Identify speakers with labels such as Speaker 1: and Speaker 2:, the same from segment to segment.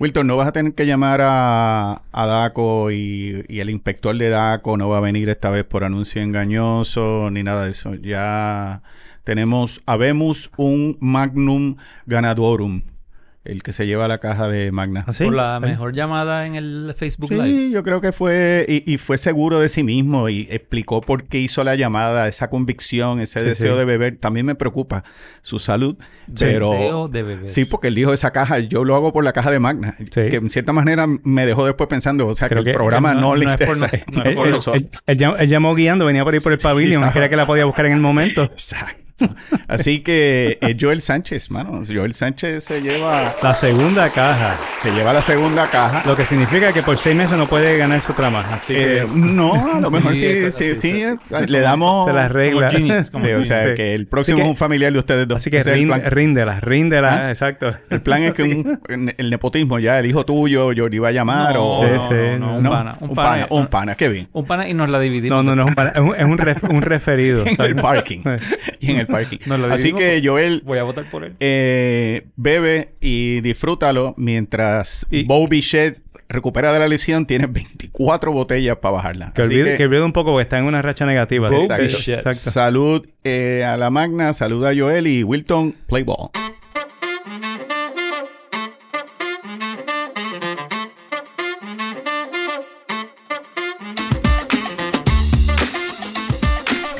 Speaker 1: Wilton, no vas a tener que llamar a, a DACO y, y el inspector de DACO no va a venir esta vez por anuncio engañoso ni nada de eso. Ya tenemos, habemos un magnum ganadorum, el que se lleva la caja de Magna.
Speaker 2: ¿Así?
Speaker 3: Por la
Speaker 2: ¿Eh?
Speaker 3: mejor llamada en el Facebook Live.
Speaker 1: Sí, yo creo que fue, y, y fue seguro de sí mismo y explicó por qué hizo la llamada, esa convicción, ese
Speaker 2: Sí,
Speaker 1: deseo
Speaker 2: sí.
Speaker 1: de beber. También me preocupa su salud, pero...
Speaker 3: Deseo de beber.
Speaker 1: Sí, porque él dijo esa caja, yo lo hago por la caja de Magna, que en cierta manera me dejó después pensando, o sea,
Speaker 2: Creo
Speaker 1: que el
Speaker 2: que
Speaker 1: programa
Speaker 3: no-
Speaker 1: no, le
Speaker 3: no es por
Speaker 1: interesa,
Speaker 3: nos- no
Speaker 1: no es por
Speaker 2: él,
Speaker 1: nosotros.
Speaker 2: él- él llam- él llamó guiando, venía por ahí por el pabellón.
Speaker 1: ajá.
Speaker 2: Creía que la podía buscar en el momento.
Speaker 1: Exacto. Así que eh, Joel Sánchez, mano, Joel Sánchez se lleva,
Speaker 2: La segunda caja.
Speaker 1: se lleva la segunda caja.
Speaker 2: Lo que significa que por seis meses no puede ganar su trama. Así que
Speaker 1: Eh, no, a lo mejor
Speaker 3: Sí,
Speaker 1: sí,
Speaker 3: es
Speaker 1: sí,
Speaker 3: así,
Speaker 1: sí,
Speaker 3: es
Speaker 1: eh, le damos...
Speaker 2: se la arregla.
Speaker 3: como jeans, como
Speaker 1: Sí, o sea,
Speaker 2: Sí.
Speaker 1: que el próximo
Speaker 2: Así que-
Speaker 1: es un familiar de ustedes dos.
Speaker 2: Así que
Speaker 1: Ese es el
Speaker 2: rín-
Speaker 1: plan.
Speaker 2: ríndela, ríndela,
Speaker 1: ¿Ah?
Speaker 2: exacto.
Speaker 1: El plan es que un- en- el nepotismo ya, el hijo tuyo, yo le iba a llamar
Speaker 3: No,
Speaker 1: o...
Speaker 2: Sí,
Speaker 3: no,
Speaker 2: sí,
Speaker 3: no, no, un
Speaker 1: ¿no?
Speaker 3: pana.
Speaker 1: Un pana, un pana, qué bien.
Speaker 3: Un pana y nos la dividimos.
Speaker 2: No, no, no, es un para- es un, es un ref- un referido.
Speaker 1: En el parking. y en el parking.
Speaker 3: Nos la
Speaker 1: Así
Speaker 3: dividimos,
Speaker 1: que Joel,
Speaker 3: Voy a votar por él.
Speaker 1: eh, bebe y disfrútalo mientras
Speaker 2: Y-
Speaker 1: Bobby Shed recupera de la lesión, tiene 24 botellas para bajarla.
Speaker 2: Que
Speaker 1: Así
Speaker 2: olvide,
Speaker 1: que-
Speaker 2: que olvide un poco porque está en una racha negativa.
Speaker 3: Bro,
Speaker 2: Exacto.
Speaker 3: shit.
Speaker 2: exacto.
Speaker 1: Salud eh, a la Magna, salud a Joel y Wilton, play ball.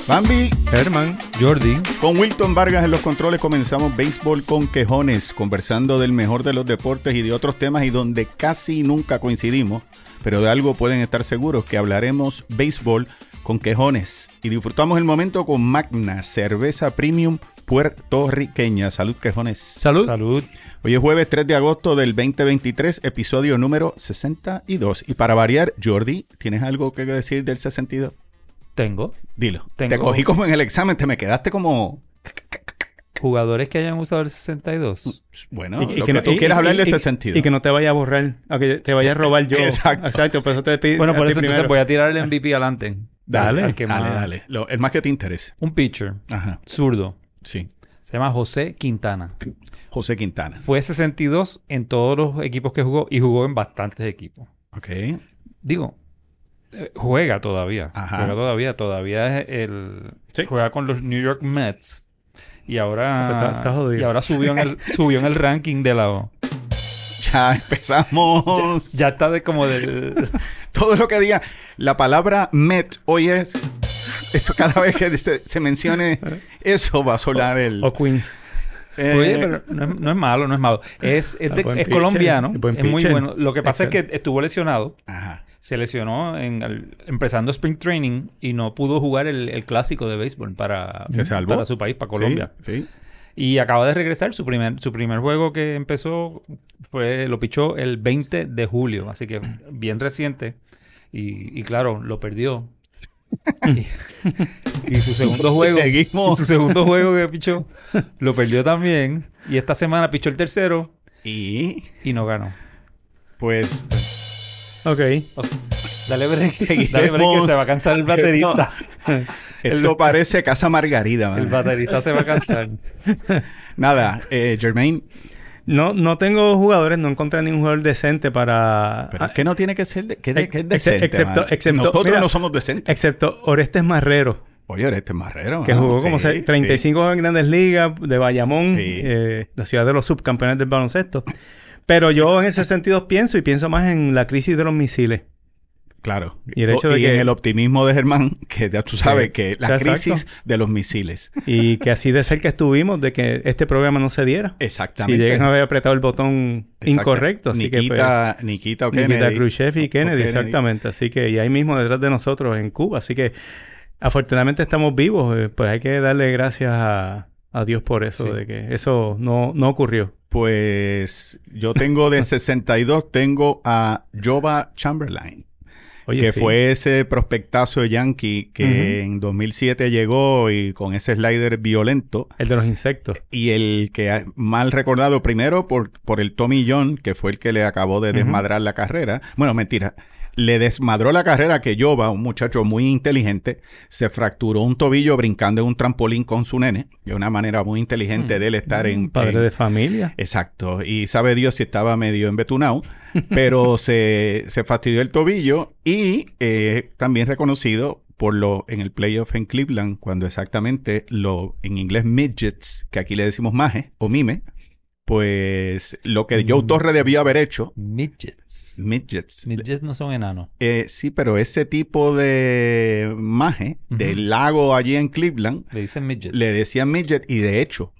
Speaker 1: Bambi,
Speaker 2: Herman.
Speaker 3: Jordi.
Speaker 1: con Wilton Vargas en los controles comenzamos Béisbol con Quejones, conversando del mejor de los deportes y de otros temas y donde casi nunca coincidimos, pero de algo pueden estar seguros que hablaremos béisbol con Quejones. Y disfrutamos el momento con Magna, cerveza premium puertorriqueña. Salud Quejones.
Speaker 3: Salud.
Speaker 1: Hoy es jueves 3 de agosto del 2023, episodio número 62. Y para variar, Jordi, ¿tienes algo que decir del 62?
Speaker 3: Tengo
Speaker 1: Dilo. Te
Speaker 3: Tengo-
Speaker 1: cogí como en el examen, te me quedaste como...
Speaker 3: jugadores que hayan usado el 62.
Speaker 1: Bueno, lo que, tú quieras
Speaker 2: y-
Speaker 1: hablar de
Speaker 2: y-
Speaker 1: ese sentido.
Speaker 2: Y que no te vaya a borrar, a que te vaya a robar yo.
Speaker 1: Exacto.
Speaker 2: Exacto, por eso te pido.
Speaker 3: Bueno, por eso entonces voy a tirar el MVP adelante.
Speaker 1: dale,
Speaker 3: Al que más-
Speaker 1: dale, dale. Lo- el más que te interese.
Speaker 3: Un pitcher
Speaker 1: Ajá,
Speaker 3: zurdo.
Speaker 1: sí.
Speaker 3: Se llama José Quintana.
Speaker 1: José Quintana.
Speaker 3: Fue 62 en todos los equipos que jugó y jugó en bastantes equipos.
Speaker 1: Ok.
Speaker 3: Digo, eh, juega todavía.
Speaker 1: Ajá.
Speaker 3: Juega todavía. Todavía es el...
Speaker 2: Sí.
Speaker 3: Juega con los New York Mets. Y
Speaker 2: Pero
Speaker 3: ahora...
Speaker 2: está- está jodido.
Speaker 3: y ahora subió en el, subió en el ranking de la... O.
Speaker 1: Ya empezamos.
Speaker 3: Ya está de como del...
Speaker 1: Todo lo que diga. La palabra Met hoy es. Eso cada vez que se, se mencione, eso va a sonar el.
Speaker 2: O Queens.
Speaker 1: eh,
Speaker 3: Oye, pero no es, no es malo, no es malo. Es, es,
Speaker 2: Ah,
Speaker 3: de-
Speaker 2: buen
Speaker 3: es
Speaker 2: pitcher,
Speaker 3: colombiano,
Speaker 2: buen
Speaker 3: es muy
Speaker 2: pitcher.
Speaker 3: bueno. Lo que pasa es que
Speaker 2: Excelente.
Speaker 3: estuvo lesionado,
Speaker 1: Ajá.
Speaker 3: se lesionó en el- empezando Spring Training y no pudo jugar el, el clásico de béisbol para,
Speaker 1: Se salvó.
Speaker 3: para su país, para Colombia.
Speaker 1: Sí. sí.
Speaker 3: Y acaba de regresar, su primer, su primer juego que empezó fue, lo pichó el 20 de julio, así que bien reciente. Y, y claro, lo perdió. y, y su segundo juego,
Speaker 1: Seguimos.
Speaker 3: y su segundo juego que pichó, lo perdió también. Y esta semana pichó el tercero
Speaker 1: Y
Speaker 3: y no ganó.
Speaker 1: pues.
Speaker 2: Ok.
Speaker 3: Dale break, dale break que se va a cansar el baterista.
Speaker 1: Esto parece Casa Margarida,
Speaker 3: El
Speaker 1: man.
Speaker 3: baterista se va a cansar.
Speaker 1: Nada, eh, Germain.
Speaker 2: No, no tengo jugadores, no encontré ningún jugador decente para.
Speaker 1: ¿Pero
Speaker 2: Ah,
Speaker 1: qué no tiene que ser? De, que de-
Speaker 2: ex-
Speaker 1: que es
Speaker 2: ex-
Speaker 1: decente,
Speaker 2: excepto-
Speaker 1: man?
Speaker 2: excepto-
Speaker 1: Nosotros
Speaker 2: mira,
Speaker 1: no somos decentes.
Speaker 2: ah, Excepto Orestes Marrero,
Speaker 1: Oye, este Marrero.
Speaker 2: que
Speaker 3: Ah,
Speaker 1: mano,
Speaker 2: jugó como
Speaker 1: sí,
Speaker 2: se- 35 en Grandes Ligas, de Bayamón,
Speaker 1: Sí.
Speaker 2: eh, la ciudad de los subcampeones del baloncesto. Pero yo en ese sentido pienso y pienso más en la crisis de los misiles.
Speaker 1: sí, Claro.
Speaker 2: Y el hecho de
Speaker 1: y
Speaker 2: que-
Speaker 1: en el optimismo de Germán, que ya tú sabes
Speaker 2: Sí.
Speaker 1: que la
Speaker 2: O sea,
Speaker 1: crisis
Speaker 2: exacto.
Speaker 1: de los misiles.
Speaker 2: Y que así de cerca estuvimos de que este programa no se diera. Si
Speaker 1: Exactamente.
Speaker 2: llegan a haber apretado el botón
Speaker 1: Exacta-
Speaker 2: incorrecto. Así que, pues,
Speaker 1: Nikita, Nikita o Kennedy.
Speaker 2: Nikita Khrushchev
Speaker 1: O-
Speaker 2: y
Speaker 1: o
Speaker 2: Kennedy, exactamente. Así que, y ahí mismo detrás de nosotros en Cuba. Así que, afortunadamente estamos vivos. eh, Pues hay que darle gracias a, a Dios por eso,
Speaker 3: Sí.
Speaker 2: de que eso no, no ocurrió.
Speaker 1: Pues yo tengo de 62, tengo a Jova Chamberlain.
Speaker 2: Oye,
Speaker 1: que
Speaker 2: sí.
Speaker 1: fue ese prospectazo de Yankee que
Speaker 2: Ujú.
Speaker 1: en 2007 llegó y con ese slider violento.
Speaker 2: El de los insectos.
Speaker 1: Y el que ha- mal recordado primero por, por el Tommy John, que fue el que le acabó de
Speaker 2: Ujú.
Speaker 1: desmadrar la carrera. Bueno, mentira. le desmadró la carrera que Yoba, un muchacho muy inteligente, se fracturó un tobillo brincando en un trampolín con su nene. De una manera muy inteligente de él estar en...
Speaker 2: Mm. Padre
Speaker 1: en-
Speaker 2: de familia.
Speaker 1: Exacto. Y sabe Dios si estaba medio embetunado, pero se, se fastidió el tobillo y eh, también reconocido por lo en el playoff en Cleveland, cuando exactamente lo en inglés midgets, que aquí le decimos maje o mime, pues lo que Joe
Speaker 3: Mm.
Speaker 1: Torre debió haber hecho,
Speaker 3: Midgets.
Speaker 1: midgets.
Speaker 3: Midgets no son enanos.
Speaker 1: Eh, sí, pero ese tipo de maje
Speaker 3: Ujú.
Speaker 1: del lago allí en Cleveland
Speaker 3: Le dicen midgets.
Speaker 1: le decían midget y de hecho,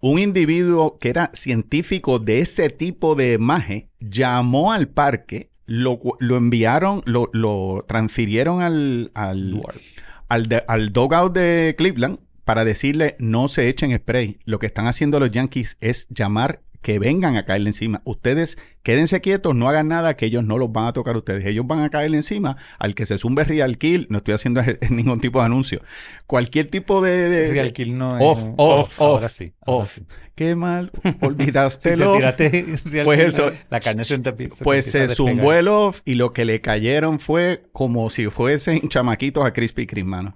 Speaker 1: un individuo que era científico de ese tipo de maje llamó al parque, lo, cu- lo enviaron, lo, lo transfirieron al, al,
Speaker 3: Dwarf.
Speaker 1: al, de- al dogout de Cleveland para decirle no se echen spray. Lo que están haciendo los Yankees es llamar que vengan a caerle encima. Ustedes quédense quietos, no hagan nada, que ellos no los van a tocar a ustedes. Ellos van a caerle encima al que se zumbe Real Kill. No estoy haciendo ningún tipo de anuncio. Cualquier tipo de... de-
Speaker 3: Real Kill no es.
Speaker 1: off, off,
Speaker 3: Ahora
Speaker 1: off,
Speaker 3: sí. ahora
Speaker 1: off.
Speaker 3: sí.
Speaker 1: Qué mal,
Speaker 3: Si
Speaker 1: olvidaste
Speaker 3: te
Speaker 1: el off.
Speaker 3: tiraste Real
Speaker 1: Pues
Speaker 3: Kill,
Speaker 1: eso.
Speaker 3: La carne se te empieza- te
Speaker 1: Pues
Speaker 3: empieza a
Speaker 1: se
Speaker 3: despegar.
Speaker 1: zumbó el off y lo que le cayeron fue como si fuesen chamaquitos a Crispy Kreme, mano.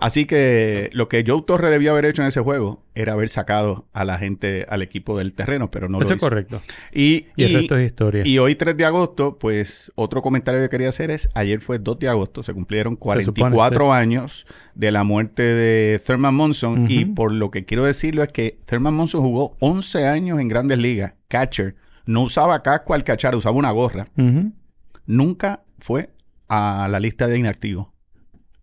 Speaker 1: Así que lo que Joe Torre debió haber hecho en ese juego era haber sacado a la gente, al equipo del terreno, pero no
Speaker 2: Eso
Speaker 1: lo
Speaker 2: es
Speaker 1: hizo.
Speaker 2: correcto.
Speaker 1: Y,
Speaker 2: Y, el
Speaker 1: y-
Speaker 2: resto es historia.
Speaker 1: y hoy 3 de agosto, pues otro comentario que quería hacer es, ayer fue 2 de agosto, se cumplieron
Speaker 2: supone,
Speaker 1: 44 años de la muerte de Thurman Monson y
Speaker 2: Ujú.
Speaker 1: por lo que quiero decirlo es que Thurman Monson jugó 11 años en grandes ligas, catcher, no usaba casco al cachar, usaba una gorra,
Speaker 2: Ujú.
Speaker 1: nunca fue a la lista de inactivos.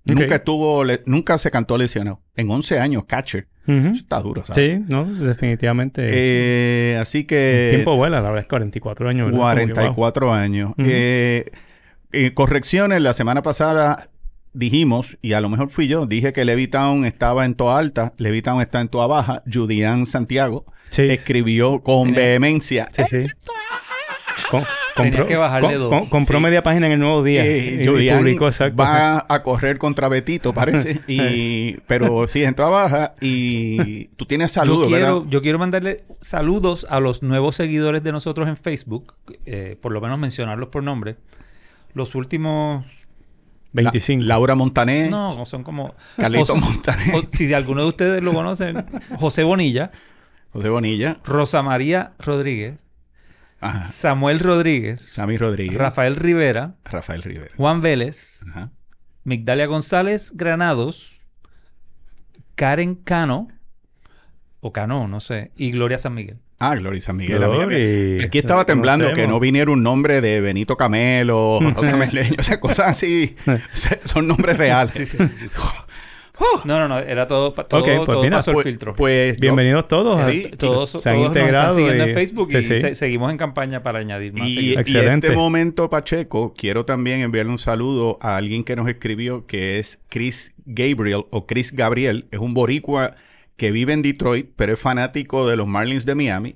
Speaker 1: Nunca
Speaker 2: Ok.
Speaker 1: estuvo, le- nunca se cantó lesionado. En 11 años, catcher.
Speaker 2: Ujú.
Speaker 1: Eso está duro, ¿sabes?
Speaker 2: Sí, no, definitivamente.
Speaker 1: Eh, así
Speaker 2: el
Speaker 1: que...
Speaker 2: tiempo vuela, la verdad es 44 años. ¿verdad? Como que, wow.
Speaker 1: 44 años.
Speaker 2: Ujú.
Speaker 1: Eh, eh, correcciones, la semana pasada dijimos, y a lo mejor fui yo, dije que Levitown estaba en toa alta, Levitown está en toa baja, Judian Santiago
Speaker 2: Sí,
Speaker 1: escribió con
Speaker 3: Tenía-
Speaker 1: vehemencia.
Speaker 2: sí, sí. Com- compró
Speaker 3: que bajarle
Speaker 2: com-
Speaker 3: dos.
Speaker 2: com- compró
Speaker 1: Sí.
Speaker 2: media página en el nuevo día.
Speaker 1: Eh,
Speaker 2: y- y
Speaker 1: Judian
Speaker 2: publicó exacto.
Speaker 1: va a correr contra Betito, parece. Y, pero sí, en toa baja. Y tú tienes saludos,
Speaker 3: yo quiero,
Speaker 1: ¿verdad?
Speaker 3: yo quiero mandarle saludos a los nuevos seguidores de nosotros en Facebook, eh, por lo menos mencionarlos por nombre. Los últimos,
Speaker 2: 25.
Speaker 1: La- Laura Montané,
Speaker 3: no, son como...
Speaker 1: Eh. Carlito
Speaker 3: Jos-
Speaker 1: Montané,
Speaker 3: o- si alguno de ustedes lo conocen, José Bonilla,
Speaker 1: José Bonilla,
Speaker 3: Rosa María Rodríguez,
Speaker 1: ajá,
Speaker 3: Samuel Rodríguez,
Speaker 1: Sammy Rodríguez,
Speaker 3: Rafael Rivera,
Speaker 1: Rafael Rivera.
Speaker 3: Juan Vélez,
Speaker 1: Ajá.
Speaker 3: Migdalia González Granados, Karen Cano, o Cano, no sé, y Gloria San Miguel.
Speaker 1: Ah, Gloria y San Miguel.
Speaker 2: Glory.
Speaker 1: amiga mía. Aquí estaba
Speaker 2: Lo
Speaker 1: temblando que
Speaker 2: conocemos.
Speaker 1: no viniera un nombre de Benito Camelo, Rosa Meleño, o sea, cosas así. Se- Son nombres reales.
Speaker 3: No, no, no, era todo, pa- todo,
Speaker 2: Oh. Ok, pues
Speaker 3: todo
Speaker 2: mira,
Speaker 3: pasó el
Speaker 1: Pues-
Speaker 3: filtro.
Speaker 1: Pues,
Speaker 2: Bienvenidos todos. a-
Speaker 1: Sí,
Speaker 3: Todos, todos
Speaker 2: se
Speaker 3: nos
Speaker 2: han integrado
Speaker 3: están siguiendo
Speaker 2: y-
Speaker 3: en Facebook
Speaker 2: sí,
Speaker 3: y
Speaker 2: sí.
Speaker 3: se- seguimos en campaña para añadir más.
Speaker 1: Y,
Speaker 3: seguidores.
Speaker 1: y
Speaker 2: Excelente.
Speaker 1: este momento, Pacheco, quiero también enviarle un saludo a alguien que nos escribió, que es Chris Gabriel o Chris Gabriel. Es un boricua que vive en Detroit, pero es fanático de los Marlins de Miami.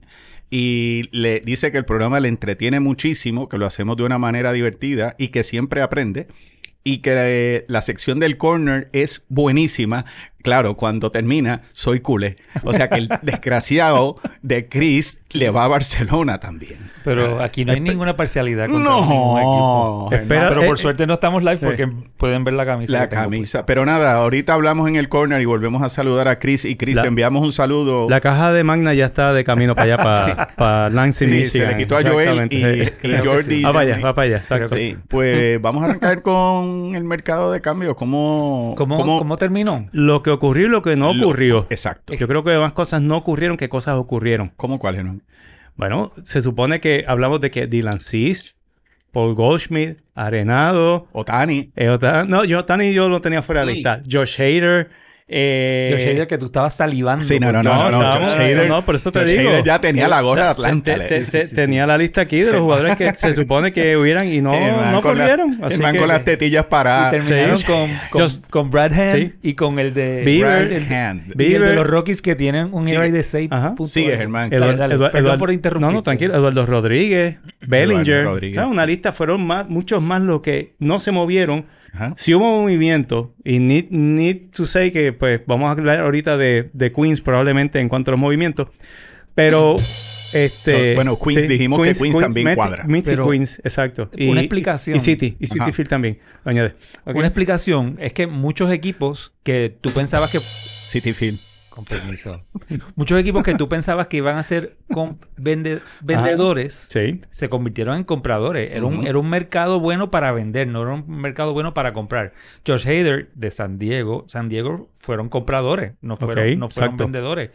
Speaker 1: Y le dice que el programa le entretiene muchísimo, que lo hacemos de una manera divertida y que siempre aprende. Y que eh, la sección del corner es buenísima. Claro, cuando termina, soy culé. O sea que el desgraciado de Chris le va a Barcelona también.
Speaker 2: eh,
Speaker 3: Pero aquí no hay ninguna parcialidad contra ningún equipo.
Speaker 1: No,
Speaker 2: Espera,
Speaker 1: hermano,
Speaker 3: Pero por
Speaker 2: eh,
Speaker 3: suerte no estamos live
Speaker 2: sí.
Speaker 3: porque pueden ver la camisa.
Speaker 1: la
Speaker 3: que tengo pues.
Speaker 1: camisa. Pero nada, ahorita hablamos en el corner y volvemos a saludar a Chris. Y Chris,
Speaker 2: La-
Speaker 1: te enviamos un saludo.
Speaker 2: La caja de Magna ya está de camino para allá, para, para Lansing,
Speaker 1: sí, se
Speaker 2: Michigan.
Speaker 1: le quitó a Joel
Speaker 2: Exactamente,
Speaker 1: y,
Speaker 2: sí.
Speaker 1: y
Speaker 3: Creo que
Speaker 1: Jordi.
Speaker 3: sí.
Speaker 2: Va para allá, va para allá. Exacto.
Speaker 1: Sí, pues vamos a arrancar con el mercado de cambio. ¿Cómo,
Speaker 3: puesta. ¿Cómo,
Speaker 1: cómo-
Speaker 3: cómo terminó?
Speaker 2: Lo que ocurrió y lo que no
Speaker 1: Lo-
Speaker 2: ocurrió.
Speaker 1: Exacto.
Speaker 2: Yo creo que más cosas no ocurrieron que cosas ocurrieron.
Speaker 1: ¿Cómo cuál Germán?
Speaker 2: Bueno, se supone que hablamos de que Dylan Cis, Paul Goldschmidt, Arenado,
Speaker 1: Otani.
Speaker 2: eh, Ota- no, yo Tani yo lo tenía fuera de la lista. Josh Hader, eh,
Speaker 3: Yo sé que tú estabas salivando.
Speaker 1: Sí, no, no, no.
Speaker 2: no, estábamos-
Speaker 1: Josh Hader-
Speaker 2: no, por eso te
Speaker 1: Josh
Speaker 2: digo. Eh,
Speaker 1: Hader ya tenía la gorra de Atlanta.
Speaker 2: te- se-
Speaker 1: Sí,
Speaker 2: se-
Speaker 1: sí, sí.
Speaker 2: tenía la lista aquí de los jugadores que se supone que hubieran y no,
Speaker 1: El man
Speaker 2: no
Speaker 1: con la-
Speaker 2: corrieron.
Speaker 1: el
Speaker 2: así
Speaker 1: man
Speaker 2: que-
Speaker 1: con las tetillas
Speaker 3: Y
Speaker 1: para
Speaker 3: terminaron
Speaker 2: Ah, sí.
Speaker 3: con, con,
Speaker 2: Just-
Speaker 3: con Brad Hand
Speaker 2: sí.
Speaker 3: y con el de...
Speaker 2: Bieber.
Speaker 3: el-
Speaker 1: Hand.
Speaker 3: y el de
Speaker 2: Bieber.
Speaker 3: los Rockies que tienen un
Speaker 1: Sigue.
Speaker 3: ERA de 6.
Speaker 2: Ajá.
Speaker 1: Sigue, Germán.
Speaker 2: Eduard-
Speaker 3: Dale, dale.
Speaker 2: Eduard-
Speaker 3: Perdón
Speaker 2: Eduard-
Speaker 3: por interrumpir.
Speaker 2: No, no, tranquilo. Eduardo Rodríguez, Bellinger.
Speaker 1: Rodríguez.
Speaker 2: Ah, una lista fueron más, muchos más los que no se movieron.
Speaker 1: Ajá.
Speaker 2: Si hubo movimiento, y need, need to say que pues vamos a hablar ahorita de, de Queens probablemente en cuanto a los movimientos, Pero, este...
Speaker 1: No, bueno, Queens, dijimos que Queens también
Speaker 2: Met-
Speaker 1: cuadra.
Speaker 2: Met y
Speaker 3: Pero-
Speaker 2: Queens, exacto. Y,
Speaker 3: Una
Speaker 2: y-
Speaker 3: explicación.
Speaker 2: Y City. Y City
Speaker 1: Ajá.
Speaker 2: Field también. Lo añade. Ok.
Speaker 3: Una explicación es que muchos equipos que tú pensabas que...
Speaker 1: City Field.
Speaker 3: Con permiso. muchos equipos que tú pensabas que iban a ser com- vende- vendedores...
Speaker 2: Sí.
Speaker 3: se convirtieron en compradores. Era, un,
Speaker 1: Ujú.
Speaker 3: era un mercado bueno para vender, no era un mercado bueno para comprar. Josh Hader de San Diego, San Diego fueron compradores, no fueron,
Speaker 2: Ok,
Speaker 3: no fueron
Speaker 2: exacto.
Speaker 3: vendedores.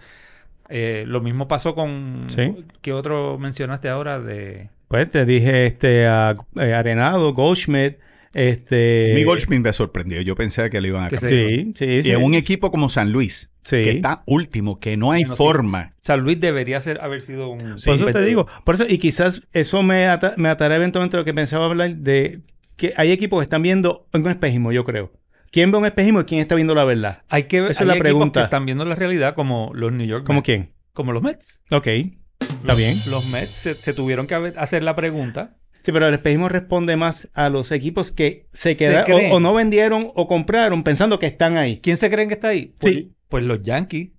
Speaker 3: Eh, lo mismo pasó con...
Speaker 2: Sí.
Speaker 3: ¿Qué otro mencionaste ahora de...?
Speaker 2: Pues te dije, este, a- eh, Arenado, Goldschmidt, este...
Speaker 1: Mi Goldschmidt me sorprendió. Yo pensé que lo iban a
Speaker 3: Que se-
Speaker 1: cambiar.
Speaker 2: Sí, sí,
Speaker 1: Y
Speaker 2: sí.
Speaker 1: en un equipo como San Luis,
Speaker 2: Sí.
Speaker 1: que está último, que no hay
Speaker 3: Bueno, sí.
Speaker 1: forma.
Speaker 3: San Luis debería ser, haber sido un...
Speaker 1: Sí.
Speaker 2: Por eso te
Speaker 3: vendedor.
Speaker 2: digo, por eso, y quizás eso me, ata- me atará eventualmente a lo que pensaba hablar de que hay equipos que están viendo en un espejismo, yo creo. ¿Quién ve un espejismo y quién está viendo la verdad?
Speaker 3: Hay que ver,
Speaker 2: Esa es la
Speaker 3: hay equipos
Speaker 2: pregunta.
Speaker 3: que están viendo la realidad como los New York
Speaker 2: ¿Como
Speaker 3: Mets.
Speaker 2: quién?
Speaker 3: Como los Mets.
Speaker 2: Ok, está bien.
Speaker 3: Los Mets se, se tuvieron que haber- hacer la pregunta.
Speaker 2: Sí, pero el espejismo responde más a los equipos que se
Speaker 3: Se
Speaker 2: quedaron
Speaker 3: creen.
Speaker 2: o, o no vendieron o compraron pensando que están ahí.
Speaker 3: ¿Quién se creen que está ahí? Pues,
Speaker 2: Sí.
Speaker 3: pues los Yankees.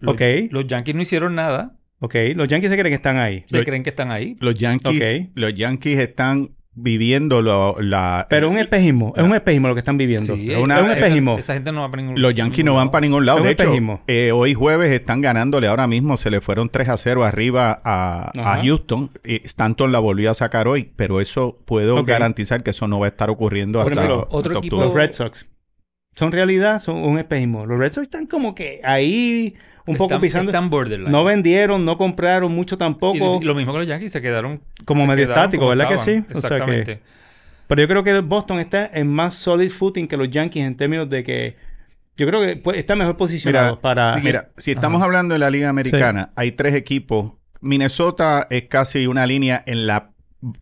Speaker 3: Los,
Speaker 2: Ok.
Speaker 3: los Yankees no hicieron nada.
Speaker 2: Ok, los Yankees se creen que están ahí.
Speaker 3: Se
Speaker 1: Lo-
Speaker 3: creen que están ahí.
Speaker 1: Los Yankees,
Speaker 2: Ok.
Speaker 1: los Yankees están viviendo lo- la...
Speaker 2: Pero un espejismo, es un espejismo lo que están viviendo.
Speaker 3: Ah. Sí,
Speaker 1: Es
Speaker 3: eh,
Speaker 1: una-
Speaker 3: esa-
Speaker 1: es un
Speaker 2: espejismo.
Speaker 3: Esa, gente no va para ningún
Speaker 1: los Yankees no van para ningún
Speaker 2: Es
Speaker 1: lado.
Speaker 2: un
Speaker 1: De hecho,
Speaker 2: espejismo.
Speaker 1: eh, hoy jueves están ganándole ahora mismo. Se le fueron 3 a 0 arriba a, a
Speaker 2: Ajá.
Speaker 1: Houston. Eh, Stanton la volvió a sacar hoy, pero eso puedo
Speaker 2: Ok.
Speaker 1: garantizar que eso no va a estar ocurriendo
Speaker 2: Por
Speaker 1: hasta,
Speaker 2: ejemplo,
Speaker 1: hasta
Speaker 3: otro equipo-
Speaker 1: octubre.
Speaker 2: Los Red Sox. ¿Son realidad? ¿Son un espejismo? Los Red Sox están como que ahí, un poco
Speaker 3: Están-
Speaker 2: pisando.
Speaker 3: Están borderline.
Speaker 2: No vendieron, no compraron mucho
Speaker 3: Y
Speaker 2: tampoco.
Speaker 3: lo mismo que los Yankees, se quedaron...
Speaker 2: Como
Speaker 3: se
Speaker 2: medio
Speaker 3: quedaron
Speaker 2: estático,
Speaker 3: como
Speaker 2: ¿verdad que
Speaker 3: estaban.
Speaker 2: sí? O sea que-
Speaker 3: Exactamente.
Speaker 2: Pero yo creo que Boston está en más solid footing que los Yankees en términos de que yo creo que pues, está mejor posicionado
Speaker 1: Mira,
Speaker 2: para...
Speaker 1: Mira, si estamos hablando de la Liga Americana, hay tres equipos. Minnesota es casi una línea en la,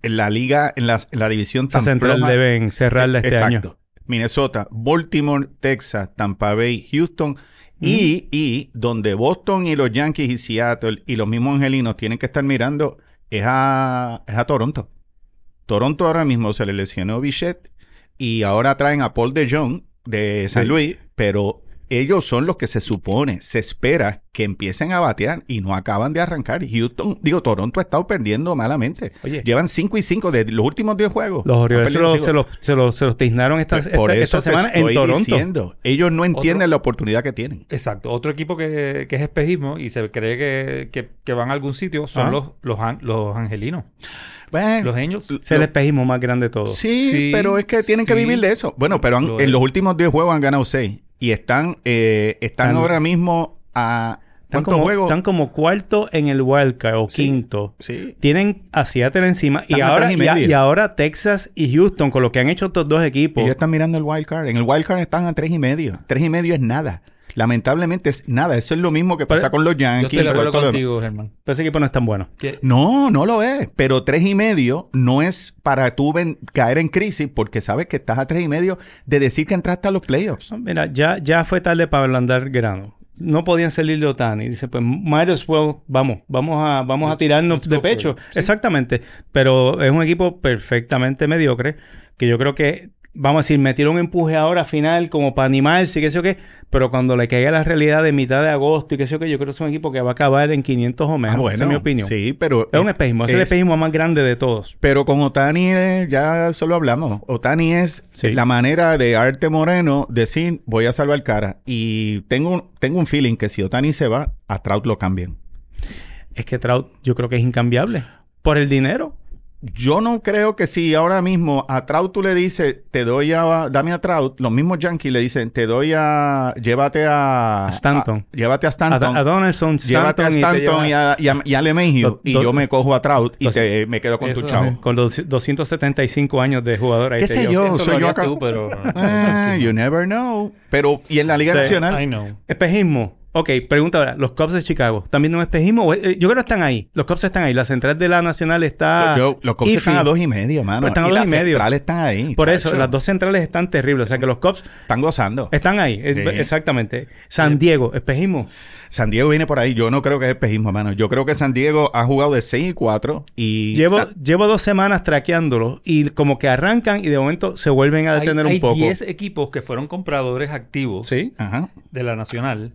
Speaker 1: en la liga, en la, en la división
Speaker 2: Esa
Speaker 1: tan
Speaker 2: central
Speaker 1: floja.
Speaker 2: deben cerrarla este
Speaker 1: Exacto.
Speaker 2: año.
Speaker 1: Minnesota, Baltimore, Texas, Tampa Bay, Houston.
Speaker 2: Mm.
Speaker 1: Y, y donde Boston y los Yankees y Seattle y los mismos angelinos tienen que estar mirando es a, es a Toronto. Toronto ahora mismo se le lesionó Bichette y ahora traen a Paul DeJong de San
Speaker 2: Sí.
Speaker 1: Luis, pero ellos son los que se supone, se espera que empiecen a batear y no acaban de arrancar. Houston, digo, Toronto ha estado perdiendo malamente.
Speaker 2: Oye.
Speaker 1: Llevan 5 y 5 de los últimos 10 juegos.
Speaker 2: Los
Speaker 1: Han
Speaker 2: Orioles se
Speaker 1: perdido
Speaker 2: los,
Speaker 1: cinco.
Speaker 2: se los, se los- se los tiznaron esta,
Speaker 1: Pues
Speaker 2: esta-
Speaker 1: por
Speaker 2: esta
Speaker 1: eso te
Speaker 2: semana en
Speaker 1: estoy
Speaker 2: Toronto.
Speaker 1: diciendo. Ellos no entienden
Speaker 3: Otro-
Speaker 1: la oportunidad que tienen.
Speaker 3: Exacto. Otro equipo que, que es espejismo y se cree que, que, que van a algún sitio son
Speaker 2: Ah.
Speaker 3: los, los, an- los angelinos.
Speaker 1: Bueno,
Speaker 3: Los Angels.
Speaker 2: Es el espejismo más grande de todos.
Speaker 1: sí,
Speaker 3: Sí,
Speaker 1: pero es que tienen que
Speaker 3: sí.
Speaker 1: vivir de eso. Bueno, pero han-
Speaker 3: Lo es.
Speaker 1: en los últimos 10 juegos han ganado 6. Y están, eh, están
Speaker 2: Han-
Speaker 1: ahora mismo a...
Speaker 2: Están
Speaker 1: ¿Cuántos
Speaker 2: como,
Speaker 1: juegos?
Speaker 2: están como cuarto en el wildcard o
Speaker 1: Sí.
Speaker 2: quinto.
Speaker 1: Sí.
Speaker 2: Tienen a Seattle encima y
Speaker 1: Están a
Speaker 2: ahora,
Speaker 1: tres y
Speaker 2: y, a-
Speaker 1: medio.
Speaker 2: y ahora Texas y Houston con lo que han hecho estos dos equipos.
Speaker 1: Ellos están mirando el wild card. En el wild card están a 3 y medio. 3 y medio es nada. Lamentablemente es nada. Eso es lo mismo que pasa
Speaker 2: Pero-
Speaker 1: con los
Speaker 3: Yo
Speaker 1: Yankees.
Speaker 3: estoy de
Speaker 1: con
Speaker 3: acuerdo
Speaker 1: todo lo demás.
Speaker 3: contigo, Germán.
Speaker 2: Pero pues ese equipo no es tan bueno.
Speaker 3: Que-
Speaker 1: No, no lo es. Pero tres y medio no es para tú ven- caer en crisis porque sabes que estás a tres y medio de decir que entraste a los playoffs.
Speaker 2: No, Mira, ya, ya fue tarde para ablandar grano. No podían salir de Otani. Dice, pues, might as well, vamos, vamos a, vamos a
Speaker 3: Let's-
Speaker 2: tirarnos
Speaker 3: let's
Speaker 2: de
Speaker 3: go for
Speaker 2: pecho.
Speaker 3: it. Sí.
Speaker 2: Exactamente. Pero es un equipo perfectamente mediocre que yo creo que, vamos a decir, metieron un empuje ahora final como para animarse y qué sé yo qué. Pero cuando le caiga la realidad de mitad de agosto y qué sé yo qué, yo creo que es un equipo que va a acabar en 500 o menos.
Speaker 1: Ah,
Speaker 2: Esa es mi opinión.
Speaker 1: Sí, pero.
Speaker 2: Es un espejismo. Es, el
Speaker 1: es-
Speaker 2: espejismo más grande de todos.
Speaker 1: Pero con Otani, eh, ya solo hablamos. Otani es
Speaker 2: Sí.
Speaker 1: la manera de Arte Moreno decir: voy a salvar cara. Y tengo un, tengo un feeling que si Otani se va, a Trout lo cambian.
Speaker 2: Es que Trout yo creo que es incambiable. Por el dinero.
Speaker 1: Yo no creo que si ahora mismo a Trout tú le dices, te doy a, dame a Trout, los mismos Yankees le dicen, te doy a, llévate a,
Speaker 2: A Stanton.
Speaker 1: a- llévate a
Speaker 2: A,
Speaker 1: Stanton.
Speaker 2: a Donaldson,
Speaker 1: Llévate a
Speaker 2: Stanton y te
Speaker 1: Stanton
Speaker 2: lleva-
Speaker 1: y a, y a, y a LeMahieu, y
Speaker 2: Do-
Speaker 1: yo me cojo a Trout y
Speaker 2: Dos-
Speaker 1: te, me quedo con tu
Speaker 3: Eso,
Speaker 1: chavo.
Speaker 2: Con los 275 años de jugador ahí
Speaker 1: ¿Qué
Speaker 2: te
Speaker 1: sé
Speaker 2: digo.
Speaker 1: yo?
Speaker 3: eso lo
Speaker 1: soy yo
Speaker 3: harías
Speaker 1: acá.
Speaker 3: tú, pero...
Speaker 1: Ah, you never know. Pero, ¿y en la Liga
Speaker 2: Sí.
Speaker 1: Nacional?
Speaker 3: I know.
Speaker 2: Espejismo. Ok, pregunta ahora. ¿Los Cubs de Chicago también un espejismo? O, eh, Yo creo que están ahí. Los Cubs están ahí. La central de la nacional está...
Speaker 1: Yo- los Cubs
Speaker 2: iffy.
Speaker 1: están a dos y medio, mano.
Speaker 2: Pero Pues están a
Speaker 1: y
Speaker 2: dos
Speaker 1: las
Speaker 2: y medio.
Speaker 1: centrales están ahí.
Speaker 2: Por
Speaker 1: chacho.
Speaker 2: eso, las dos centrales están terribles. O sea, que los Cubs
Speaker 1: Están gozando.
Speaker 2: están ahí. Eh,
Speaker 1: Sí.
Speaker 2: Exactamente. San Diego, espejismo.
Speaker 1: San Diego viene por ahí. Yo no creo que es espejismo, mano. Yo creo que San Diego ha jugado de 6 y 4 y...
Speaker 2: Llevo,
Speaker 1: Sa-
Speaker 2: llevo dos semanas traqueándolo y como que arrancan y de momento se vuelven a detener
Speaker 3: hay,
Speaker 2: un poco.
Speaker 3: Hay 10 equipos que fueron compradores activos
Speaker 2: Sí.
Speaker 1: Ajá.
Speaker 3: de la Nacional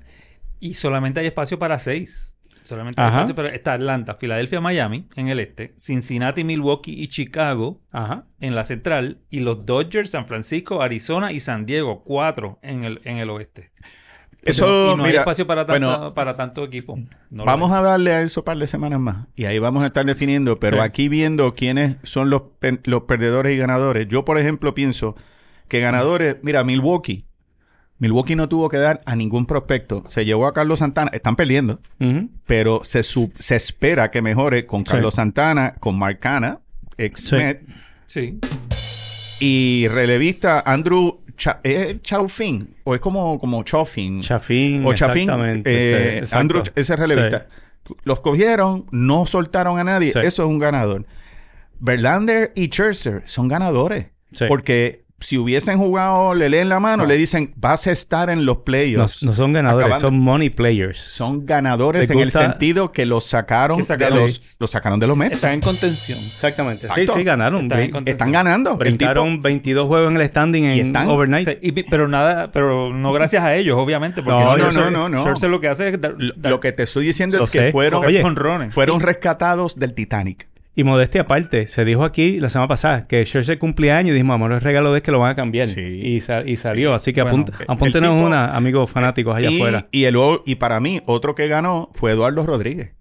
Speaker 3: y solamente hay espacio para 6. Solamente
Speaker 2: Ajá.
Speaker 3: espacio, pero está Atlanta, Filadelfia, Miami en el este, Cincinnati, Milwaukee y Chicago
Speaker 2: Ajá.
Speaker 3: en la central y los Dodgers, San Francisco, Arizona y San Diego, cuatro en el, en el oeste.
Speaker 1: Eso,
Speaker 3: y no hay
Speaker 1: mira,
Speaker 3: espacio para, tanta-
Speaker 1: bueno,
Speaker 3: para tanto equipo. No lo
Speaker 1: vamos a darle a eso par de semanas más y ahí vamos a estar definiendo, pero
Speaker 2: Sí.
Speaker 1: aquí viendo quiénes son los, pe- los perdedores y ganadores. Yo, por ejemplo, pienso que ganadores, mira, Milwaukee. Milwaukee no tuvo que dar a ningún prospecto. Se llevó a Carlos Santana. Están perdiendo,
Speaker 2: Ujú.
Speaker 1: pero se, su- se espera que mejore con Carlos
Speaker 2: Sí.
Speaker 1: Santana, con Marcana, ex
Speaker 2: Sí.
Speaker 1: Met,
Speaker 3: Sí.
Speaker 1: y relevista Andrew Cha- ¿es Chaufin, o es como, como Chaufin.
Speaker 2: Chafín.
Speaker 1: o Chafin,
Speaker 2: exactamente,
Speaker 1: eh,
Speaker 2: sí, exacto.
Speaker 1: Andrew, ese es relevista. Los cogieron, no soltaron a nadie,
Speaker 2: Sí.
Speaker 1: eso es un ganador. Verlander y Scherzer son ganadores,
Speaker 2: Sí.
Speaker 1: porque si hubiesen jugado, le leen la mano,
Speaker 2: No.
Speaker 1: le dicen, vas a estar en los
Speaker 2: No,
Speaker 1: playoffs.
Speaker 2: no son ganadores,
Speaker 1: Acabando.
Speaker 2: son money players.
Speaker 1: Son ganadores
Speaker 2: Les
Speaker 1: en el
Speaker 2: gusta-
Speaker 1: sentido que los sacaron,
Speaker 3: Que sacaron-
Speaker 1: de los, los sacaron de los Mets.
Speaker 3: Están en contención.
Speaker 2: Exactamente.
Speaker 1: Exacto.
Speaker 2: Sí, sí, ganaron.
Speaker 3: Están en
Speaker 2: Brin-
Speaker 3: contención.
Speaker 1: Están ganando. El
Speaker 2: Brincaron
Speaker 1: tipo-
Speaker 2: 22 juegos en el standing
Speaker 1: Y
Speaker 2: en
Speaker 1: están-
Speaker 2: overnight.
Speaker 3: Sí, y vi- pero nada, pero no gracias a ellos, obviamente. Porque
Speaker 2: No, no, no,
Speaker 3: Scherzer-
Speaker 1: no, no.
Speaker 3: Scherzer lo que hace es dar,
Speaker 1: lo,
Speaker 3: dar
Speaker 1: lo que te estoy diciendo
Speaker 2: Lo
Speaker 1: es que
Speaker 2: sé.
Speaker 1: fueron,
Speaker 2: Oye.
Speaker 3: jonrones.
Speaker 1: fueron rescatados del Titanic.
Speaker 2: Y modestia aparte, se dijo aquí la semana pasada que Scherzer cumplía años y dijimos, amor, el regalo de que lo van a cambiar.
Speaker 1: Sí.
Speaker 2: Y, sa- y salió. Así que
Speaker 3: Bueno,
Speaker 2: apunta,
Speaker 1: el
Speaker 2: apúntenos
Speaker 1: tipo-
Speaker 2: una, amigos fanáticos allá
Speaker 1: y,
Speaker 2: afuera.
Speaker 1: Y, el o- y para mí, otro que ganó fue Eduardo Rodríguez.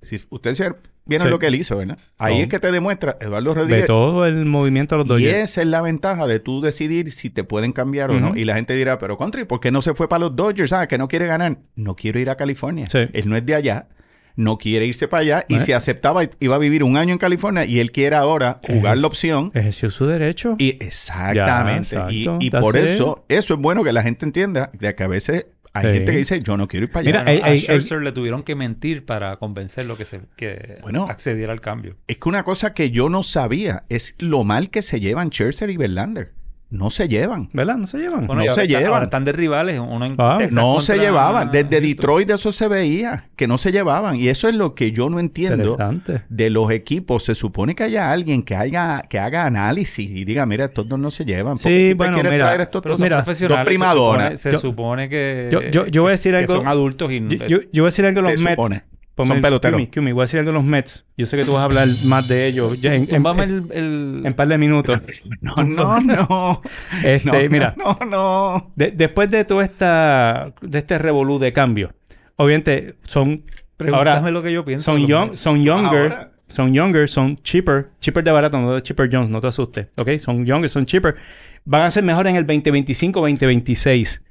Speaker 1: Si ustedes se- vieron
Speaker 2: Sí.
Speaker 1: lo que él hizo, ¿verdad? Ahí
Speaker 2: Oh.
Speaker 1: es que te demuestra Eduardo
Speaker 2: De
Speaker 1: Rodríguez.
Speaker 2: todo el movimiento de los
Speaker 1: Y
Speaker 2: Dodgers.
Speaker 1: esa es la ventaja de tú decidir si te pueden cambiar o no.
Speaker 2: Ujú.
Speaker 1: Y la gente dirá, pero Country, ¿por qué no se fue para los Dodgers? Ah, que no quiere ganar. No quiero ir a California.
Speaker 2: Sí.
Speaker 1: Él no es de allá. No quiere irse para allá. Y
Speaker 2: ¿Eh?
Speaker 1: si aceptaba, iba a vivir un año en California. Y él quiere ahora jugar
Speaker 2: Es-
Speaker 1: la opción.
Speaker 2: Ejerció su derecho.
Speaker 1: Y exactamente.
Speaker 2: Ya,
Speaker 1: y
Speaker 2: exacto.
Speaker 1: y por
Speaker 2: That's it.
Speaker 1: eso, eso es bueno que la gente entienda de que a veces hay
Speaker 2: Sí.
Speaker 1: gente que dice, yo no quiero ir para allá.
Speaker 2: Mira,
Speaker 3: Bueno,
Speaker 2: ey,
Speaker 3: a
Speaker 2: ey,
Speaker 3: Scherzer le tuvieron que mentir para convencerlo que, se, que
Speaker 1: Bueno.
Speaker 3: accediera al cambio.
Speaker 1: Es que una cosa que yo no sabía es lo mal que se llevan Scherzer y Verlander. No se llevan.
Speaker 2: ¿Verdad? No se llevan.
Speaker 3: Bueno,
Speaker 1: No
Speaker 3: y ahora
Speaker 1: se
Speaker 3: están-
Speaker 1: llevan.
Speaker 3: ahora están de rivales, uno en
Speaker 2: Ah,
Speaker 3: Texas
Speaker 1: No
Speaker 3: contra
Speaker 1: se llevaban. Desde
Speaker 3: Houston.
Speaker 1: Detroit eso se veía, que no se llevaban. Y eso es lo que yo no entiendo
Speaker 2: Interesante.
Speaker 1: de los equipos. Se supone que haya alguien que, haya, que haga análisis y diga, mira, estos dos no se llevan. ¿Por
Speaker 2: Sí,
Speaker 1: qué tú te
Speaker 2: bueno,
Speaker 1: quieres
Speaker 2: mira,
Speaker 1: traer estos
Speaker 3: Pero
Speaker 1: dos?
Speaker 3: son
Speaker 2: Mira,
Speaker 3: profesionales.
Speaker 1: dos primadonas.
Speaker 3: Se supone, se
Speaker 2: Yo-
Speaker 3: supone que,
Speaker 2: yo- yo- yo voy a decir
Speaker 3: que
Speaker 2: algo-
Speaker 3: son adultos y
Speaker 2: Yo, yo- yo voy a decir algo de los
Speaker 1: Se
Speaker 2: Mets. Pues
Speaker 1: supone.
Speaker 2: Ponme
Speaker 1: Son
Speaker 2: el-
Speaker 1: peloteros.
Speaker 2: Kumi, Kumi, voy a decir algo de los Mets. Yo sé que tú vas a hablar más de ellos ya en,
Speaker 1: em-
Speaker 2: en,
Speaker 3: Túmbame
Speaker 2: en-
Speaker 3: el, el-
Speaker 2: en par de minutos.
Speaker 1: No, no, no. No,
Speaker 2: Este,
Speaker 1: no,
Speaker 2: mira,
Speaker 1: No, no.
Speaker 2: de- después de todo esta, de este revolú de cambio, obviamente son
Speaker 3: Pregúntame
Speaker 2: ahora-
Speaker 3: lo que yo pienso.
Speaker 2: son,
Speaker 3: Lo
Speaker 2: young,
Speaker 3: que-
Speaker 2: son younger,
Speaker 1: Ahora.
Speaker 2: son younger, son cheaper, cheaper de barato, no de cheaper Jones, no te asustes, ¿ok? Son younger, son cheaper. Van a ser mejores en el 2025, 2026.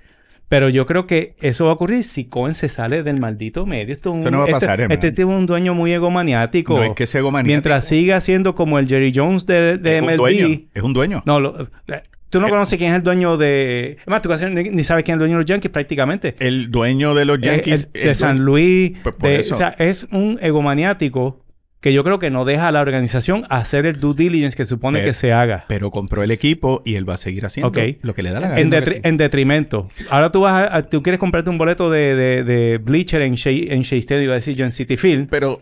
Speaker 2: Pero yo creo que eso va a ocurrir si Cohen se sale del maldito medio. Esto es un,
Speaker 1: Eso no va a
Speaker 2: este-
Speaker 1: pasar, hermano.
Speaker 2: Este tipo es un dueño muy egomaniático.
Speaker 1: No es que sea egomaniático.
Speaker 2: Mientras siga siendo como el Jerry Jones de, de
Speaker 1: es un
Speaker 2: MLB.
Speaker 1: dueño. Es un dueño.
Speaker 2: No, lo- eh, tú no
Speaker 1: Eh.
Speaker 2: conoces quién es el dueño de... Es más, tú casi ni, ni sabes quién es el dueño de los Yankees prácticamente.
Speaker 1: El dueño de los Yankees.
Speaker 2: Eh, eh, de
Speaker 1: el
Speaker 2: San
Speaker 1: dueño-
Speaker 2: Luis.
Speaker 1: Pues por
Speaker 2: de-
Speaker 1: eso.
Speaker 2: o sea, es un egomaniático que yo creo que no deja a la organización hacer el due diligence que supone
Speaker 1: Pero-
Speaker 2: que se haga.
Speaker 1: Pero compró el equipo y él va a seguir haciendo
Speaker 2: Ok.
Speaker 1: lo que le da la gana.
Speaker 2: en,
Speaker 3: entiendo que
Speaker 2: detri-
Speaker 3: sí.
Speaker 2: en detrimento. Ahora tú vas a, a- tú quieres comprarte un boleto de, de- de Bleacher en Shea, en Shea Stadium, iba a decir yo en City Field.
Speaker 1: Pero.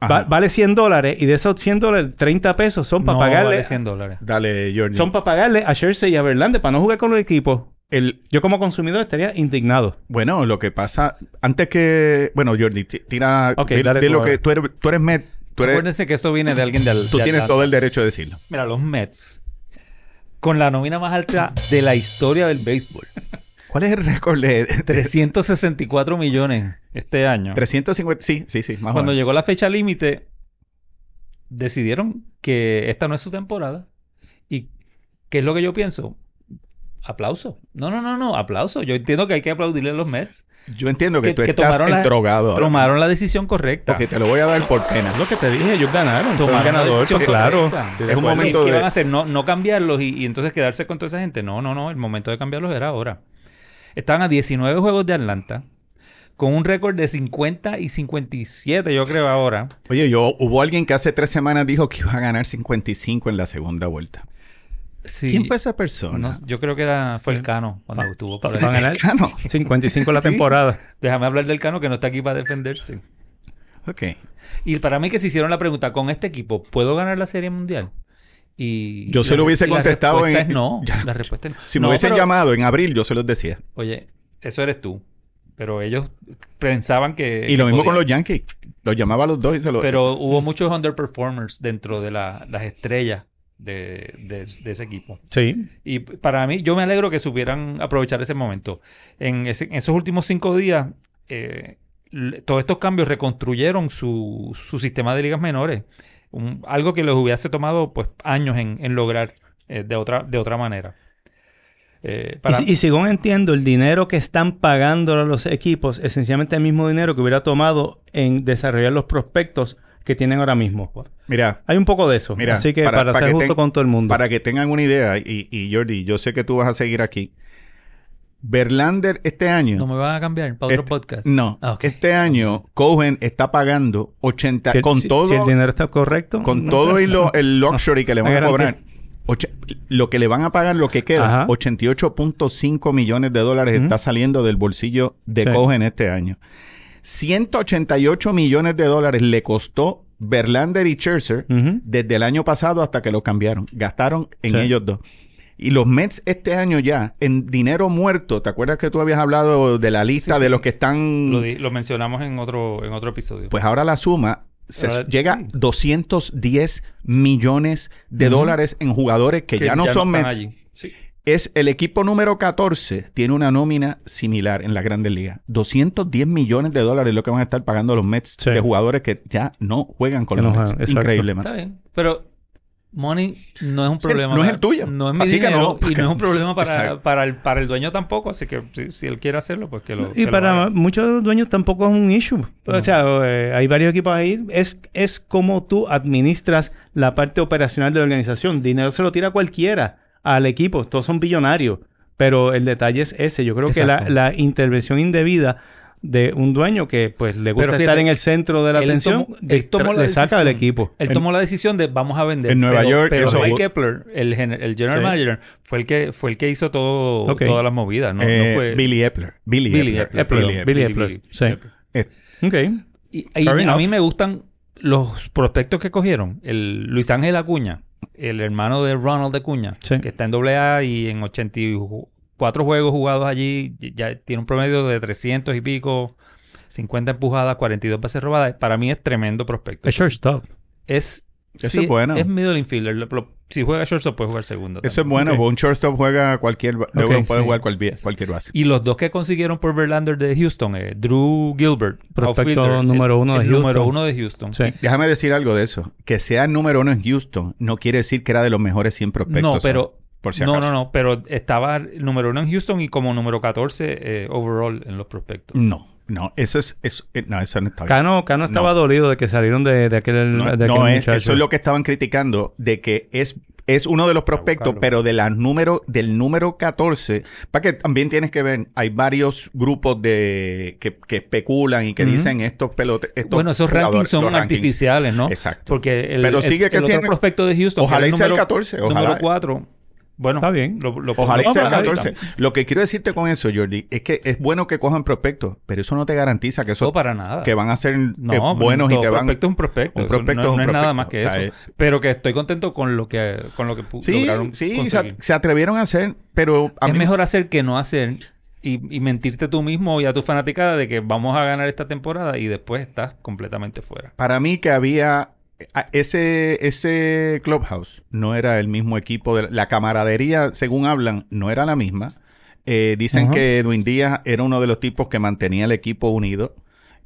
Speaker 2: Va-
Speaker 1: Ajá.
Speaker 2: vale 100 dólares y de esos 100 dólares, 30 pesos son para
Speaker 3: no
Speaker 2: pagarle.
Speaker 3: vale 100 dólares.
Speaker 1: Dale, Jordi.
Speaker 2: Son para pagarle a Scherzer y a Verlander para no jugar con los equipos.
Speaker 1: El,
Speaker 2: Yo como consumidor estaría indignado.
Speaker 1: bueno, lo que pasa. Antes que. Bueno, Jordi, ti- tira.
Speaker 2: Ok,
Speaker 1: di-
Speaker 2: dale
Speaker 1: di
Speaker 2: tú
Speaker 1: lo
Speaker 2: ahora.
Speaker 1: que tú eres. Tú eres Met. Tú, eres-
Speaker 3: Acuérdense que esto viene de alguien de al-
Speaker 1: tú
Speaker 3: de
Speaker 1: tienes
Speaker 3: Atlanta.
Speaker 1: todo el derecho de decirlo.
Speaker 3: Mira, los Mets. Con la nómina más alta de la historia del béisbol.
Speaker 1: ¿Cuál es el récord de. de-
Speaker 3: 364 millones este año.
Speaker 1: 350. Sí, sí, sí. Más
Speaker 3: Cuando
Speaker 1: o menos.
Speaker 3: llegó la fecha límite, decidieron que esta no es su temporada. ¿Y qué es lo que yo pienso? Aplauso. No, no, no, no, aplauso. Yo entiendo que hay que aplaudirle a los Mets.
Speaker 1: Yo entiendo que,
Speaker 3: que-
Speaker 1: tú
Speaker 3: que
Speaker 1: estás
Speaker 3: tomaron la-
Speaker 1: drogado. ahora.
Speaker 3: Tomaron la decisión correcta.
Speaker 1: Porque te lo voy a dar por pena.
Speaker 2: Lo que te dije, ellos ganaron.
Speaker 3: Tomaron la
Speaker 2: ganador,
Speaker 3: decisión
Speaker 2: pues, claro.
Speaker 3: correcta.
Speaker 1: Es un
Speaker 3: ¿Qué-
Speaker 1: momento
Speaker 3: ¿Qué
Speaker 1: de.
Speaker 3: van a hacer? ¿No, no cambiarlos y, y entonces quedarse con toda esa gente? No, no, no. El momento de cambiarlos era ahora. Estaban a 19 juegos de Atlanta. Con un récord de 50 y 57, yo creo, ahora.
Speaker 1: Oye, yo hubo alguien que hace tres semanas dijo que iba a ganar 55 en la segunda vuelta.
Speaker 3: Sí.
Speaker 1: ¿Quién fue esa
Speaker 3: No,
Speaker 1: persona?
Speaker 3: yo creo que era, fue el Cano cuando estuvo por ahí.
Speaker 2: Van a ganar
Speaker 1: Ah, no.
Speaker 2: 55 la temporada.
Speaker 3: Déjame hablar del Cano que no está aquí para defenderse.
Speaker 1: Ok.
Speaker 3: Y para mí que se hicieron la pregunta, con este equipo, ¿puedo ganar la Serie Mundial? Y
Speaker 1: Yo se lo
Speaker 3: la-
Speaker 1: hubiese
Speaker 3: y la
Speaker 1: contestado
Speaker 3: respuesta
Speaker 1: en-
Speaker 3: es no,
Speaker 1: Ya.
Speaker 3: la respuesta es no.
Speaker 1: Si me
Speaker 3: No,
Speaker 1: hubiesen
Speaker 3: pero-
Speaker 1: llamado en abril, yo se los decía.
Speaker 3: Oye, eso eres tú. Pero ellos pensaban que...
Speaker 1: Y lo mismo
Speaker 3: Eh, que podían.
Speaker 1: con los Yankees. Los llamaba a los dos y se los...
Speaker 3: Pero hubo muchos underperformers dentro de la- las estrellas de, de- de ese equipo.
Speaker 2: Sí.
Speaker 3: Y p- para mí, yo me alegro que supieran aprovechar ese momento. En, ese- en esos últimos cinco días, eh, l- todos estos cambios reconstruyeron su, su sistema de ligas menores. Un- algo que les hubiese tomado pues años en, en lograr eh, de, otra, de otra manera. Eh, para-
Speaker 2: Y, y según entiendo, el dinero que están pagando a los equipos, esencialmente el mismo dinero que hubiera tomado en desarrollar los prospectos que tienen ahora mismo.
Speaker 1: Mira,
Speaker 2: Hay un poco de eso.
Speaker 1: Mira,
Speaker 2: así que
Speaker 1: para-
Speaker 2: para,
Speaker 1: para
Speaker 2: ser
Speaker 1: que
Speaker 2: justo
Speaker 1: ten-
Speaker 2: con todo el mundo.
Speaker 1: para que tengan una idea, y, y Jordi, yo sé que tú vas a seguir aquí. Verlander este año...
Speaker 3: no me van a cambiar para otro
Speaker 1: Este-
Speaker 3: podcast.
Speaker 1: No,
Speaker 3: Ah, ok.
Speaker 1: este año Cohen está pagando 80
Speaker 2: si, el-
Speaker 1: con
Speaker 2: si-
Speaker 1: todo
Speaker 2: si el dinero está correcto.
Speaker 1: con
Speaker 2: no
Speaker 1: todo
Speaker 2: sé.
Speaker 1: y lo- eh, el luxury que le van a
Speaker 2: Adelante.
Speaker 1: cobrar. ocha- lo que le van a pagar, lo que queda,
Speaker 2: Ajá.
Speaker 1: 88.5 millones de dólares está
Speaker 2: Ujú.
Speaker 1: saliendo del bolsillo de
Speaker 2: Sí.
Speaker 1: Cohen este año. 188 millones de dólares le costó Verlander y Scherzer
Speaker 2: Ujú.
Speaker 1: desde el año pasado hasta que lo cambiaron. Gastaron en
Speaker 2: Sí.
Speaker 1: ellos dos. Y los Mets este año ya, en dinero muerto, ¿te acuerdas que tú habías hablado de la lista
Speaker 3: Sí,
Speaker 1: de
Speaker 3: sí.
Speaker 1: los que están...
Speaker 3: Lo, di- lo mencionamos en otro, en otro episodio.
Speaker 1: Pues ahora la suma se
Speaker 3: Ahora,
Speaker 1: llega
Speaker 3: sí.
Speaker 1: a 210 millones de dólares en jugadores que, ya no son
Speaker 3: están
Speaker 1: Mets.
Speaker 3: allí. Sí.
Speaker 1: Es el equipo número 14, tiene una nómina similar en la Grandes Ligas. 210 millones de dólares es lo que van a estar pagando los Mets
Speaker 2: Sí.
Speaker 1: de jugadores que ya no juegan con
Speaker 2: Que
Speaker 1: los
Speaker 2: no
Speaker 1: Mets.
Speaker 2: juegan, exacto.
Speaker 1: Increíble, man.
Speaker 3: Está bien, pero money no es un
Speaker 1: Sí,
Speaker 3: problema.
Speaker 1: no es
Speaker 3: para-
Speaker 1: el tuyo.
Speaker 3: No es mi
Speaker 1: Así que
Speaker 3: dinero
Speaker 1: no,
Speaker 3: y no es un
Speaker 1: porque-
Speaker 3: problema para,
Speaker 1: Exacto.
Speaker 3: para, el, para el dueño tampoco, así que si, si él quiere hacerlo, pues que lo que
Speaker 2: Y
Speaker 3: lo
Speaker 2: para
Speaker 3: haga.
Speaker 2: muchos dueños tampoco es un issue.
Speaker 3: No.
Speaker 2: O sea, eh, hay varios equipos ahí. Es, es como tú administras la parte operacional de la organización. Dinero se lo tira cualquiera al equipo. Todos son billonarios. Pero el detalle es ese. Yo creo que
Speaker 3: Exacto.
Speaker 2: la, la intervención indebida de un dueño que pues le gusta
Speaker 3: Pero fíjate,
Speaker 2: estar en el centro de la
Speaker 3: él
Speaker 2: atención,
Speaker 3: tomó-
Speaker 2: de-
Speaker 3: él tomó la
Speaker 2: le saca del
Speaker 3: decisión.
Speaker 2: equipo.
Speaker 3: Él tomó la decisión de vamos a vender.
Speaker 1: en Nueva
Speaker 3: pero-
Speaker 1: York,
Speaker 3: pero
Speaker 1: eso-
Speaker 3: Mike Kepler, el, gen- el general
Speaker 2: Sí.
Speaker 3: manager, fue el que fue el que hizo todo
Speaker 2: Ok.
Speaker 3: todas las movidas, no, No
Speaker 1: Eh,
Speaker 3: fue
Speaker 1: Billy Epler. Billy,
Speaker 3: Billy
Speaker 1: Epler.
Speaker 3: Epler,
Speaker 1: Billy
Speaker 2: perdón,
Speaker 1: Epler.
Speaker 2: Billy Epler, sí.
Speaker 1: Eh,
Speaker 2: Ok.
Speaker 3: Y, y
Speaker 2: Fair
Speaker 3: a mí
Speaker 2: enough.
Speaker 3: me gustan los prospectos que cogieron. El Luis Ángel Acuña, el hermano de Ronald Acuña,
Speaker 2: Sí.
Speaker 3: que está en AA y en 84 juegos jugados allí, y- ya tiene un promedio de 300 y pico, 50 empujadas, 42 bases robadas. Para mí es tremendo prospecto.
Speaker 2: A shortstop.
Speaker 3: Es,
Speaker 1: Eso es bueno.
Speaker 3: Es middle infielder. Lo- lo- si juega shortstop puede jugar segundo.
Speaker 1: Eso es
Speaker 3: también.
Speaker 1: bueno,
Speaker 2: Ok.
Speaker 1: porque un shortstop juega cualquier... ba- luego
Speaker 2: Ok,
Speaker 1: puede
Speaker 3: sí.
Speaker 1: jugar cualquier, cualquier base.
Speaker 3: Y los dos que consiguieron por Verlander de Houston, eh, Drew Gilbert,
Speaker 2: Prospecto
Speaker 3: outfielder,
Speaker 2: número
Speaker 3: el-
Speaker 2: uno de
Speaker 3: el número
Speaker 2: Houston.
Speaker 3: uno de Houston.
Speaker 2: Sí.
Speaker 1: Déjame decir algo de eso. Que sea número uno en Houston no quiere decir que era de los mejores 100 prospectos.
Speaker 3: No, pero
Speaker 1: Por si
Speaker 3: No,
Speaker 1: acaso.
Speaker 3: no, no, pero estaba el número uno en Houston y como número 14 eh, overall en los prospectos.
Speaker 1: No, no, eso es, eso, eh, no, eso no está bien.
Speaker 2: Cano, Cano estaba dolido de que salieron de, de aquel,
Speaker 1: No,
Speaker 2: de aquel
Speaker 1: no es,
Speaker 2: muchacho.
Speaker 1: eso es lo que estaban criticando, de que es, es uno de los prospectos,
Speaker 3: buscarlo.
Speaker 1: pero de la número, del número 14, para que también tienes que ver, hay varios grupos de que, que especulan y que
Speaker 2: Ujú.
Speaker 1: dicen estos pelotes. estos
Speaker 3: Bueno, esos rankings
Speaker 1: jugadores,
Speaker 3: son
Speaker 1: los rankings.
Speaker 3: artificiales, ¿no?
Speaker 1: Exacto.
Speaker 3: Porque el,
Speaker 1: Pero
Speaker 3: el-
Speaker 1: sigue que
Speaker 3: el otro
Speaker 1: tiene-
Speaker 3: prospecto de Houston. que
Speaker 1: Ojalá
Speaker 3: era
Speaker 1: y sea el 14, ojalá.
Speaker 3: Número 4. Bueno,
Speaker 2: Está bien.
Speaker 3: Lo, lo-
Speaker 1: Ojalá
Speaker 3: lo-
Speaker 1: y sea el
Speaker 2: Ojalá.
Speaker 1: 14. Lo que quiero decirte con eso, Jordi, es que es bueno que cojan prospectos, pero eso no te garantiza que
Speaker 3: No,
Speaker 1: esos
Speaker 3: para nada.
Speaker 1: que van a ser eh,
Speaker 3: no, pues, pero
Speaker 1: buenos y
Speaker 3: todo
Speaker 1: te van
Speaker 3: prospecto es un prospecto.
Speaker 1: un
Speaker 3: Eso
Speaker 1: prospecto
Speaker 3: no,
Speaker 1: es un
Speaker 3: no es nada más que
Speaker 1: prospecto. O sea,
Speaker 3: eso. Pero que estoy contento con lo que, con lo que pu-
Speaker 1: Sí,
Speaker 3: lograron
Speaker 1: sí, se,
Speaker 3: conseguir.
Speaker 1: se atrevieron a hacer, pero a
Speaker 3: es
Speaker 1: mí-
Speaker 3: mejor hacer que no hacer y, y mentirte tú mismo y a tu fanaticada de que vamos a ganar esta temporada y después estás completamente fuera.
Speaker 1: para mí que había a- ese ese clubhouse no era el mismo equipo de la, la camaradería, según hablan, no era la misma. Eh, dicen
Speaker 2: Ajá.
Speaker 1: que Edwin Díaz era uno de los tipos que mantenía el equipo unido,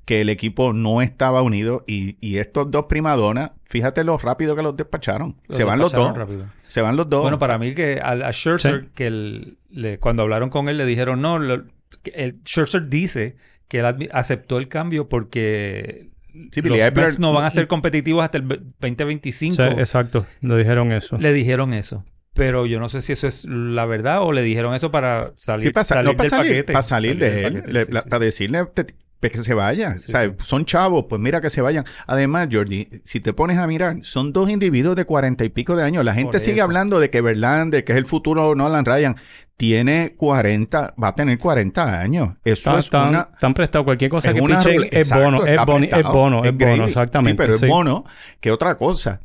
Speaker 1: que el equipo no estaba unido y, y estos dos primadonas, fíjate lo rápido que los despacharon.
Speaker 3: Los
Speaker 1: se van los dos,
Speaker 3: despacharon rápido.
Speaker 1: se van los dos.
Speaker 3: Bueno, para mí que al- a, Scherzer,
Speaker 2: Sí.
Speaker 3: que el- le- cuando hablaron con él le dijeron, no, lo- que el Scherzer dice que él admi- aceptó el cambio porque
Speaker 1: Sí,
Speaker 3: los
Speaker 1: Billy Epler-
Speaker 3: Mets no van a ser competitivos hasta el ve-
Speaker 2: Sí,
Speaker 3: 2025.
Speaker 2: exacto, le dijeron eso.
Speaker 3: le dijeron eso. Pero yo no sé si eso es la verdad o le dijeron eso para salir,
Speaker 1: Sí, para, sa-
Speaker 3: salir
Speaker 1: no, para
Speaker 3: del
Speaker 1: salir,
Speaker 3: paquete.
Speaker 1: para salir de
Speaker 3: del
Speaker 1: él,
Speaker 3: paquete,
Speaker 1: le-
Speaker 3: sí,
Speaker 1: la-
Speaker 3: sí,
Speaker 1: para
Speaker 3: sí.
Speaker 1: decirle te- te- que se vaya.
Speaker 3: Sí,
Speaker 1: O sea,
Speaker 3: sí.
Speaker 1: Son chavos, pues mira que se vayan. Además, Jordi, si te pones a mirar, son dos individuos de cuarenta y pico de años. La gente
Speaker 3: Por
Speaker 1: sigue
Speaker 3: eso.
Speaker 1: hablando de que Verlander, que es el futuro Nolan Ryan, tiene 40, va a tener 40 años. Eso
Speaker 2: Están,
Speaker 1: es
Speaker 2: están-
Speaker 1: una...
Speaker 2: están prestados cualquier cosa
Speaker 1: es
Speaker 2: que
Speaker 1: una
Speaker 2: pichen.
Speaker 1: ruleta.
Speaker 2: Es bono,
Speaker 1: Exacto,
Speaker 2: es
Speaker 1: está
Speaker 2: bono, es
Speaker 1: apretado,
Speaker 2: bono, es bono,
Speaker 1: gravy.
Speaker 2: exactamente.
Speaker 1: Sí, pero
Speaker 2: sí.
Speaker 1: es bono que otra cosa.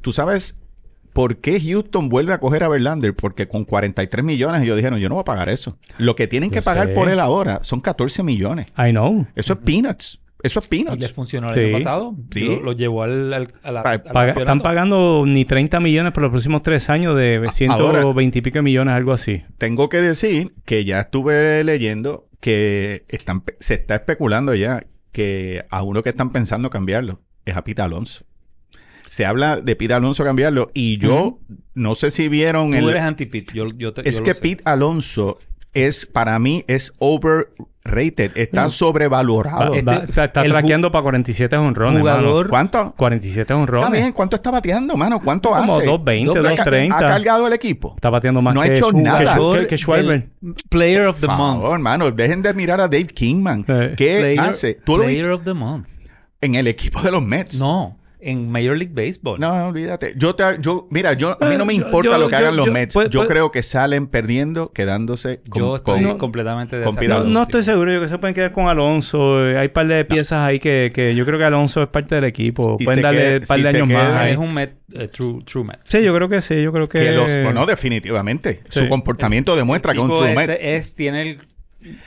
Speaker 1: Tú sabes ¿Por qué Houston vuelve a coger a Verlander? Porque con 43 millones ellos dijeron, yo no voy a pagar eso. Lo que tienen que
Speaker 2: Yo
Speaker 1: pagar
Speaker 2: sé.
Speaker 1: por él ahora son 14 millones.
Speaker 2: I know.
Speaker 1: Eso es peanuts. Eso es
Speaker 3: Y les
Speaker 1: peanuts.
Speaker 3: funcionó el
Speaker 2: Sí.
Speaker 3: año pasado.
Speaker 1: Sí.
Speaker 3: Lo, lo llevó al, al- a la,
Speaker 1: Pa-
Speaker 3: al
Speaker 2: Paga-
Speaker 3: campeonato.
Speaker 2: están pagando ni 30 millones por los próximos tres años
Speaker 1: Ah,
Speaker 2: de 120 y pico de millones, algo así.
Speaker 1: Tengo que decir que ya estuve leyendo que están, pe- se está especulando ya que a uno que están pensando cambiarlo es a Pete Alonso. Se habla de Pete Alonso cambiarlo y yo no sé si vieron
Speaker 3: Tú
Speaker 1: el...
Speaker 3: eres anti-Pit. Yo, yo te-
Speaker 1: Es
Speaker 3: yo lo
Speaker 1: que
Speaker 3: sé.
Speaker 1: Pete Alonso es, para mí, es overrated. Está sobrevalorado.
Speaker 2: Va-
Speaker 3: este-
Speaker 2: va- está está
Speaker 3: el ju-
Speaker 2: traqueando para 47 honrones,
Speaker 3: Jugador.
Speaker 2: hermano.
Speaker 1: ¿Cuánto?
Speaker 2: 47 honrones.
Speaker 1: Está bien. ¿Cuánto está bateando, mano? ¿Cuánto
Speaker 2: Como
Speaker 1: hace?
Speaker 2: 220,
Speaker 1: Ha ca-
Speaker 2: 230.
Speaker 1: ¿Ha cargado el equipo?
Speaker 2: Está bateando más
Speaker 1: No ha
Speaker 2: que,
Speaker 1: hecho
Speaker 2: Schu- que
Speaker 1: nada.
Speaker 2: Schu-
Speaker 3: Jugador
Speaker 2: Ah, que- que Schwarber.
Speaker 3: del Player of the
Speaker 1: Por
Speaker 3: Month.
Speaker 1: favor, hermano. Dejen de mirar a Dave Kingman.
Speaker 2: Eh.
Speaker 1: ¿Qué
Speaker 3: Player,
Speaker 1: hace? Tú lo viste
Speaker 3: player of the Month.
Speaker 1: en el equipo de los Mets.
Speaker 3: No, en Major League Baseball.
Speaker 1: No, no, olvídate. Yo te, yo, mira, yo, a mí no me
Speaker 2: Eh, yo-
Speaker 1: importa
Speaker 2: yo-
Speaker 1: lo que
Speaker 2: yo-
Speaker 1: hagan los
Speaker 2: yo-
Speaker 1: Mets.
Speaker 2: pues-
Speaker 1: yo
Speaker 2: pues-
Speaker 1: creo que salen perdiendo, quedándose con,
Speaker 3: yo estoy
Speaker 1: con-
Speaker 3: completamente de
Speaker 1: con
Speaker 3: acuerdo.
Speaker 2: No,
Speaker 1: Cuidado,
Speaker 2: no estoy seguro. Yo que se pueden quedar con Alonso. Eh, Hay un par de piezas ahí que, que yo creo que Alonso es parte del equipo.
Speaker 1: Si
Speaker 2: pueden
Speaker 1: te
Speaker 2: darle
Speaker 1: queda-
Speaker 2: un par
Speaker 1: si
Speaker 2: de
Speaker 1: te
Speaker 2: años
Speaker 1: queda-
Speaker 2: más. ahí.
Speaker 3: Es un Met, eh, true, true Met.
Speaker 2: Sí, yo creo que sí. Yo creo que...
Speaker 1: que los- bueno, definitivamente. Su
Speaker 2: Sí.
Speaker 1: comportamiento demuestra que es un
Speaker 3: Tipo,
Speaker 1: true
Speaker 3: este
Speaker 1: Met.
Speaker 3: es, tiene el...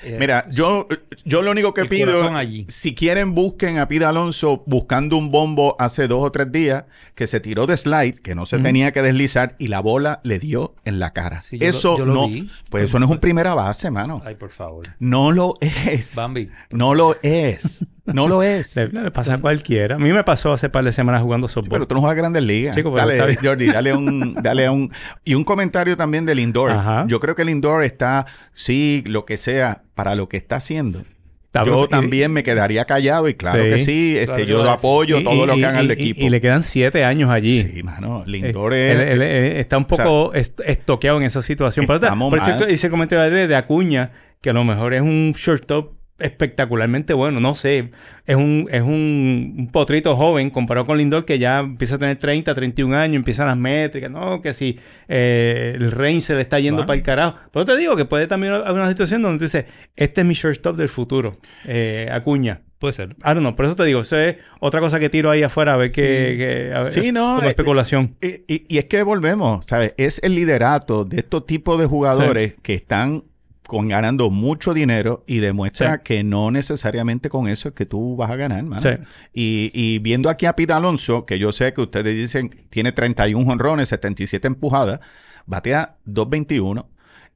Speaker 3: eh,
Speaker 1: Mira, yo, yo lo único que
Speaker 3: El
Speaker 1: pido,
Speaker 3: corazón allí.
Speaker 1: si quieren busquen a Pete Alonso buscando un bombo hace dos o tres días que se tiró de slide, que no se tenía que deslizar y la bola le dio en la cara.
Speaker 3: Sí, yo lo-
Speaker 1: eso
Speaker 3: yo lo
Speaker 1: no,
Speaker 3: vi.
Speaker 1: pues eso no es un primera base, mano.
Speaker 3: Ay, por favor.
Speaker 1: No lo es.
Speaker 3: Bambi.
Speaker 1: No lo es. No lo es.
Speaker 2: Le,
Speaker 1: Sí,
Speaker 2: le pasa a cualquiera. A mí me pasó hace par de semanas jugando softball.
Speaker 1: pero tú no juegas Grandes Ligas.
Speaker 2: Chico, pero está
Speaker 1: dale,
Speaker 2: bien.
Speaker 1: Jordi, dale un, dale un... Y un comentario también del indoor.
Speaker 2: Ajá.
Speaker 1: Yo creo que el indoor está, sí, lo que sea, para lo que está haciendo.
Speaker 2: Está
Speaker 1: Yo
Speaker 2: brutal. Y-
Speaker 1: también me quedaría callado y claro
Speaker 2: Sí.
Speaker 1: que sí, este,
Speaker 3: Claro que
Speaker 1: yo
Speaker 3: lo
Speaker 1: lo
Speaker 3: hace.
Speaker 1: apoyo
Speaker 2: y-
Speaker 1: todo
Speaker 2: y-
Speaker 1: lo que haga
Speaker 2: y-
Speaker 1: el
Speaker 2: y-
Speaker 1: equipo.
Speaker 2: Y, le quedan siete años allí.
Speaker 1: Sí, mano,
Speaker 2: Eh,
Speaker 1: Lindor
Speaker 2: él-
Speaker 1: es...
Speaker 2: él- él está un poco est- estoqueado en esa situación. Por, otra-
Speaker 1: Estamos
Speaker 2: por eso
Speaker 1: mal.
Speaker 2: hice comentario de Acuña, que a lo mejor es un shortstop espectacularmente bueno. No sé, es un, es un, un potrito joven comparado con Lindor, que ya empieza a tener 30, 31 años, empiezan las métricas. No, que si eh, el range se le está yendo
Speaker 3: Bueno.
Speaker 2: para el carajo. Pero te digo que puede también haber una situación donde tú dices, este es mi shortstop del futuro, eh, Acuña.
Speaker 3: Puede ser.
Speaker 2: Ah, no, por eso te digo, eso es otra cosa que tiro ahí afuera, a ver qué...
Speaker 3: Sí.
Speaker 2: qué- a ver,
Speaker 1: Sí, no,
Speaker 2: Como
Speaker 1: eh,
Speaker 2: especulación.
Speaker 1: Y, y- y es que volvemos, ¿sabes? Es el liderato de estos tipos de jugadores que están con, ganando mucho dinero y demuestra
Speaker 2: Sí.
Speaker 1: que no necesariamente con eso es que tú vas a ganar, mano.
Speaker 2: Sí.
Speaker 1: Y, y viendo aquí a Pete Alonso, que yo sé que ustedes dicen tiene 31 jonrones, 77 empujadas, batea 2.21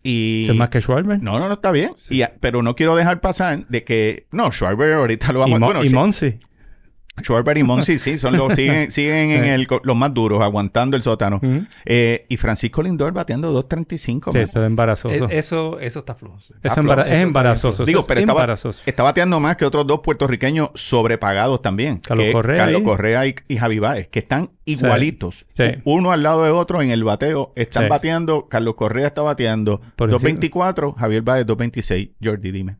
Speaker 1: y...
Speaker 2: Eso es más que Schwarber.
Speaker 1: No, no, no está bien. Y a- pero no quiero dejar pasar de que. No, Schwarber ahorita lo
Speaker 2: Y,
Speaker 1: vamos
Speaker 2: Mo-
Speaker 1: bueno,
Speaker 2: y
Speaker 1: Sch-
Speaker 2: Monsi.
Speaker 1: Schwarber y Monsi, sí, son los, siguen, siguen en el, co- los más duros, aguantando el sótano.
Speaker 2: Ujú.
Speaker 1: Eh, y Francisco Lindor bateando 2.35.
Speaker 2: Sí,
Speaker 1: man.
Speaker 2: eso es embarazoso.
Speaker 3: E- Eso, eso está flojo.
Speaker 2: Eso
Speaker 1: está
Speaker 2: embara-
Speaker 1: flojo,
Speaker 2: es embarazoso.
Speaker 1: Digo,
Speaker 2: eso
Speaker 1: pero
Speaker 2: es
Speaker 1: estaba-
Speaker 2: embarazoso.
Speaker 1: Está bateando más que otros dos puertorriqueños sobrepagados también.
Speaker 2: Carlos
Speaker 1: que es
Speaker 2: Correa
Speaker 1: Carlos
Speaker 2: y-
Speaker 1: Correa y, y Javi Baez, que están igualitos.
Speaker 2: Sí.
Speaker 1: U- Uno al lado de otro en el bateo. Están
Speaker 2: Sí.
Speaker 1: bateando. Carlos Correa está bateando
Speaker 2: Por encima.
Speaker 1: 2.24, Javier Baez 2.26. Jordi, dime.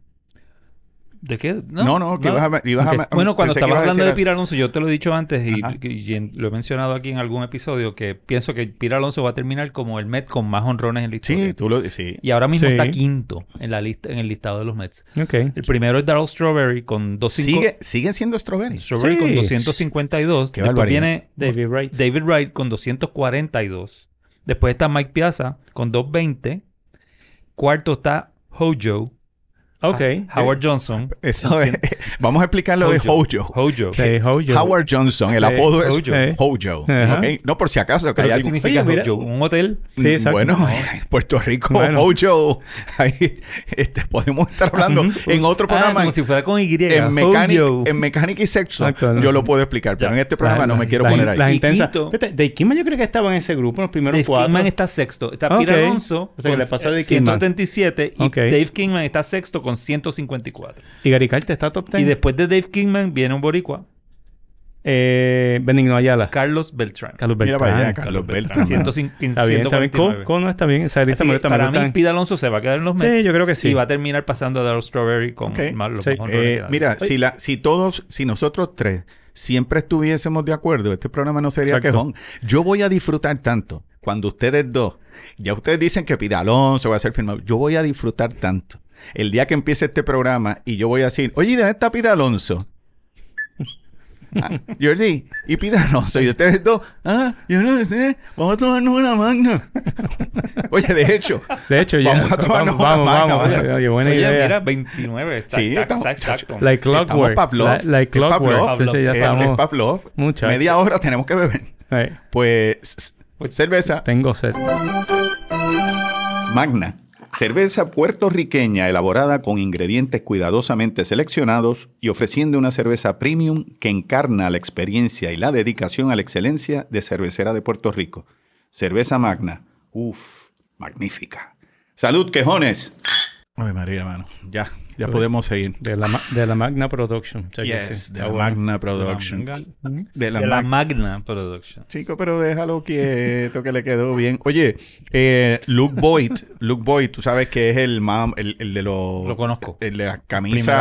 Speaker 3: ¿De qué? No,
Speaker 1: No, no, que ibas a... ibas a-
Speaker 3: Ok. Bueno, cuando
Speaker 1: pensé que
Speaker 3: estaba
Speaker 1: ibas a decir
Speaker 3: hablando de
Speaker 1: algo.
Speaker 3: Pira Alonso, yo te lo he dicho antes y,
Speaker 1: Ajá.
Speaker 3: y en- lo he mencionado aquí en algún episodio, que pienso que Pira Alonso va a terminar como el Met con más honrones en la historia.
Speaker 1: Sí, tú lo sí.
Speaker 3: Y ahora mismo
Speaker 2: Sí.
Speaker 3: está quinto en la lista, en el listado de los Mets.
Speaker 2: Ok.
Speaker 3: El primero es Darryl Strawberry con dos cinco-
Speaker 1: Sigue, sigue siendo Strawberry.
Speaker 3: Strawberry
Speaker 2: Sí.
Speaker 3: con 252.
Speaker 1: Qué
Speaker 3: Después
Speaker 1: barbaridad.
Speaker 3: viene
Speaker 2: David Wright.
Speaker 3: David Wright con 242. Después está Mike Piazza con 220. Cuarto está Hojo.
Speaker 2: ok.
Speaker 3: Ha- Ah, Howard Johnson.
Speaker 1: Eso es- Vamos a explicar lo de Hojo.
Speaker 3: Hojo.
Speaker 2: Sí, Hojo.
Speaker 1: Howard Johnson, el
Speaker 2: Eh,
Speaker 1: apodo es
Speaker 3: Hojo.
Speaker 2: Eh.
Speaker 1: Hojo.
Speaker 2: Ajá.
Speaker 1: ¿ok? No por si acaso que hay
Speaker 3: ¿Pero ¿Qué
Speaker 1: algo.
Speaker 3: significa
Speaker 2: Oye, mira.
Speaker 3: Hojo? ¿Un hotel?
Speaker 2: Sí, exacto.
Speaker 1: Mm, Bueno, eh, en Puerto Rico,
Speaker 2: Bueno.
Speaker 1: Hojo. Ahí este, podemos estar hablando en otro
Speaker 3: Ah,
Speaker 1: programa.
Speaker 3: como si fuera con Y.
Speaker 1: en, mecánica,
Speaker 3: Hojo.
Speaker 1: en mecánica y sexo,
Speaker 2: Exacto, no.
Speaker 1: yo lo puedo explicar, pero
Speaker 3: Ya.
Speaker 1: en este programa no me quiero poner ahí.
Speaker 2: Las
Speaker 3: Y
Speaker 2: intensas.
Speaker 3: quinto.
Speaker 2: Fíjate, Dave Kingman yo creo que estaba en ese grupo, en los primeros
Speaker 3: Dave
Speaker 2: cuatro.
Speaker 3: Kingman está sexto. Está
Speaker 2: Ok.
Speaker 3: Pira Alonso
Speaker 2: O sea, que
Speaker 3: con
Speaker 2: le pasó a Dave Kingman.
Speaker 3: 137 y
Speaker 2: Ok.
Speaker 3: Dave Kingman está sexto con 154.
Speaker 2: Y Gary Carter está top 10.
Speaker 3: Y después de Dave Kingman viene un boricua,
Speaker 2: Eh, Benigno Ayala.
Speaker 3: Carlos Beltrán.
Speaker 2: Carlos
Speaker 1: Mira
Speaker 2: Beltrán.
Speaker 1: para allá, Carlos Beltrán. mano.
Speaker 3: 150,
Speaker 2: Está bien, está bien. Cono,
Speaker 3: 149.
Speaker 2: Cono está bien. Esa lista
Speaker 3: Así
Speaker 2: me
Speaker 3: que
Speaker 2: gusta, me
Speaker 3: para
Speaker 2: gusta.
Speaker 3: mí, Pete Alonso se va a quedar en los
Speaker 2: Sí,
Speaker 3: Mets.
Speaker 2: yo creo que sí.
Speaker 3: Y va a terminar pasando a Darryl Strawberry con
Speaker 1: Ok.
Speaker 3: más- los
Speaker 2: Sí.
Speaker 3: más honrones
Speaker 1: Eh,
Speaker 3: que dan.
Speaker 1: mira, si, la, si todos, si nosotros tres siempre estuviésemos de acuerdo, este programa no sería
Speaker 2: Exacto.
Speaker 1: quejón. Yo voy a disfrutar tanto cuando ustedes dos, ya ustedes dicen que Pida Alonso va a ser firmado, yo voy a disfrutar tanto. El día que empiece este programa y yo voy a decir, oye, ¿y ¿dónde está Pida Alonso? Ah, Jordi, y Pete Alonso. Y ustedes dos, ah, yo no sé, vamos a tomarnos una magna. Oye, de hecho,
Speaker 2: De hecho, ya.
Speaker 1: Vamos a tomarnos una
Speaker 2: vamos,
Speaker 1: magna,
Speaker 2: vamos.
Speaker 1: vale.
Speaker 2: Oye, buena
Speaker 3: Oye,
Speaker 2: idea.
Speaker 3: mira, 29. Está,
Speaker 1: Sí,
Speaker 3: está-
Speaker 1: estamos-
Speaker 3: está exacto.
Speaker 2: like
Speaker 1: Sí, estamos
Speaker 2: clockwork.
Speaker 1: Pavlov.
Speaker 2: La- like
Speaker 1: Es Pavlov.
Speaker 2: clockwork. Sí, sí, ya
Speaker 1: eh,
Speaker 2: estamos.
Speaker 1: es Pavlov.
Speaker 2: Muchacho.
Speaker 1: Media hora tenemos que beber.
Speaker 2: Eh,
Speaker 1: Pues, s- s- cerveza
Speaker 2: tengo sed.
Speaker 1: Magna. Cerveza puertorriqueña elaborada con ingredientes cuidadosamente seleccionados y ofreciendo una cerveza premium que encarna la experiencia y la dedicación a la excelencia de cervecera de Puerto Rico. Cerveza Magna. Uf, magnífica. Salud, quejones. Ay, María, mano. Ya, ya podemos seguir.
Speaker 2: De la, ma- de la Magna Production. O sea que
Speaker 1: Yes,
Speaker 2: sí,
Speaker 1: de
Speaker 2: está
Speaker 1: la
Speaker 2: bueno.
Speaker 1: Magna Production. De la Magna.
Speaker 3: Magna Production.
Speaker 1: Chico, pero déjalo quieto, que le quedó bien. Oye, eh, Luke Boyd, Luke Boyd, tú sabes que es el mam, el, el de los...
Speaker 3: Lo conozco.
Speaker 1: El de las
Speaker 3: Primera
Speaker 1: camisas,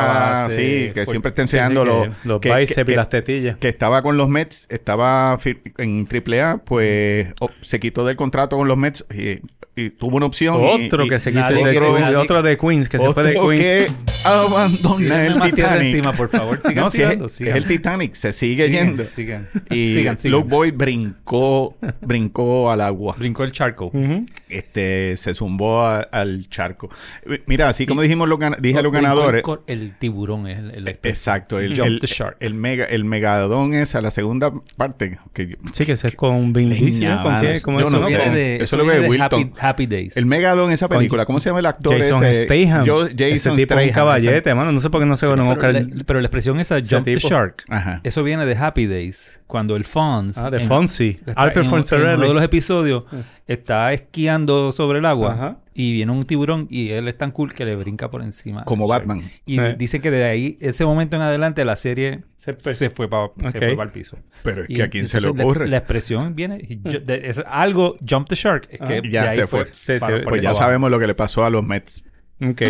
Speaker 3: base,
Speaker 1: sí, que
Speaker 3: full-
Speaker 1: siempre está
Speaker 2: Sí, sí,
Speaker 1: enseñando
Speaker 2: que
Speaker 1: los...
Speaker 2: los
Speaker 1: que-
Speaker 2: bíceps
Speaker 1: que-
Speaker 2: y las tetillas.
Speaker 1: que estaba con los Mets, estaba fir- en AAA, pues oh, se quitó del contrato con los Mets y, y tuvo una opción. y-
Speaker 2: Otro
Speaker 1: y-
Speaker 2: que se quiso
Speaker 3: nadie
Speaker 2: de
Speaker 3: quiere-
Speaker 2: Queens,
Speaker 3: nadie-
Speaker 2: otro de Queens, que se fue de
Speaker 1: otro
Speaker 2: Queens.
Speaker 1: que abandona el
Speaker 3: Tírenme más tierra
Speaker 1: Titanic.
Speaker 3: encima, por favor. Sigan
Speaker 1: no, si es,
Speaker 3: tirando,
Speaker 1: es
Speaker 3: sigan.
Speaker 1: el Titanic, se sigue
Speaker 3: Sigan,
Speaker 1: yendo.
Speaker 3: Sigan.
Speaker 1: Y
Speaker 3: sigan, sigan.
Speaker 1: Luke Boyd brincó, brincó al agua.
Speaker 3: Brincó el charco.
Speaker 2: Ujú.
Speaker 1: Este, se zumbó a- al charco. Eh, Mira, así como dijimos los gana- dije a los
Speaker 3: Brincó el
Speaker 1: ganadores. Eh,
Speaker 3: cor- El tiburón es el... el-
Speaker 1: Exacto, el,
Speaker 3: Jump
Speaker 1: el-
Speaker 3: the shark.
Speaker 1: el mega, el megadón es a la segunda parte. Que yo-
Speaker 2: Sí, que ese es con Vin
Speaker 1: Leña,
Speaker 2: Diesel, ¿no? ¿Con
Speaker 1: mano.
Speaker 2: qué? ¿Cómo
Speaker 1: Yo
Speaker 2: es
Speaker 1: eh, no
Speaker 2: su
Speaker 1: sé.
Speaker 2: nombre?
Speaker 3: viene
Speaker 1: eso lo ve
Speaker 3: viene
Speaker 1: Wilton.
Speaker 3: Happy, Happy Days.
Speaker 1: el megadón, esa
Speaker 2: Con
Speaker 1: película, ¿cómo se llama el actor?
Speaker 2: Jason
Speaker 1: este?
Speaker 2: Statham.
Speaker 1: Yo-
Speaker 2: Ese
Speaker 1: Jason
Speaker 2: tipo es un
Speaker 1: Statham.
Speaker 2: caballete, hermano. No sé por qué no se ganó un
Speaker 3: pero,
Speaker 2: Oscar.
Speaker 3: la, pero la expresión esa, Jump the
Speaker 2: tipo.
Speaker 3: Shark,
Speaker 1: Ajá.
Speaker 3: eso viene de Happy Days, cuando el Fonz...
Speaker 2: Ah, de
Speaker 3: en-
Speaker 2: Fonzie.
Speaker 3: está
Speaker 2: Alfred
Speaker 3: en- En uno de
Speaker 2: Fonserelli.
Speaker 3: los episodios está esquiando sobre el agua
Speaker 2: Ajá.
Speaker 3: y viene un tiburón y él es tan cool que le brinca por encima.
Speaker 1: Como Batman.
Speaker 3: Y
Speaker 2: Eh.
Speaker 3: dice que de ahí, ese momento en adelante, la serie
Speaker 2: Se
Speaker 3: se,
Speaker 2: fue.
Speaker 3: fue para
Speaker 2: Ok.
Speaker 3: el piso.
Speaker 1: Pero es
Speaker 3: Y
Speaker 1: que a quién se le
Speaker 3: entonces la-
Speaker 1: ocurre.
Speaker 3: La, expresión viene, yo- de- es algo Jump the Shark, es que
Speaker 2: Ah,
Speaker 3: de
Speaker 1: ya
Speaker 3: ahí
Speaker 1: se fue.
Speaker 2: Se
Speaker 3: para-
Speaker 2: te-
Speaker 3: para
Speaker 1: pues ya
Speaker 3: abajo.
Speaker 1: sabemos lo que le pasó a los Mets.
Speaker 2: Ok.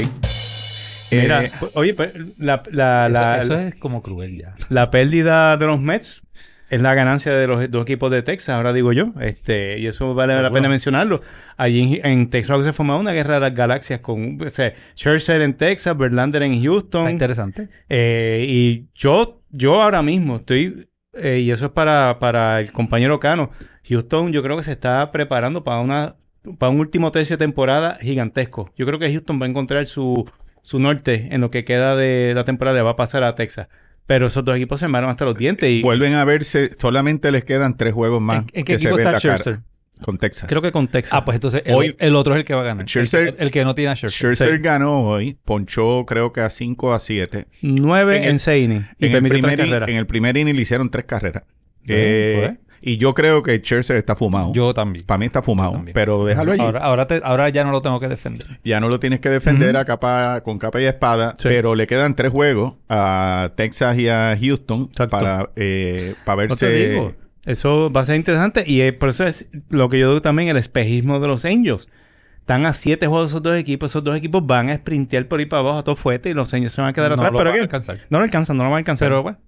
Speaker 1: Eh,
Speaker 2: Mira, oye, pues, la, la,
Speaker 3: Eso,
Speaker 2: la,
Speaker 3: eso es como cruel ya.
Speaker 2: la pérdida de los Mets es la ganancia de los dos equipos de Texas, ahora digo yo. Este, y eso vale la
Speaker 3: Seguro.
Speaker 2: pena mencionarlo. Allí en, en Texas lo que se formaba una guerra de las galaxias con o sea, Scherzer en Texas, Verlander en
Speaker 3: Está
Speaker 2: Houston.
Speaker 3: interesante.
Speaker 2: Eh, y yo, yo ahora mismo estoy, eh, y eso es para, para el compañero Cano, Houston yo creo que se está preparando para, una, para un último tercio de temporada gigantesco. Yo creo que Houston va a encontrar su, su norte en lo que queda de la temporada, va a pasar a Texas. Pero esos dos equipos se armaron hasta los dientes y
Speaker 1: vuelven a verse, solamente les quedan tres juegos más.
Speaker 3: ¿En, en qué
Speaker 1: que se
Speaker 3: equipo
Speaker 1: ve
Speaker 3: está
Speaker 1: la cara.
Speaker 3: Scherzer?
Speaker 1: Con Texas.
Speaker 2: creo que con Texas.
Speaker 3: Ah, pues entonces el,
Speaker 1: Hoy-
Speaker 3: el otro es el que va a ganar. El que-
Speaker 1: Scherzer-
Speaker 3: el, que no tiene a Scherzer.
Speaker 1: Scherzer
Speaker 2: Sí.
Speaker 1: ganó hoy, ponchó creo que a 5 a 7.
Speaker 2: Nueve
Speaker 1: en
Speaker 2: en,
Speaker 1: el-
Speaker 2: seis innings y
Speaker 1: En el,
Speaker 2: permitió tres
Speaker 1: primer in-
Speaker 2: carreras.
Speaker 1: en el primer inning le hicieron tres carreras.
Speaker 3: Bien,
Speaker 1: Eh,
Speaker 3: pues.
Speaker 1: Y yo creo que Scherzer está fumado.
Speaker 3: Yo también.
Speaker 1: Para mí está
Speaker 3: Yo
Speaker 1: fumado,
Speaker 3: también.
Speaker 1: pero déjalo allí.
Speaker 3: Ahora, ahora, te- ahora ya no lo tengo que defender.
Speaker 1: Ya no lo tienes que defender a capa, con capa y espada,
Speaker 2: Sí.
Speaker 1: pero le quedan tres juegos a Texas y a Houston
Speaker 2: Exacto.
Speaker 1: para, eh, para
Speaker 2: No te
Speaker 1: verse...
Speaker 2: digo. Eso va a ser interesante. Y eh, por eso es lo que yo digo también, el espejismo de los Angels. Están a siete juegos esos dos equipos. Esos dos equipos van a sprintear por ahí para abajo a todo fuerte y los Angels se van a quedar
Speaker 3: No
Speaker 2: atrás.
Speaker 3: lo
Speaker 2: pero
Speaker 3: van a
Speaker 2: again,
Speaker 3: alcanzar.
Speaker 2: No lo alcanzan, no lo van a alcanzar.
Speaker 3: Pero bueno,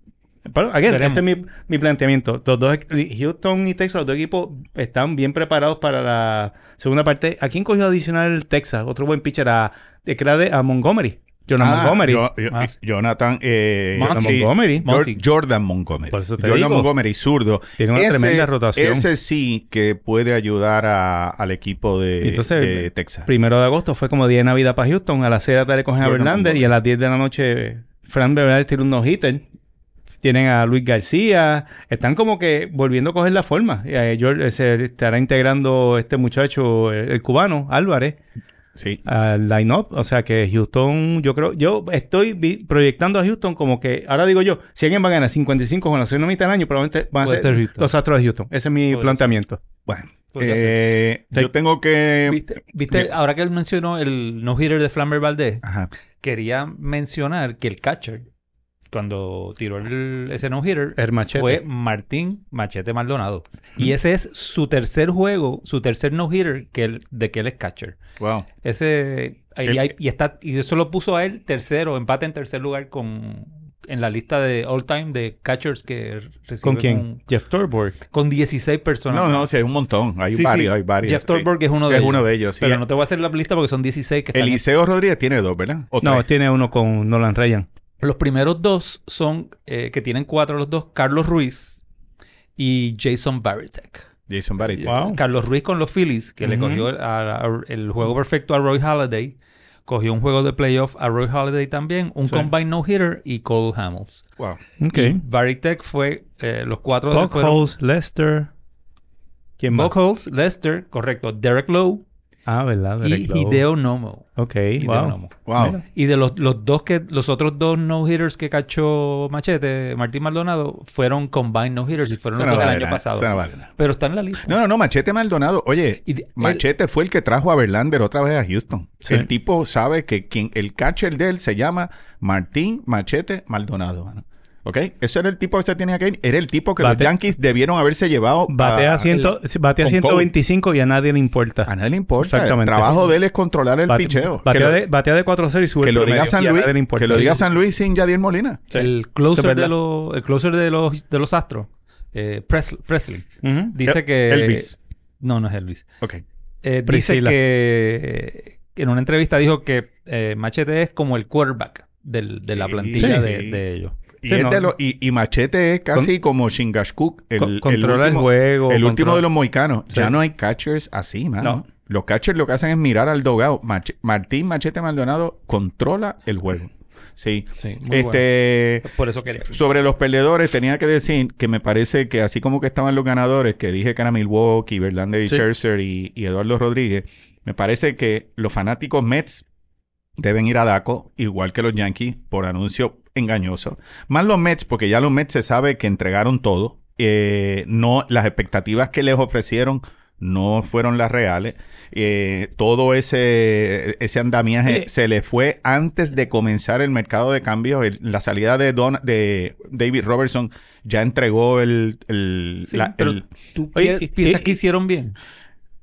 Speaker 2: Pero, again,
Speaker 3: veremos.
Speaker 2: este es mi, mi planteamiento. Los dos, Houston y Texas, los dos equipos están bien preparados para la segunda parte. ¿A quién cogió adicional Texas? Otro buen pitcher a, de, que era de- a Montgomery. Jonah
Speaker 1: Ah,
Speaker 2: Montgomery.
Speaker 1: yo- yo-
Speaker 3: Ah, sí.
Speaker 1: Jonathan eh,
Speaker 2: Jonah
Speaker 1: sí,
Speaker 2: Montgomery.
Speaker 1: Jor-
Speaker 3: Monty.
Speaker 1: Jordan Montgomery.
Speaker 2: Por eso te
Speaker 1: Jordan
Speaker 2: digo.
Speaker 1: Montgomery, zurdo.
Speaker 2: Tiene una tremenda rotación.
Speaker 1: Ese sí que puede ayudar a- al equipo de,
Speaker 2: Y entonces,
Speaker 1: de Texas.
Speaker 2: Primero de agosto fue como día de Navidad para Houston. A las 6 de la tarde cogen a
Speaker 1: Jordan
Speaker 2: Verlander
Speaker 1: Montgomery.
Speaker 2: y a las 10 de la noche Fran Verlander tiene un no-hitter. Tienen a Luis García. Están como que volviendo a coger la forma. Eh, George- eh, se estará integrando este muchacho, el, el cubano, Álvarez,
Speaker 1: Sí.
Speaker 2: al line-up. O sea que Houston, yo creo, yo estoy vi- proyectando a Houston como que, ahora digo yo, si alguien va a ganar 55 con la segunda mitad del año, probablemente van a
Speaker 3: Puede
Speaker 2: ser,
Speaker 3: ser Houston.
Speaker 2: los Astros de Houston. Ese es mi
Speaker 3: Podría
Speaker 2: planteamiento.
Speaker 1: Bueno,
Speaker 3: Podría
Speaker 1: eh, yo tengo que...
Speaker 3: ¿viste, viste? ahora que él mencionó el no-hitter de Flamber Valdez,
Speaker 1: Ajá.
Speaker 3: quería mencionar que el catcher, cuando tiró el, ese no-hitter,
Speaker 2: El machete.
Speaker 3: fue Martín Machete Maldonado. Y
Speaker 1: Mm.
Speaker 3: ese es su tercer juego, su tercer no-hitter que él- de que él es catcher.
Speaker 1: Wow.
Speaker 3: Ese y,
Speaker 1: El-
Speaker 3: hay- y está y eso lo puso a él tercero, empate en tercer lugar con en la lista de all time de catchers que reciben
Speaker 2: ¿Con quién?
Speaker 3: un-
Speaker 2: Jeff Torborg.
Speaker 3: con 16 personas.
Speaker 1: No, no, sí, hay un montón. Hay
Speaker 3: Sí, sí.
Speaker 1: varios, hay varios.
Speaker 3: Jeff
Speaker 1: sí.
Speaker 3: Torborg es uno de
Speaker 1: Es
Speaker 3: ellos.
Speaker 1: uno de ellos, sí.
Speaker 3: Pero no te voy a hacer la lista porque son 16 que están.
Speaker 1: Eliseo Rodríguez tiene dos, ¿verdad? O
Speaker 2: No,
Speaker 1: tres.
Speaker 2: tiene uno con Nolan Ryan.
Speaker 3: Los primeros dos son, eh, que tienen cuatro los dos, Carlos Ruiz y Jason Varitek.
Speaker 1: Jason Barry.
Speaker 2: Wow.
Speaker 3: Carlos Ruiz con los Phillies, que le
Speaker 2: Oh. Ujú.
Speaker 3: cogió el- a- a- el juego perfecto a Roy Halladay. Cogió un juego de playoff a Roy Halladay también, un
Speaker 2: Sí.
Speaker 3: combine no-hitter y Cole Hamels.
Speaker 1: Wow.
Speaker 2: Ok.
Speaker 3: Varitek fue, eh, los cuatro de-
Speaker 2: Buck
Speaker 3: fueron
Speaker 2: Holes, Lester. ¿Quién más?
Speaker 3: Buckholz, Lester, correcto, Derek Lowe
Speaker 2: Ah, ¿verdad?
Speaker 3: y
Speaker 2: Derek Lowe.
Speaker 3: Hideo Nomo.
Speaker 2: Ok,
Speaker 3: Hideo
Speaker 2: wow.
Speaker 3: Nomo.
Speaker 1: Wow.
Speaker 2: Mira.
Speaker 3: Y de los, los dos que, los otros dos no-hitters que cachó Machete, Martín Maldonado, fueron combine no-hitters y fueron
Speaker 1: Eso
Speaker 3: los
Speaker 1: no
Speaker 3: dos del
Speaker 1: vale
Speaker 3: año
Speaker 1: nada,
Speaker 3: pasado.
Speaker 1: eso no vale nada.
Speaker 3: Pero está en la lista.
Speaker 1: ¿eh? No, no, no, Machete Maldonado. Oye,
Speaker 3: Y de- él-
Speaker 1: Machete fue el que trajo a Verlander otra vez a Houston.
Speaker 2: Sí.
Speaker 1: El tipo sabe que quien, el catcher de él se llama Martín Machete Maldonado. mano. ¿Ok? Ese era el tipo que se tenía que ir. Era el tipo que
Speaker 2: Bate-
Speaker 1: los Yankees debieron haberse llevado.
Speaker 2: Batea,
Speaker 1: a,
Speaker 2: ciento, sí, batea
Speaker 1: Ah, con
Speaker 2: 125 y a nadie le importa.
Speaker 1: A nadie le importa. El
Speaker 2: Exactamente.
Speaker 1: trabajo de él es controlar el
Speaker 2: Bate-
Speaker 1: picheo. Que
Speaker 2: Batea
Speaker 1: lo,
Speaker 2: de, batea de 4-0 y sube
Speaker 1: que
Speaker 2: el
Speaker 1: lo diga
Speaker 2: promedio,
Speaker 1: San
Speaker 2: y a
Speaker 1: Luis.
Speaker 2: nadie le importa.
Speaker 1: Que lo diga San Luis sin Yadier Molina.
Speaker 3: El
Speaker 2: Eso es
Speaker 3: closer,
Speaker 2: verdad.
Speaker 3: de los, el closer de los, de los astros, eh, Pres- Presley,
Speaker 2: Ujú.
Speaker 3: dice que...
Speaker 1: Elvis.
Speaker 3: No, no es Elvis.
Speaker 1: Ok.
Speaker 3: Eh, dice
Speaker 2: Priscila.
Speaker 3: que que en una entrevista dijo que eh, Machete es como el quarterback del- de la
Speaker 1: Sí,
Speaker 3: plantilla
Speaker 1: sí.
Speaker 3: de, de ellos.
Speaker 1: Y,
Speaker 2: Sí,
Speaker 1: es
Speaker 2: no.
Speaker 1: de lo- y, y Machete es casi como Shingashkuk. El,
Speaker 2: Co-
Speaker 1: el
Speaker 2: controla el
Speaker 1: último,
Speaker 2: juego,
Speaker 1: El último
Speaker 2: controla-
Speaker 1: de los moicanos. Ya
Speaker 2: Sí.
Speaker 1: no hay catchers así, mano.
Speaker 2: No.
Speaker 1: Los catchers lo que hacen es mirar al dogado. Mach- Martín Machete Maldonado controla el juego. Sí.
Speaker 3: Sí, muy
Speaker 1: este.
Speaker 3: Por eso quería.
Speaker 1: Sobre los perdedores, tenía que decir que me parece que así como que estaban los ganadores, que dije que era Milwaukee, Verlander y
Speaker 2: Sí.
Speaker 1: Scherzer y, y Eduardo Rodríguez, me parece que los fanáticos Mets deben ir a DACO, igual que los Yankees, por anuncio engañoso. Más los Mets, porque ya los Mets se sabe que entregaron todo. Eh, no, las expectativas que les ofrecieron no fueron las reales. Eh, todo ese, ese andamiaje
Speaker 2: Oye.
Speaker 1: se le fue antes de comenzar el mercado de cambios. El- la salida de, Don, de David Robertson ya entregó el... el-
Speaker 3: Sí,
Speaker 1: la-
Speaker 3: pero
Speaker 1: el-
Speaker 3: ¿Tú
Speaker 2: Oye,
Speaker 3: pi-
Speaker 2: y-
Speaker 3: piensas
Speaker 2: y-
Speaker 3: que hicieron bien?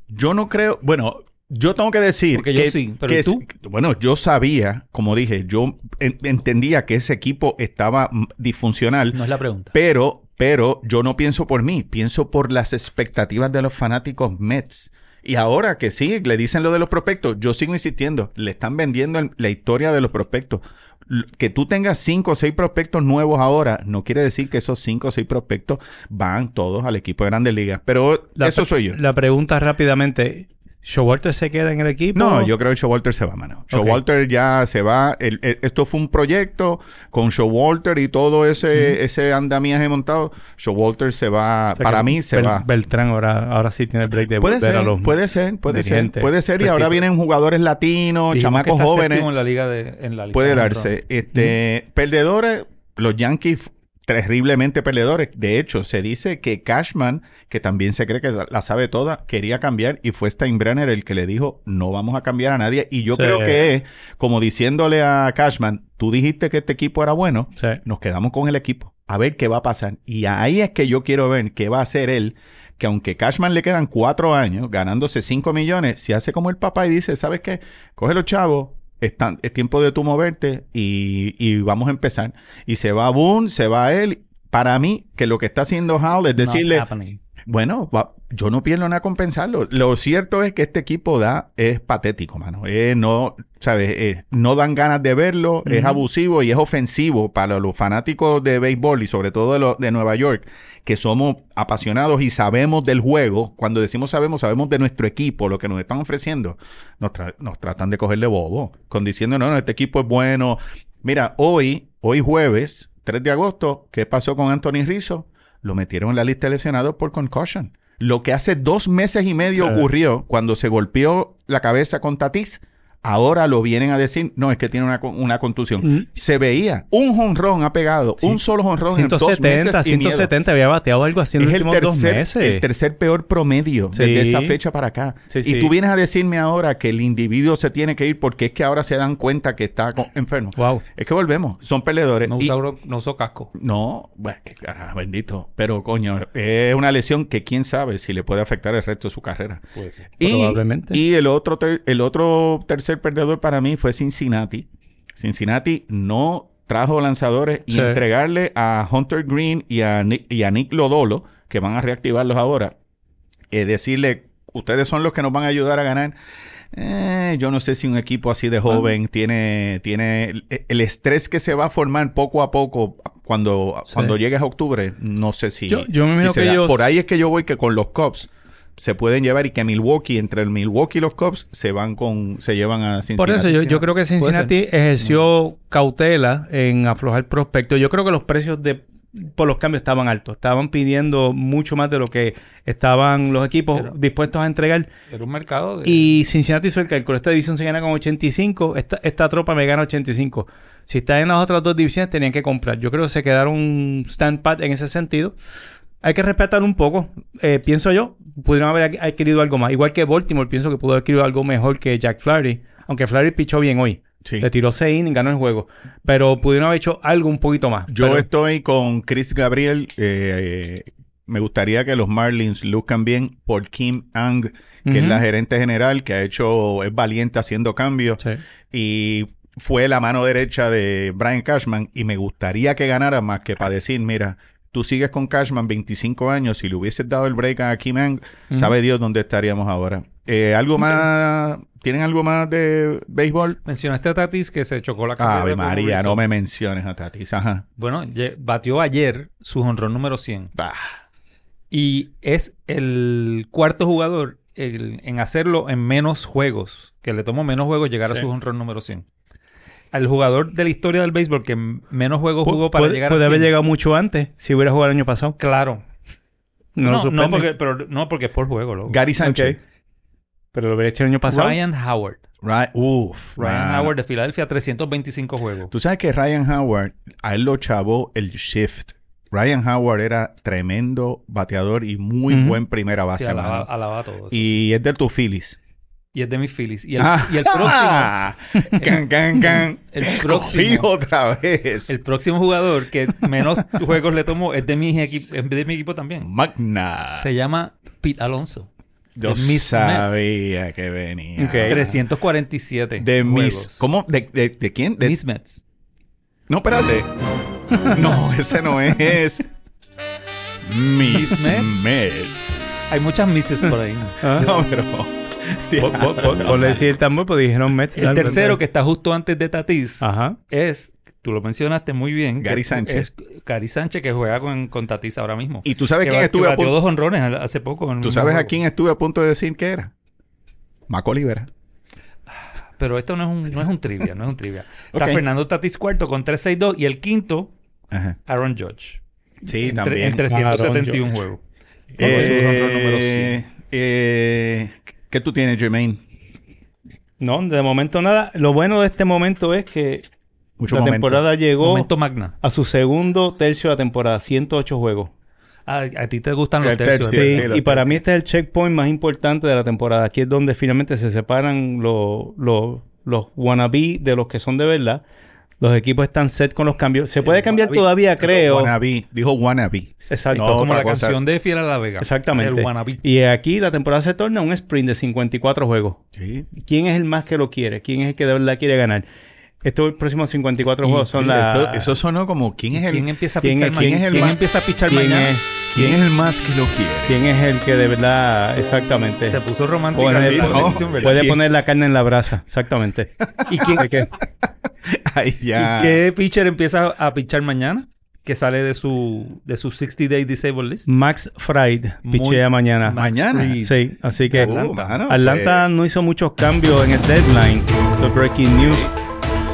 Speaker 1: yo no creo... Bueno, yo tengo que decir...
Speaker 3: Porque yo
Speaker 1: que-
Speaker 3: sí, pero
Speaker 1: que
Speaker 3: ¿y tú?
Speaker 1: es- Bueno, yo sabía, como dije, yo en- entendía que ese equipo estaba mm, disfuncional.
Speaker 3: No es la pregunta.
Speaker 1: Pero, pero yo no pienso por mí, pienso por las expectativas de los fanáticos Mets. Y ahora que sí, le dicen lo de los prospectos, yo sigo insistiendo, le están vendiendo el- la historia de los prospectos. L- Que tú tengas cinco o seis prospectos nuevos ahora, no quiere decir que esos cinco o seis prospectos van todos al equipo de Grandes Ligas. Pero
Speaker 2: La
Speaker 1: eso
Speaker 2: pre-
Speaker 1: soy yo.
Speaker 2: La pregunta rápidamente. ¿Showalter se queda en el equipo?
Speaker 1: No, yo creo que Showalter se va, mano. Showalter ya se va. El- el- esto fue un proyecto con Showalter y todo ese, ese andamiaje montado. Showalter se va,
Speaker 2: O sea
Speaker 1: para
Speaker 2: que
Speaker 1: mí se
Speaker 2: Bel-
Speaker 1: va.
Speaker 2: Beltrán ahora, ahora sí tiene el break de
Speaker 1: Puede
Speaker 2: volver a
Speaker 1: ser,
Speaker 2: los
Speaker 1: puede ser, puede ser,
Speaker 2: dirigentes.
Speaker 1: puede ser. Y ahora
Speaker 2: Pues,
Speaker 1: vienen jugadores latinos,
Speaker 3: Dijimos que
Speaker 1: chamacos
Speaker 3: está
Speaker 1: jóvenes.
Speaker 3: séptimo En la liga de, en la lista
Speaker 1: ¿eh? Puede
Speaker 3: de
Speaker 1: darse. Este, Perdedores, los Yankees terriblemente perdedores. De hecho, se dice que Cashman, que también se cree que la sabe toda, quería cambiar y fue Steinbrenner el que le dijo, no vamos a cambiar a nadie. Y yo
Speaker 2: Sí.
Speaker 1: creo que es como diciéndole a Cashman, tú dijiste que este equipo era bueno,
Speaker 2: sí.
Speaker 1: nos quedamos con el equipo. A ver qué va a pasar. Y ahí es que yo quiero ver qué va a hacer él. Que aunque Cashman le quedan cuatro años, ganándose cinco millones, si hace como el papá y dice, ¿sabes qué? Coge los chavos, están- es tiempo de tú moverte y, y vamos a empezar. Y se va Boone, se va él. Para mí, que lo que está haciendo Howell es
Speaker 3: It's not
Speaker 1: decirle,
Speaker 3: happening.
Speaker 1: bueno, va- yo no pierdo nada compensarlo. Lo cierto es que este equipo da es patético, mano. Eh, no, sabes, Eh, no dan ganas de verlo, es abusivo y es ofensivo para los fanáticos de béisbol y sobre todo de, los de Nueva York, que somos apasionados y sabemos del juego. Cuando decimos sabemos, sabemos de nuestro equipo, lo que nos están ofreciendo. Nos, tra- nos tratan de cogerle bobo, con diciendo, no, no, este equipo es bueno. Mira, hoy, hoy jueves, 3 de agosto, ¿qué pasó con Anthony Rizzo? lo metieron en la lista de lesionados por concussion. Lo que hace dos meses y medio
Speaker 2: Sí.
Speaker 1: ocurrió cuando se golpeó la cabeza con Tatis, ahora lo vienen a decir, no, es que tiene una, con- una contusión.
Speaker 2: Mm.
Speaker 1: Se veía, un jonrón ha pegado, un solo jonrón en dos meses
Speaker 2: 170,
Speaker 1: y miedo.
Speaker 2: 170. Había bateado algo así en
Speaker 1: Es
Speaker 2: los
Speaker 1: el
Speaker 2: últimos dos
Speaker 1: tercer,
Speaker 2: meses.
Speaker 1: el tercer peor promedio
Speaker 2: Sí.
Speaker 1: desde esa fecha para acá.
Speaker 2: Sí,
Speaker 1: y
Speaker 2: sí.
Speaker 1: tú vienes a decirme ahora que el individuo se tiene que ir porque es que ahora se dan cuenta que está con- enfermo.
Speaker 2: Wow.
Speaker 1: Es que volvemos, son peleadores.
Speaker 3: No
Speaker 1: eh, Y-
Speaker 3: usó, no usó casco.
Speaker 1: no, bueno, que carajo, bendito. Pero coño, es una lesión que quién sabe si le puede afectar el resto de su carrera. Y,
Speaker 2: Probablemente.
Speaker 1: Y el otro, ter- el otro tercer perdedor para mí fue Cincinnati. Cincinnati no trajo lanzadores y
Speaker 2: Sí.
Speaker 1: entregarle a Hunter Green y a, Ni- y a Nick Lodolo, que van a reactivarlos ahora, eh, decirle, ustedes son los que nos van a ayudar a ganar. eh, yo no sé si un equipo así de joven tiene, tiene el, el estrés que se va a formar poco a poco cuando,
Speaker 2: Sí.
Speaker 1: cuando llegues a octubre. No sé si,
Speaker 2: Yo- yo me
Speaker 1: si
Speaker 2: imagino
Speaker 1: se
Speaker 2: que
Speaker 1: da.
Speaker 2: ellos-
Speaker 1: Por ahí es que yo voy que con los Cubs se pueden llevar y que Milwaukee, entre el Milwaukee y los Cubs, se van con, se llevan a Cincinnati.
Speaker 2: Por eso yo, yo creo que
Speaker 3: Puede ser.
Speaker 2: Cincinnati ejerció cautela en aflojar prospectos. Yo creo que los precios de por los cambios estaban altos. Estaban pidiendo mucho más de lo que estaban los equipos
Speaker 3: Pero-
Speaker 2: dispuestos a entregar.
Speaker 3: Era un mercado de...
Speaker 2: Y Cincinnati hizo el cálculo. Esta división se gana con 85. Esta, esta tropa me gana 85. Si está en las otras dos divisiones, tenían que comprar. Yo creo que se quedaron stand-pat en ese sentido. Hay que respetar un poco, eh, pienso yo. Pudieron haber adqu- adquirido algo más. Igual que Baltimore, pienso que pudo haber adquirido algo mejor que Jack Flaherty. Aunque Flaherty pichó bien hoy.
Speaker 1: Sí.
Speaker 2: Le tiró 6 innings, ganó el juego. Pero pudieron haber hecho algo un poquito más.
Speaker 1: Yo
Speaker 2: Pero-
Speaker 1: estoy con Chris Gabriel. eh, eh, me gustaría que los Marlins luzcan bien por Kim Ang, que es
Speaker 2: Ujú.
Speaker 1: la gerente general, que ha hecho, es valiente haciendo cambios
Speaker 2: Sí.
Speaker 1: y fue la mano derecha de Brian Cashman. Y me gustaría que ganara más que para decir, mira, tú sigues con Cashman 25 años, si le hubieses dado el break a Kim Ang,
Speaker 2: Ujú.
Speaker 1: sabe Dios dónde estaríamos ahora. Eh, ¿Algo más? ¿Tienen algo más de béisbol?
Speaker 3: Mencionaste a Tatis que se chocó la cabeza.
Speaker 1: Ave
Speaker 3: con un
Speaker 1: María, no
Speaker 3: resort.
Speaker 1: me menciones a Tatis. Ajá.
Speaker 3: Bueno, ye- batió ayer su honrón número 100.
Speaker 1: Bah.
Speaker 3: Y es el cuarto jugador el- en hacerlo en menos juegos, que le tomó menos juegos llegar
Speaker 2: Sí.
Speaker 3: a su honrón número 100. Al jugador de la historia del béisbol que m- menos juegos
Speaker 2: Pu-
Speaker 3: jugó para
Speaker 2: puede,
Speaker 3: llegar
Speaker 2: puede
Speaker 3: a
Speaker 2: haber
Speaker 3: 100.
Speaker 2: llegado mucho antes si hubiera jugado el año pasado.
Speaker 3: Claro. No,
Speaker 2: No, lo
Speaker 3: no,
Speaker 2: suspenden.
Speaker 3: porque, pero, no porque es por juego. loco.
Speaker 1: Gary Sánchez.
Speaker 2: Ok. Pero lo hubiera hecho el año pasado.
Speaker 3: Ryan Howard.
Speaker 1: Ryan, uf,
Speaker 3: Ryan
Speaker 1: mano.
Speaker 3: Howard de Filadelfia, 325 juegos.
Speaker 1: Tú sabes que Ryan Howard, a él lo chavó el shift. Ryan Howard era tremendo bateador y muy
Speaker 2: Ujú.
Speaker 1: buen primera
Speaker 3: Sí,
Speaker 1: base.
Speaker 3: alaba,
Speaker 1: mano.
Speaker 3: alaba todo eso. Y,
Speaker 1: Y es del tu Phillies.
Speaker 3: es de mis Phillies. Y el,
Speaker 1: Ah.
Speaker 3: y el próximo...
Speaker 1: Can, can, can.
Speaker 3: El
Speaker 1: Te
Speaker 3: próximo.
Speaker 1: cogí otra vez.
Speaker 3: El próximo jugador que menos juegos le tomó es de mi, equi- es de mi equipo también.
Speaker 1: Magna.
Speaker 3: Se llama Pete Alonso.
Speaker 1: Yo
Speaker 3: de Miss
Speaker 1: sabía que venía.
Speaker 2: Ok. Eh,
Speaker 3: 347.
Speaker 1: De
Speaker 3: juegos.
Speaker 1: mis. ¿Cómo? ¿De, de, de quién? De-
Speaker 3: Miss Mets.
Speaker 1: No, espérate. no, ese no es. Miss
Speaker 3: Mets?
Speaker 1: Mets.
Speaker 3: Hay muchas Misses por ahí.
Speaker 2: Ah.
Speaker 1: No, pero.
Speaker 2: Por- por- por- por decir el tambor, pues dijeron Mets.
Speaker 3: El
Speaker 2: algo.
Speaker 3: tercero que está justo antes de Tatis
Speaker 2: Ajá.
Speaker 3: es, tú lo mencionaste muy bien. que
Speaker 1: Gary Sánchez.
Speaker 3: Es Gary Sánchez que juega con, con Tatis ahora mismo.
Speaker 1: ¿Y tú sabes
Speaker 3: que
Speaker 1: quién
Speaker 3: ba-
Speaker 1: estuve
Speaker 3: que
Speaker 1: a
Speaker 3: batió
Speaker 1: punto?
Speaker 3: dos honrones al- hace poco. en el
Speaker 1: ¿Tú
Speaker 3: mismo
Speaker 1: sabes a
Speaker 3: juego.
Speaker 1: quién estuve a punto de decir que era? Maco Olivera.
Speaker 3: Pero esto no es un, no es un trivia, no es un trivia. Está
Speaker 1: Ok.
Speaker 3: Fernando Tatis cuarto con 362 y el quinto,
Speaker 1: Ajá.
Speaker 3: Aaron Judge.
Speaker 1: Sí,
Speaker 3: en, tre-
Speaker 1: también.
Speaker 3: en 371
Speaker 2: Aaron
Speaker 3: juegos.
Speaker 1: Eh,
Speaker 3: Con su honrón número
Speaker 1: eh,
Speaker 3: 100.
Speaker 1: ¿Qué tú tienes, Jermaine?
Speaker 2: No, de momento nada. Lo bueno de este momento es que
Speaker 1: Mucho
Speaker 2: la
Speaker 1: momento.
Speaker 2: temporada
Speaker 1: oh.
Speaker 2: llegó
Speaker 3: Momento magna.
Speaker 2: a su segundo tercio de la temporada, 108 juegos.
Speaker 3: Ah, a ti te gustan los
Speaker 1: El tercio.
Speaker 3: tercios. ¿verdad?
Speaker 1: Sí,
Speaker 2: Sí,
Speaker 1: los
Speaker 2: y para
Speaker 1: tercios.
Speaker 2: mí este es el checkpoint más importante de la temporada. Aquí es donde finalmente se separan los, los, los wannabe de los que son de verdad. Los equipos están set con los cambios. Se puede cambiar
Speaker 3: wannabe.
Speaker 2: todavía, creo.
Speaker 1: Wannabe. Dijo wannabe.
Speaker 2: Exacto.
Speaker 1: No,
Speaker 3: como
Speaker 1: otra
Speaker 3: la
Speaker 1: cosa.
Speaker 3: canción de Fiel a la Vega.
Speaker 2: Exactamente.
Speaker 3: El wannabe.
Speaker 2: Y aquí la temporada se torna un sprint de 54 juegos.
Speaker 1: Sí.
Speaker 2: ¿Quién es el más que lo quiere? ¿Quién es el que de verdad quiere ganar? Estos próximos 54 juegos son
Speaker 1: Y-
Speaker 2: la...
Speaker 1: esto- Eso sonó como ¿quién es el,
Speaker 3: ¿Quién empieza a
Speaker 2: ¿Quién
Speaker 3: pichar
Speaker 2: es-
Speaker 3: mañana?
Speaker 1: quién es el
Speaker 3: ¿Quién
Speaker 1: ma-
Speaker 3: empieza a pichar
Speaker 2: ¿Quién
Speaker 3: mañana?
Speaker 2: es,
Speaker 1: ¿quién es el más que lo quiere?
Speaker 2: quién es el que de verdad... Exactamente.
Speaker 1: este?
Speaker 3: Se puso romántica
Speaker 2: Puede,
Speaker 3: la
Speaker 1: no.
Speaker 3: sección, ¿verdad?
Speaker 2: puede poner la carne en la brasa. Exactamente. ¿Y quién?
Speaker 1: Ay, ya.
Speaker 3: ¿Y qué pitcher empieza a pichar mañana? Que sale de su, de su 60-day disabled list.
Speaker 2: Max Fried
Speaker 3: Muy-
Speaker 2: pichea mañana.
Speaker 3: Max
Speaker 1: Mañana.
Speaker 3: Fried.
Speaker 2: Sí, así que...
Speaker 1: Uh,
Speaker 2: Atlanta,
Speaker 1: mano,
Speaker 2: Atlanta no hizo muchos cambios en el deadline. The breaking news.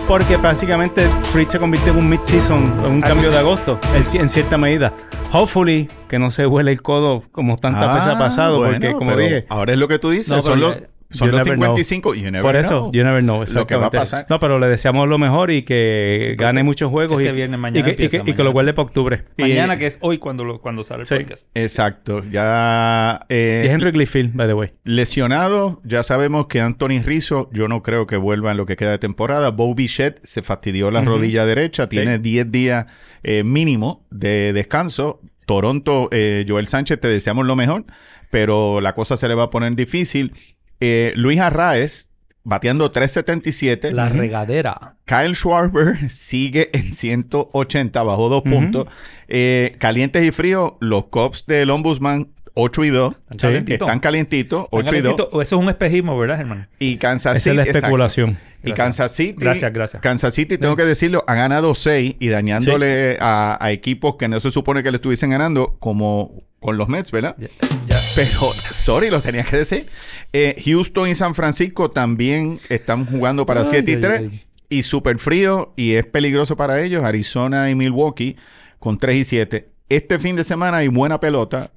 Speaker 2: Porque prácticamente Fritz se convirtió en un mid-season, en un
Speaker 3: Ah,
Speaker 2: cambio
Speaker 3: sí.
Speaker 2: de agosto, en ci- en cierta medida. Hopefully, que no se huele el codo como tantas
Speaker 1: Ah,
Speaker 2: veces ha pasado, porque
Speaker 1: bueno,
Speaker 2: como
Speaker 1: pero
Speaker 2: dije,
Speaker 1: Ahora es lo que tú dices.
Speaker 3: No,
Speaker 1: son
Speaker 3: pero
Speaker 1: los,
Speaker 3: ya-
Speaker 1: son
Speaker 2: you
Speaker 1: los
Speaker 2: never know.
Speaker 1: 55. You never
Speaker 2: por eso,
Speaker 1: know.
Speaker 2: you never know.
Speaker 1: Lo que va a
Speaker 2: exactamente.
Speaker 1: pasar.
Speaker 2: No, pero le deseamos lo mejor y que
Speaker 3: porque
Speaker 2: gane muchos juegos
Speaker 3: este
Speaker 2: y,
Speaker 3: viernes,
Speaker 2: y
Speaker 3: mañana
Speaker 2: que, y que-
Speaker 3: empieza,
Speaker 2: y que
Speaker 3: mañana.
Speaker 2: lo guarde para octubre.
Speaker 3: Mañana,
Speaker 1: Eh,
Speaker 3: que es hoy cuando, lo, cuando sale el
Speaker 2: sí.
Speaker 3: podcast.
Speaker 1: Exacto. Ya. eh,
Speaker 2: Y es Henry Glyfield, by the way.
Speaker 1: Lesionado, ya sabemos que Anthony Rizzo, yo no creo que vuelva en lo que queda de temporada. Bo Bichette se fastidió la
Speaker 2: Ujú.
Speaker 1: rodilla derecha, tiene 10 días eh, mínimo de descanso. Toronto, eh, Joel Sánchez, te deseamos lo mejor, pero la cosa se le va a poner difícil. Eh, Luis Arraez, bateando 377.
Speaker 3: La
Speaker 1: Ujú.
Speaker 3: regadera.
Speaker 1: Kyle Schwarber sigue en 180, bajó dos
Speaker 2: Ujú.
Speaker 1: puntos. Eh, calientes y fríos, los Cubs del Ombudsman 8 y 2.
Speaker 3: Están calientitos.
Speaker 1: Están calientitos, 8 y 2.
Speaker 3: calentito. O Eso es un espejismo, ¿verdad, Germán?
Speaker 1: Y Kansas
Speaker 2: Esa es
Speaker 1: City.
Speaker 2: la
Speaker 1: está-
Speaker 2: especulación.
Speaker 1: Y
Speaker 3: Gracias.
Speaker 1: Kansas City.
Speaker 3: Gracias, gracias.
Speaker 1: Kansas City, tengo que decirlo, ha ganado 6 y dañándole a, a equipos que no se supone que le estuviesen ganando, como con los Mets, ¿verdad?
Speaker 3: Ya- ya-
Speaker 1: Pero, sorry, los tenía que decir. Eh, Houston y San Francisco también están jugando para
Speaker 3: Ay,
Speaker 1: 7 y
Speaker 3: ay,
Speaker 1: 3.
Speaker 3: ay.
Speaker 1: Y súper frío y es peligroso para ellos. Arizona y Milwaukee con 3 y 7. Este fin de semana hay buena pelota.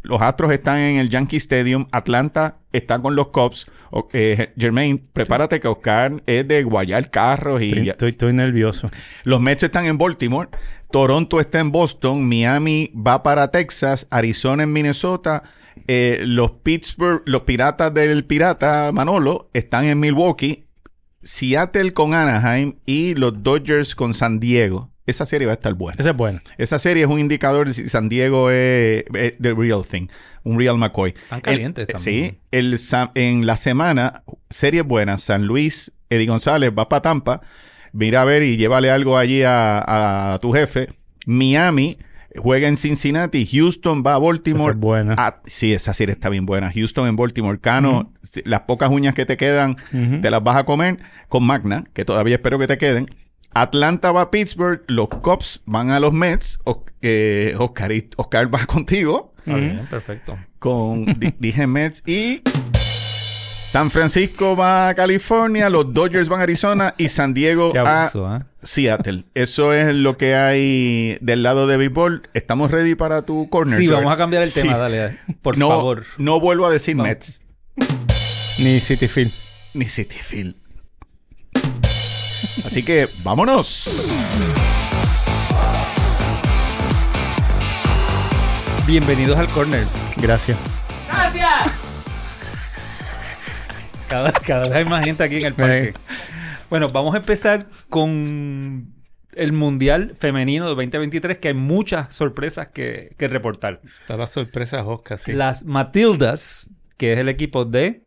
Speaker 1: Los Astros están en el Yankee Stadium. Atlanta está con los Cubs. O- eh, Jermaine, prepárate que Oscar es de guayar carros y...
Speaker 2: Estoy,
Speaker 1: ya-
Speaker 2: estoy- estoy nervioso.
Speaker 1: los Mets están en Baltimore, Toronto está en Boston, Miami va para Texas, Arizona en Minnesota, eh, los Pittsburgh, los Piratas del Pirata Manolo están en Milwaukee, Seattle con Anaheim y los Dodgers con San Diego. Esa serie va a estar buena.
Speaker 2: Esa es buena.
Speaker 1: Esa serie es un indicador de si San Diego es, es the real thing, un real McCoy.
Speaker 3: Están calientes
Speaker 1: El- eh,
Speaker 3: también.
Speaker 1: Sí, el, sa- en la semana, series buenas, San Luis, Eddie González, va para Tampa, mira a ver y llévale algo allí a, a tu jefe. Miami juega en Cincinnati, Houston va a
Speaker 2: Esa
Speaker 1: Baltimore.
Speaker 2: es buena.
Speaker 1: Ah, sí, esa serie está bien buena. Houston en Baltimore, Cano, si- las pocas uñas que te quedan,
Speaker 2: Ujú.
Speaker 1: te las vas a comer con Magna, que todavía espero que te queden. Atlanta va a Pittsburgh, los Cubs van a los Mets, O- eh, Oscar, y- Oscar va contigo
Speaker 3: Está bien, perfecto.
Speaker 1: con di- dije Mets y San Francisco va a California, los Dodgers van a Arizona y San Diego
Speaker 3: Qué
Speaker 1: a
Speaker 3: abuso, ¿ah?
Speaker 1: Seattle. Eso es lo que hay del lado de béisbol. Estamos ready para tu corner.
Speaker 3: Sí,
Speaker 1: George?
Speaker 3: vamos a cambiar el
Speaker 1: Sí.
Speaker 3: tema, dale, dale. Por
Speaker 1: no,
Speaker 3: favor.
Speaker 1: No vuelvo a decir
Speaker 3: Vamos.
Speaker 1: Mets
Speaker 2: Ni City Field.
Speaker 1: ni City Field. Así que vámonos.
Speaker 3: Bienvenidos al corner.
Speaker 2: Gracias.
Speaker 3: Cada, cada vez hay más gente aquí en el parque. Bueno, vamos a empezar con el Mundial Femenino de 2023, que hay muchas sorpresas que, que reportar.
Speaker 2: Está la sorpresa, Oscar, sí.
Speaker 3: Las Matildas, que es el equipo de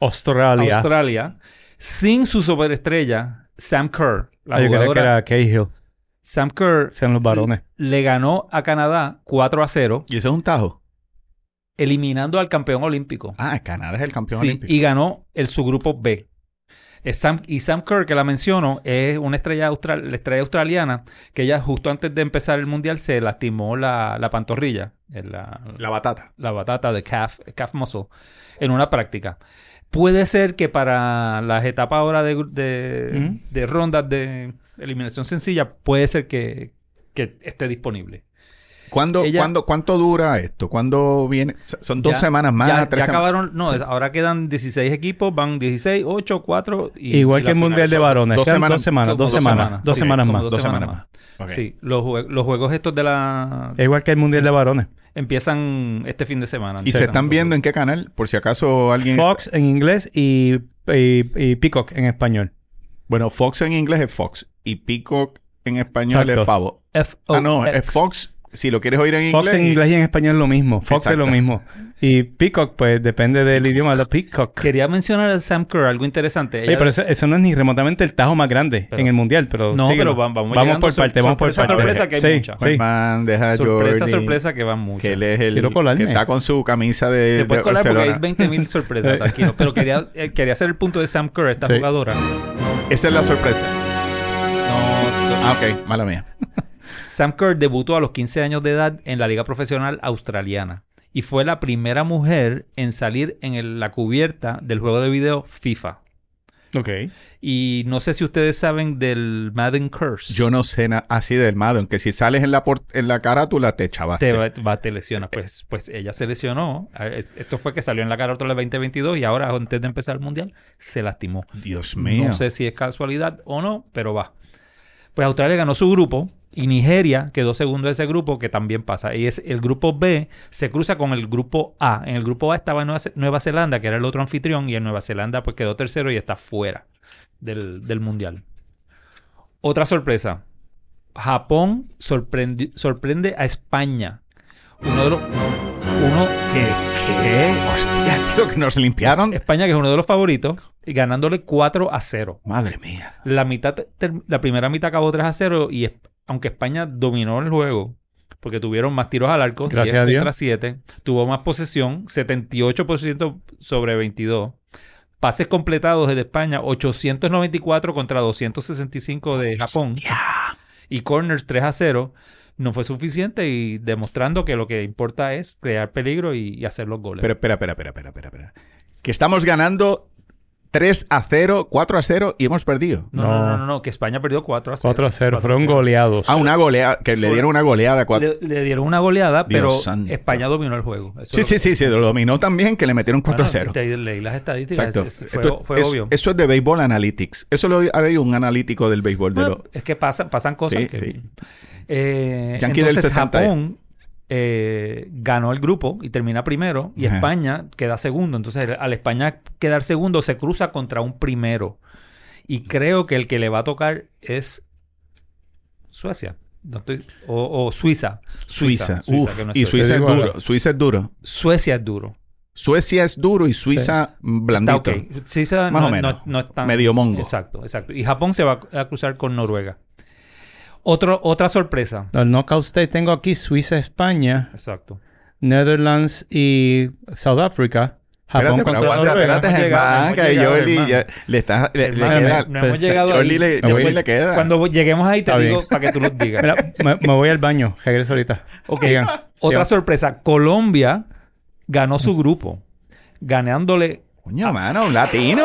Speaker 2: Australia.
Speaker 3: Australia, sin su superestrella, Sam Kerr, la
Speaker 2: Ah, yo creía que
Speaker 3: jugadora.
Speaker 2: era Cahill.
Speaker 3: Sam Kerr
Speaker 2: Sean los varones.
Speaker 3: le ganó a Canadá 4 a 0,
Speaker 1: Y eso es un tajo.
Speaker 3: eliminando al campeón olímpico.
Speaker 1: Ah, Canadá es el campeón
Speaker 3: Sí,
Speaker 1: olímpico.
Speaker 3: y ganó el subgrupo B. Eh, Sam- y Sam Kerr, que la menciono, es una estrella, austral- la estrella australiana que ella justo antes de empezar el mundial se lastimó la, la pantorrilla, eh, la,
Speaker 1: La batata.
Speaker 3: la batata de calf, calf muscle, en una práctica. Puede ser que para las etapas ahora de, gru- de-
Speaker 2: Ujú.
Speaker 3: de rondas de eliminación sencilla, puede ser que, que esté disponible.
Speaker 1: ¿Cuándo,
Speaker 3: Ella-
Speaker 1: cuándo- ¿Cuánto dura esto? ¿Cuándo viene? Son dos
Speaker 3: Ya-
Speaker 1: semanas más,
Speaker 3: ya,
Speaker 1: tres
Speaker 3: ya
Speaker 1: semanas.
Speaker 3: acabaron, no, ahora quedan 16 equipos, van 16, 8, 4 y
Speaker 2: Igual
Speaker 3: y
Speaker 2: que
Speaker 3: la
Speaker 2: el
Speaker 3: final
Speaker 2: Mundial de
Speaker 3: son-
Speaker 2: Varones.
Speaker 1: dos
Speaker 2: Quedan
Speaker 1: semanas-
Speaker 2: dos semanas.
Speaker 3: como
Speaker 2: Dos
Speaker 3: dos
Speaker 2: semanas.
Speaker 3: semanas.
Speaker 2: Dos
Speaker 3: Sí,
Speaker 2: semanas
Speaker 3: como
Speaker 2: más.
Speaker 3: dos
Speaker 2: Dos
Speaker 3: semanas
Speaker 2: semanas más. Eh.
Speaker 1: Ok.
Speaker 3: Sí, los, jue- los juegos estos de la...
Speaker 2: Igual que el Mundial de Varones.
Speaker 3: empiezan este fin de semana.
Speaker 1: ¿Y se están viendo en qué canal? Por si acaso alguien...
Speaker 2: Fox en inglés y, y- y Peacock en español.
Speaker 1: Bueno, Fox en inglés es Fox. Y Peacock en español
Speaker 2: Exacto.
Speaker 1: es Pavo.
Speaker 3: F-O-X.
Speaker 1: ah, no,
Speaker 3: eh,
Speaker 1: es Fox. Si lo quieres oír en inglés...
Speaker 2: Fox en inglés y en español es lo mismo. Fox
Speaker 1: Exacto.
Speaker 2: es lo mismo. Y Peacock, pues depende del idioma de los Peacock.
Speaker 3: Quería mencionar a Sam Kerr, algo interesante.
Speaker 2: Oye,
Speaker 3: Ella-
Speaker 2: pero eso, eso no es ni remotamente el tajo más grande
Speaker 3: Pero-
Speaker 2: en el mundial, pero
Speaker 3: No,
Speaker 2: síguelo.
Speaker 3: pero va- vamos
Speaker 2: vamos
Speaker 3: llegando.
Speaker 2: por
Speaker 3: Sor-
Speaker 2: parte, vamos por
Speaker 3: sorpresa,
Speaker 2: parte.
Speaker 3: sorpresa, que hay
Speaker 2: sí,
Speaker 3: mucha.
Speaker 2: sí.
Speaker 1: Herman, deja a
Speaker 3: sorpresa,
Speaker 1: Jordan,
Speaker 3: sorpresa que van muchas.
Speaker 1: Que él es el
Speaker 2: Quiero colarme.
Speaker 1: que está con su camisa de,
Speaker 3: Te
Speaker 1: de
Speaker 3: puedes colar porque hay
Speaker 1: Barcelona.
Speaker 3: 20.000 sorpresas, tranquilo. Pero quería, eh, quería hacer el punto de Sam Kerr, esta
Speaker 1: Sí.
Speaker 3: jugadora.
Speaker 1: Esa es la sorpresa.
Speaker 3: No,
Speaker 1: Ah, ok. Mala mía.
Speaker 3: Sam Kerr debutó a los 15 años de edad en la Liga Profesional Australiana y fue la primera mujer en salir en el- la cubierta del juego de video FIFA.
Speaker 2: Ok.
Speaker 3: Y no sé si ustedes saben del Madden Curse.
Speaker 1: Yo no sé nada así del Madden. Que si sales en la, por- en la carátula, te chavaste.
Speaker 3: Te, va, va- te lesiona. Pues, pues ella se lesionó. A- es- Esto fue que salió en la cara otra 2022 y ahora, antes de empezar el mundial, se lastimó.
Speaker 1: Dios mío.
Speaker 3: No sé si es casualidad o no, pero va. Pues Australia ganó su grupo y Nigeria quedó segundo de ese grupo, que también pasa. Y es el grupo B se cruza con el grupo A. En el grupo A estaba Nueva, Ce- Nueva Zelanda, que era el otro anfitrión, y en Nueva Zelanda pues quedó tercero y está fuera del, del mundial. Otra sorpresa. Japón sorprendi- sorprende a España. Uno de los. Uno que.
Speaker 1: ¿Qué? Hostia, tío, que nos limpiaron.
Speaker 3: España, que es uno de los favoritos, y ganándole 4 a 0.
Speaker 1: Madre mía.
Speaker 3: La, mitad ter- la primera mitad acabó 3 a 0 y es- aunque España dominó el juego, porque tuvieron más tiros al arco,
Speaker 4: Gracias a Dios.
Speaker 3: contra 7, tuvo más posesión, 78% sobre 22. Pases completados de España, 894 contra 265 de Japón. Y corners 3 a 0. No fue suficiente y demostrando que lo que importa es crear peligro y, y hacer los goles.
Speaker 1: Pero espera, espera, espera, espera, espera, espera. Que estamos ganando 3 a 0, 4 a 0 y hemos perdido.
Speaker 3: no, no,
Speaker 4: no.
Speaker 3: no, no, no, que España perdió 4 a 0.
Speaker 4: 4 a 0.
Speaker 3: 4 a
Speaker 4: Fueron goleados.
Speaker 1: Ah, una goleada, que le dieron una goleada. Cuatro.
Speaker 3: Le, le dieron una goleada,
Speaker 1: Dios
Speaker 3: pero
Speaker 1: santo.
Speaker 3: España dominó el juego. Eso
Speaker 1: Sí,
Speaker 3: es lo
Speaker 1: sí, sí, se lo dominó también, que le metieron
Speaker 3: que-
Speaker 1: 4 a
Speaker 3: Bueno,
Speaker 1: 0.
Speaker 3: te- leí las estadísticas.
Speaker 1: Exacto.
Speaker 3: Ah, es- es- fue
Speaker 1: Esto-
Speaker 3: fue
Speaker 1: es-
Speaker 3: obvio.
Speaker 1: Eso es de béisbol analytics. Eso lo haría un analítico del béisbol. De
Speaker 3: Bueno,
Speaker 1: lo-
Speaker 3: Es que pasan, pasan cosas.
Speaker 1: Sí,
Speaker 3: que,
Speaker 1: sí.
Speaker 3: Eh,
Speaker 1: Yankee del
Speaker 3: entonces
Speaker 1: 60.
Speaker 3: Japón eh, ganó el grupo y termina primero y
Speaker 1: Ajá.
Speaker 3: España queda segundo. Entonces el- al España quedar segundo se cruza contra un primero. Y creo que el que le va a tocar es Suecia. No estoy- o, o Suiza.
Speaker 1: Suiza. Uf,
Speaker 3: que no es
Speaker 1: y Suiza
Speaker 4: Te
Speaker 1: es
Speaker 4: digo
Speaker 1: duro.
Speaker 4: ahora.
Speaker 1: Suiza es duro.
Speaker 3: Suecia es duro.
Speaker 1: Suecia es duro y Suiza mm, blandito.
Speaker 3: Está ok. Suiza
Speaker 1: Más
Speaker 3: no,
Speaker 1: o menos.
Speaker 3: no- no es tan-
Speaker 1: Medio mongo.
Speaker 3: Exacto, exacto. Y Japón se va a cruzar con Noruega. Otro, otra sorpresa.
Speaker 2: El knockout state tengo aquí Suiza, España,
Speaker 3: Exacto.
Speaker 2: Netherlands y South Africa. Japón
Speaker 1: Espérate, pero
Speaker 2: contra
Speaker 1: aguanta,
Speaker 2: Noruega.
Speaker 1: espérate,
Speaker 3: Hemos llegado,
Speaker 1: Germán,
Speaker 3: hemos
Speaker 1: que
Speaker 3: llegado,
Speaker 1: Jordi
Speaker 3: Germán.
Speaker 1: ya le está... le- le
Speaker 3: Hermano,
Speaker 1: queda-
Speaker 3: no hemos llegado
Speaker 1: Jordi
Speaker 3: ahí.
Speaker 1: le-
Speaker 4: Ah,
Speaker 1: Jordi
Speaker 4: bueno.
Speaker 1: le queda.
Speaker 3: Cuando lleguemos ahí te
Speaker 2: Está
Speaker 3: digo
Speaker 2: bien.
Speaker 3: para que tú nos digas.
Speaker 2: Mira, me, me voy al baño. Regreso ahorita.
Speaker 3: Ok.
Speaker 2: Sigan.
Speaker 3: Otra
Speaker 2: Sigan.
Speaker 3: sorpresa. Colombia ganó su grupo. Ganándole
Speaker 1: Coño, mano, un latino.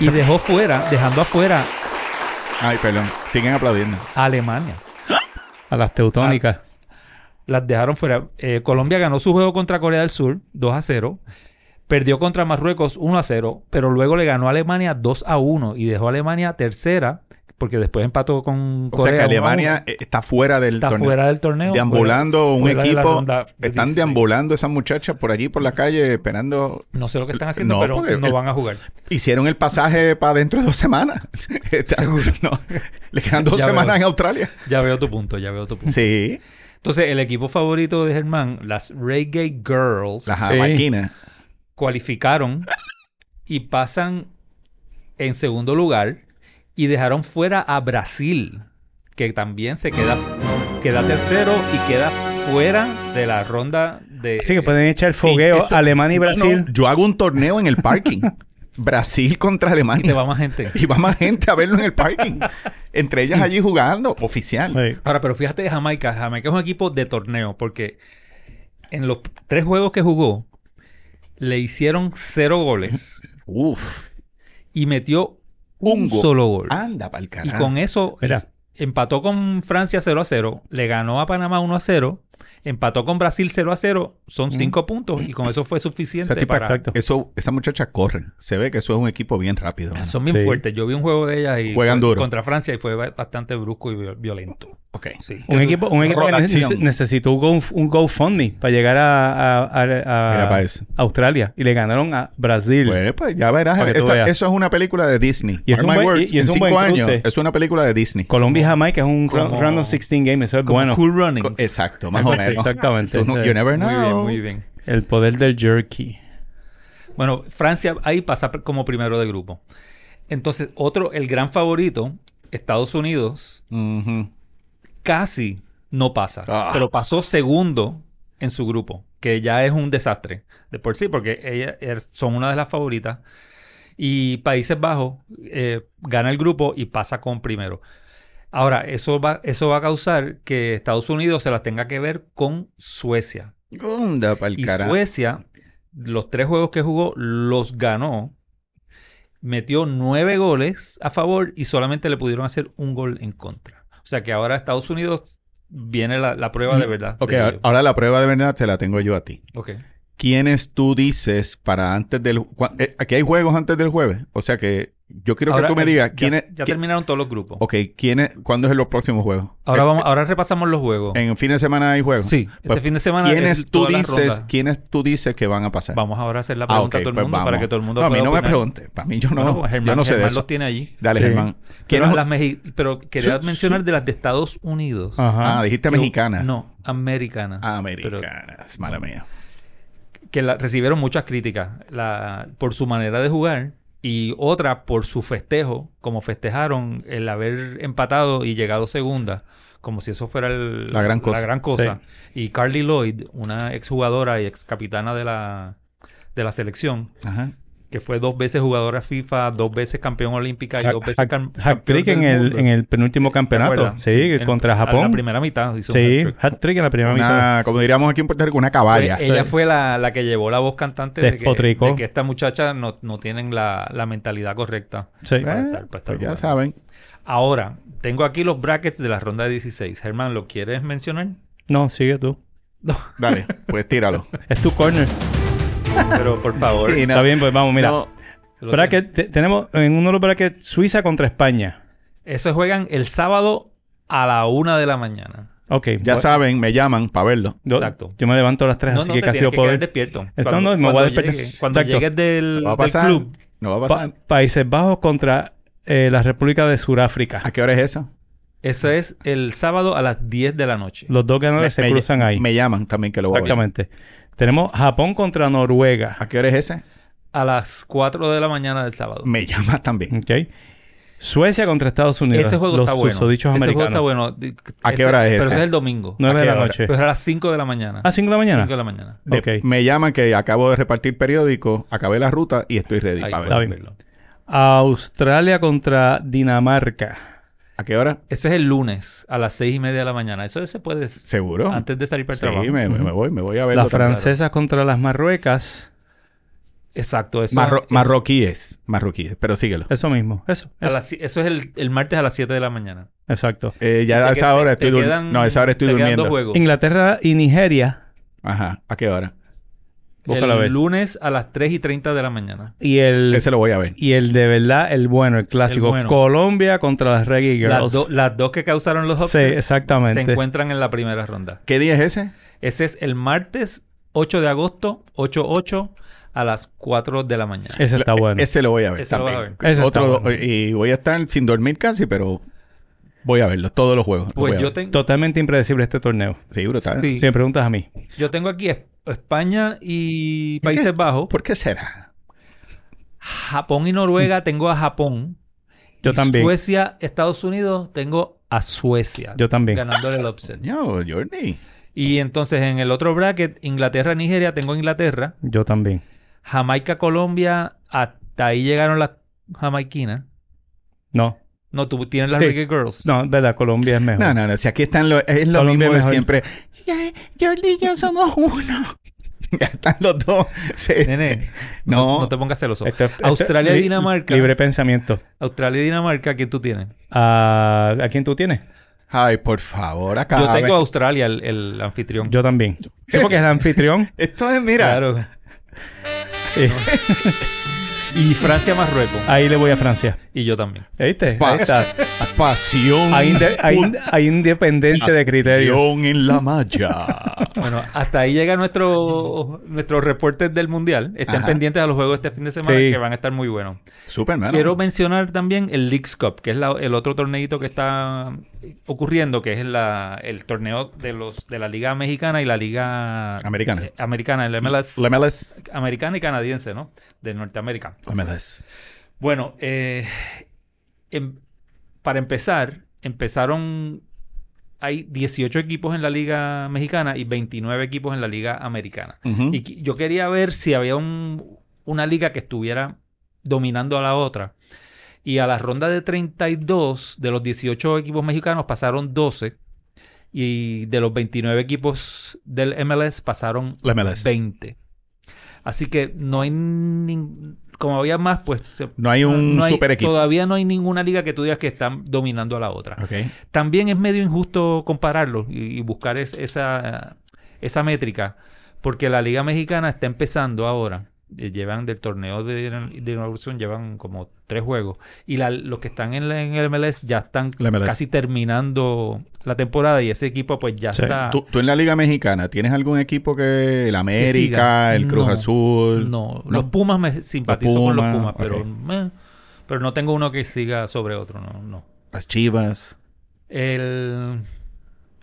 Speaker 3: y dejó fuera, dejando afuera
Speaker 1: Ay, perdón. Siguen aplaudiendo.
Speaker 3: a Alemania.
Speaker 2: A
Speaker 1: Ah.
Speaker 2: las teutónicas.
Speaker 3: Las dejaron fuera. Eh, Colombia ganó su juego contra Corea del Sur 2 a 0. Perdió contra Marruecos 1 a 0. Pero luego le ganó a Alemania 2 a 1 y dejó a Alemania tercera. Porque después empató con
Speaker 1: O
Speaker 3: Corea.
Speaker 1: sea que
Speaker 3: 1 a 1.
Speaker 1: Alemania eh, está fuera del
Speaker 3: está
Speaker 1: torneo.
Speaker 3: fuera del torneo.
Speaker 1: deambulando
Speaker 3: fuera-
Speaker 1: un
Speaker 3: fuera de la
Speaker 1: equipo.
Speaker 3: ronda de
Speaker 1: están
Speaker 3: 16.
Speaker 1: deambulando esas muchachas por allí, por la calle, esperando.
Speaker 3: No sé lo que están haciendo,
Speaker 1: Eh, No,
Speaker 3: pero
Speaker 1: porque eh.
Speaker 3: no
Speaker 1: el-
Speaker 3: van a jugar.
Speaker 1: Hicieron el pasaje para dentro de dos semanas. Está- no, le quedan dos
Speaker 3: Ya veo.
Speaker 1: semanas en Australia.
Speaker 3: Ya veo tu punto, ya veo tu punto.
Speaker 1: Sí,
Speaker 3: Entonces, el equipo favorito de Germán, las Reggae Girls,
Speaker 1: las
Speaker 4: Sí.
Speaker 1: máquinas.
Speaker 3: cualificaron y pasan en segundo lugar y dejaron fuera a Brasil, que también se queda, queda tercero y queda fuera de la ronda de...
Speaker 2: Así que pueden echar fogueo
Speaker 1: Esto-
Speaker 2: Alemania y
Speaker 1: No,
Speaker 2: Brasil.
Speaker 1: no, yo hago un torneo en el parking. Brasil contra
Speaker 3: y te
Speaker 1: Alemania.
Speaker 3: va más gente.
Speaker 1: Y va más gente a verlo en el parking. Entre ellas allí jugando, oficial.
Speaker 2: Sí.
Speaker 3: Ahora, pero fíjate de Jamaica. Jamaica es un equipo de torneo porque en los tres juegos que jugó le hicieron cero goles
Speaker 1: Uf.
Speaker 3: y metió
Speaker 1: Un
Speaker 3: un,
Speaker 1: gol.
Speaker 3: solo gol.
Speaker 1: Anda pa'l
Speaker 3: Y
Speaker 1: carajo.
Speaker 3: con eso
Speaker 2: Mira.
Speaker 3: es- empató con Francia 0 a 0, le ganó a Panamá 1 a 0, empató con Brasil 0 a 0, son 5 puntos y con eso fue suficiente
Speaker 1: Mm. Esa tipa-
Speaker 3: para...
Speaker 2: Exacto.
Speaker 1: Eso, esas muchachas corren. Se ve que eso es un equipo bien rápido. mano.
Speaker 3: Son bien
Speaker 2: Sí.
Speaker 3: fuertes. Yo vi un juego de ellas y
Speaker 1: Juegan
Speaker 3: fue-
Speaker 1: duro.
Speaker 3: contra Francia y fue ba- bastante brusco y vi- violento.
Speaker 1: Ok.
Speaker 3: Sí.
Speaker 2: Un equipo, un equipo que
Speaker 1: Rotación.
Speaker 2: nece- necesitó un, go, un GoFundMe para llegar a, a- a- a-
Speaker 1: Mira pa' eso.
Speaker 2: Australia y le ganaron a Brasil.
Speaker 1: Bueno, pues ya verás.
Speaker 2: Para que tú
Speaker 1: Esta-
Speaker 2: veas.
Speaker 1: eso es una película de Disney.
Speaker 2: Y es
Speaker 1: Mark
Speaker 2: un
Speaker 1: my
Speaker 2: buen-
Speaker 1: words,
Speaker 2: y- y es
Speaker 1: en
Speaker 2: un
Speaker 1: cinco
Speaker 2: buen
Speaker 1: años
Speaker 2: cruce.
Speaker 1: es una película de Disney.
Speaker 2: Colombia y Jamaica es un ra-
Speaker 3: como-
Speaker 2: random 16 game, eso es
Speaker 3: Como
Speaker 2: bueno.
Speaker 3: Cool Runnings.
Speaker 1: Co- Exacto, más o menos.
Speaker 2: Exactamente.
Speaker 1: Tú no- you never
Speaker 3: Muy bien,
Speaker 1: know.
Speaker 3: muy bien.
Speaker 2: El poder del jerky.
Speaker 3: Bueno, Francia ahí pasa pr- como primero de grupo. Entonces, otro, el gran favorito, Estados Unidos,
Speaker 1: Ujú.
Speaker 3: casi no pasa,
Speaker 1: Ah.
Speaker 3: pero pasó segundo en su grupo, que ya es un desastre de por sí, porque ellas er- son una de las favoritas. Y Países Bajos eh, gana el grupo y pasa con primero. Ahora, eso va, eso va a causar que Estados Unidos se las tenga que ver con Suecia.
Speaker 1: Onda pa'l
Speaker 3: Y
Speaker 1: carajo.
Speaker 3: Suecia, los tres juegos que jugó, los ganó. Metió nueve goles a favor y solamente le pudieron hacer un gol en contra. O sea que ahora Estados Unidos viene la, la prueba de verdad.
Speaker 1: Mm, Ok,
Speaker 3: de-
Speaker 1: ahora- ah, ahora la prueba de verdad te la tengo yo a ti.
Speaker 3: ok.
Speaker 1: ¿Quiénes tú dices para antes del... cua- eh, aquí hay juegos antes del jueves. O sea que yo quiero
Speaker 3: Ahora,
Speaker 1: que tú me
Speaker 3: eh,
Speaker 1: digas
Speaker 3: ya-
Speaker 1: quiénes...
Speaker 3: Ya,
Speaker 1: qui-
Speaker 3: terminaron todos los grupos.
Speaker 1: ok, ¿quiénes, ¿cuándo es los próximos juegos?
Speaker 3: Ahora,
Speaker 1: Eh,
Speaker 3: vamos, ahora repasamos los juegos.
Speaker 1: ¿En fin de semana hay juegos?
Speaker 3: sí,
Speaker 1: Pues,
Speaker 3: este fin de semana.
Speaker 1: ¿Quiénes
Speaker 3: es
Speaker 1: tú
Speaker 3: todas las
Speaker 1: dices,
Speaker 3: rondas.
Speaker 1: ¿Quiénes tú dices que van a pasar?
Speaker 3: Vamos ahora a hacer la
Speaker 1: Ah,
Speaker 3: pregunta
Speaker 1: ok,
Speaker 3: a todo el
Speaker 1: pues
Speaker 3: mundo para
Speaker 1: vamos.
Speaker 3: que todo el mundo
Speaker 1: No, a mí
Speaker 3: pueda
Speaker 1: no me
Speaker 3: opinar.
Speaker 1: pregunte. Para mí yo no,
Speaker 3: Bueno, Germán,
Speaker 1: yo no sé de
Speaker 3: Germán
Speaker 1: eso.
Speaker 3: los tiene allí.
Speaker 1: Dale,
Speaker 2: Sí.
Speaker 1: Germán. ¿Quién
Speaker 3: Pero,
Speaker 1: es-
Speaker 3: las Mexi- pero quería
Speaker 2: Su-
Speaker 3: mencionar de las de Estados Unidos.
Speaker 1: Ah,
Speaker 2: Ajá.
Speaker 1: dijiste
Speaker 3: que-
Speaker 1: mexicana. Ah,
Speaker 3: No, americanas. Pero
Speaker 1: Americanas, mala mía.
Speaker 3: que la- recibieron muchas críticas la- por su manera de jugar y otra por su festejo, como festejaron el haber empatado y llegado segunda, como si eso fuera el-
Speaker 1: La gran cosa.
Speaker 3: cosa. Y Carly Lloyd, una exjugadora y excapitana de la, de la selección,
Speaker 1: Ajá.
Speaker 3: que fue dos veces jugadora FIFA, dos veces campeón olímpica y dos veces cam-
Speaker 2: Hat-trick
Speaker 3: campeón
Speaker 2: en
Speaker 3: del
Speaker 2: el,
Speaker 3: mundo.
Speaker 2: en el penúltimo
Speaker 3: ¿Te
Speaker 2: campeonato.
Speaker 3: acuerdas?
Speaker 2: Sí,
Speaker 3: en-
Speaker 2: contra
Speaker 3: A la
Speaker 2: Japón.
Speaker 3: primera mitad hizo un
Speaker 2: Sí,
Speaker 3: hat-trick.
Speaker 2: hat-trick en la primera mitad.
Speaker 1: Una- como diríamos aquí en Puerto Rico, una
Speaker 3: Pues
Speaker 1: caballa.
Speaker 3: ella fue la, la que llevó la voz cantante de que,
Speaker 2: Despotricó.
Speaker 3: de que esta muchacha no, no tienen la, la mentalidad correcta.
Speaker 2: Sí.
Speaker 3: para estar- para estar
Speaker 1: Pues ya
Speaker 3: jugando.
Speaker 1: saben.
Speaker 3: Ahora, tengo aquí los brackets de la ronda de 16. Germán, ¿lo quieres mencionar?
Speaker 2: No, sigue tú.
Speaker 3: No,
Speaker 1: Dale, pues tíralo.
Speaker 2: Es tu corner.
Speaker 3: pero por favor.
Speaker 1: Y no-
Speaker 2: Está bien, pues vamos, mira.
Speaker 1: no,
Speaker 3: Lo
Speaker 2: Bracket, te- tenemos en uno de los brackets Suiza contra España.
Speaker 3: tengo. Eso juegan el sábado a la una de la mañana.
Speaker 2: Ok.
Speaker 1: ya
Speaker 2: voy-
Speaker 1: saben, me llaman para verlo.
Speaker 2: yo-
Speaker 3: Exacto.
Speaker 2: Yo me levanto a las 3,
Speaker 3: No,
Speaker 2: así
Speaker 3: no,
Speaker 2: que
Speaker 3: te
Speaker 2: casi
Speaker 3: tienes
Speaker 2: yo
Speaker 3: que
Speaker 2: puedo
Speaker 3: quedar
Speaker 2: ver.
Speaker 3: despierto.
Speaker 2: Está- no, me voy a
Speaker 3: cuando
Speaker 2: despertar.
Speaker 3: llegue- cuando
Speaker 2: Exacto.
Speaker 3: llegues del,
Speaker 1: No va a
Speaker 3: del
Speaker 1: pasar.
Speaker 3: club.
Speaker 1: No va a
Speaker 2: Pa-
Speaker 1: pasar.
Speaker 2: Países Bajos contra eh, la República de Sudáfrica.
Speaker 1: ¿A qué hora es esa?
Speaker 3: Eso es el sábado a las 10 de la noche.
Speaker 2: Los dos ganadores se
Speaker 1: me,
Speaker 2: cruzan ahí.
Speaker 1: Me llaman también que lo voy a ver.
Speaker 2: Exactamente. Tenemos Japón contra Noruega.
Speaker 1: ¿A qué hora es ese?
Speaker 3: A las 4 de la mañana del sábado.
Speaker 1: Me llaman también.
Speaker 2: Ok. Suecia contra Estados Unidos.
Speaker 3: Ese juego
Speaker 2: los
Speaker 3: está bueno. Ese
Speaker 2: cusodichos
Speaker 3: juego
Speaker 2: americanos.
Speaker 3: está bueno.
Speaker 1: ¿A qué hora es
Speaker 3: Pero
Speaker 1: ese?
Speaker 3: ese es el domingo.
Speaker 2: 9
Speaker 1: ¿A
Speaker 2: de
Speaker 1: qué
Speaker 2: la
Speaker 1: hora?
Speaker 2: noche.
Speaker 3: Pero es a las 5 de la mañana.
Speaker 2: ¿A 5 de la mañana?
Speaker 3: 5 de la mañana.
Speaker 1: De-
Speaker 2: Ok.
Speaker 1: Me llaman que acabo de repartir periódico, acabé la ruta y estoy ready
Speaker 3: Ahí
Speaker 1: para
Speaker 3: puedes
Speaker 1: verlo.
Speaker 2: bien.
Speaker 3: verlo.
Speaker 2: Australia contra Dinamarca.
Speaker 1: ¿A qué hora?
Speaker 3: Eso es el lunes a las 6 y media de la mañana. Eso se puede
Speaker 1: ¿Seguro?
Speaker 3: antes de salir para el
Speaker 1: sí,
Speaker 3: trabajo.
Speaker 1: me, me voy, me voy a verlo.
Speaker 2: Las
Speaker 1: también.
Speaker 2: francesas contra las marruecas.
Speaker 3: Exacto. Eso,
Speaker 1: Marro-
Speaker 3: es-
Speaker 1: marroquíes, marroquíes, pero síguelo.
Speaker 2: Eso mismo. Eso.
Speaker 3: a
Speaker 2: eso.
Speaker 3: las si- eso es el, el martes a las 7 de la mañana.
Speaker 2: Exacto.
Speaker 1: Eh, ya a
Speaker 3: Te
Speaker 1: esa
Speaker 3: que-
Speaker 1: hora
Speaker 3: te
Speaker 1: estoy durmiendo.
Speaker 3: quedan-
Speaker 1: No, a esa hora estoy
Speaker 3: te quedan
Speaker 1: durmiendo.
Speaker 3: dos juegos.
Speaker 2: Inglaterra y Nigeria.
Speaker 1: Ajá, ¿a qué hora?
Speaker 2: Búscala a ver.
Speaker 3: El lunes a las 3 y 30 de la mañana.
Speaker 2: Y el,
Speaker 1: Ese lo voy a ver.
Speaker 2: y el de verdad, el bueno, el clásico.
Speaker 3: El bueno.
Speaker 2: Colombia contra las Reggae
Speaker 3: Las,
Speaker 2: Girls.
Speaker 3: do- las dos que causaron los
Speaker 2: sí,
Speaker 3: upsets se
Speaker 2: exactamente.
Speaker 3: encuentran en la primera ronda.
Speaker 1: ¿Qué día es ese?
Speaker 3: Ese es el martes 8 de agosto, 8-8, a las 4 de la mañana.
Speaker 2: Ese está bueno.
Speaker 1: E-, Ese lo voy a ver.
Speaker 3: Ese lo
Speaker 1: también.
Speaker 3: vas a
Speaker 2: ver. Ese está
Speaker 1: Otro,
Speaker 2: bueno.
Speaker 1: Y voy a estar sin dormir casi, pero voy a verlo. Todos los juegos. los voy
Speaker 3: Pues
Speaker 1: a
Speaker 3: yo,
Speaker 1: ver.
Speaker 3: ten-
Speaker 2: Totalmente impredecible este torneo.
Speaker 1: Sí, brutal.
Speaker 3: Sí.
Speaker 2: Si me preguntas a mí.
Speaker 3: yo tengo aquí es- España y Países Bajos.
Speaker 1: ¿Por qué será?
Speaker 3: Japón y Noruega tengo a Japón.
Speaker 2: Mm. Yo
Speaker 3: Y
Speaker 2: también.
Speaker 3: Suecia, Estados Unidos, tengo a Suecia.
Speaker 2: Yo también.
Speaker 3: Ganándole el upset.
Speaker 1: No, Jordi.
Speaker 3: Y entonces en el otro bracket, Inglaterra, Nigeria, tengo a Inglaterra.
Speaker 2: Yo también.
Speaker 3: Jamaica, Colombia, hasta ahí llegaron las jamaiquinas.
Speaker 2: No.
Speaker 3: No, tú tienes las
Speaker 2: Sí.
Speaker 3: Reggae Girls.
Speaker 2: No, verdad, Colombia es mejor.
Speaker 1: No, no, no. Si aquí están los... Es lo
Speaker 2: Colombia
Speaker 1: mismo de
Speaker 2: mejor.
Speaker 1: siempre. Ya, Jordi y yo somos uno. ya están los dos. Sí.
Speaker 3: Nene,
Speaker 1: No.
Speaker 3: no te pongas celoso.
Speaker 2: Esto Este, es- esto es
Speaker 3: Australia y
Speaker 2: li-
Speaker 3: Dinamarca.
Speaker 2: Eh, Libre pensamiento.
Speaker 3: Australia y Dinamarca, ¿quién tú tienes?
Speaker 2: Ah, ¿A quién tú tienes?
Speaker 1: Ay, por favor, acá.
Speaker 3: Yo tengo a Australia, el, el anfitrión.
Speaker 2: Yo también. Sí, porque es el anfitrión.
Speaker 1: Esto es, mira.
Speaker 3: Claro.
Speaker 2: Eh,
Speaker 3: Y Francia, Marruecos.
Speaker 2: ahí le voy a Francia.
Speaker 3: Y yo también.
Speaker 2: ¿Viste? Ahí
Speaker 1: pas-
Speaker 2: está.
Speaker 1: Pasión.
Speaker 2: Hay, inde- hay in- hay independencia de criterio.
Speaker 1: Pasión en la malla.
Speaker 3: Bueno, hasta ahí llega nuestro nuestros reportes del mundial. Estén
Speaker 1: Ajá.
Speaker 3: pendientes a los juegos de este fin de semana
Speaker 2: Sí.
Speaker 3: que van a estar muy buenos.
Speaker 1: Superman.
Speaker 3: Quiero mencionar también el Leagues Cup, que es la- el otro torneito que está ocurriendo, que es la- el torneo de los de la Liga Mexicana y la Liga
Speaker 1: Americana.
Speaker 3: eh, americana, el MLS
Speaker 1: Lemeles.
Speaker 3: americana y canadiense, ¿no? De Norteamérica.
Speaker 1: Lemeles.
Speaker 3: Bueno, eh, em- para empezar, empezaron. Hay 18 equipos en la Liga Mexicana y 29 equipos en la Liga Americana.
Speaker 1: Ujú.
Speaker 3: Y qui- yo quería ver si había un- una liga que estuviera dominando a la otra. Y a la ronda de 32 de los 18 equipos mexicanos pasaron 12. Y de los 29 equipos del MLS pasaron
Speaker 1: Lemeles.
Speaker 3: 20. Así que no hay nin- como había más, pues se-
Speaker 1: No hay un super equipo.
Speaker 3: Todavía no hay ninguna liga que tú digas que están dominando a la otra.
Speaker 1: Ok.
Speaker 3: También es medio injusto compararlo y, y buscar es- esa, esa métrica, porque la Liga Mexicana está empezando ahora. Eh, Llevan del torneo de, de inauguración, llevan como tres juegos. Y la- los que están en, la- en el MLS ya están
Speaker 1: La MLS.
Speaker 3: casi terminando la temporada y ese equipo pues ya
Speaker 2: Sí.
Speaker 3: está...
Speaker 1: ¿Tú, tú en la Liga Mexicana, ¿tienes algún equipo que. El América,
Speaker 3: siga?
Speaker 1: el Cruz
Speaker 3: No,
Speaker 1: Azul?
Speaker 3: No,
Speaker 1: ¿No?
Speaker 3: los Pumas me simpatizo con los
Speaker 1: Pumas,
Speaker 3: Pumas, pero,
Speaker 1: ok.
Speaker 3: meh, pero no tengo uno que siga sobre otro, no, no.
Speaker 1: Las Chivas.
Speaker 3: El,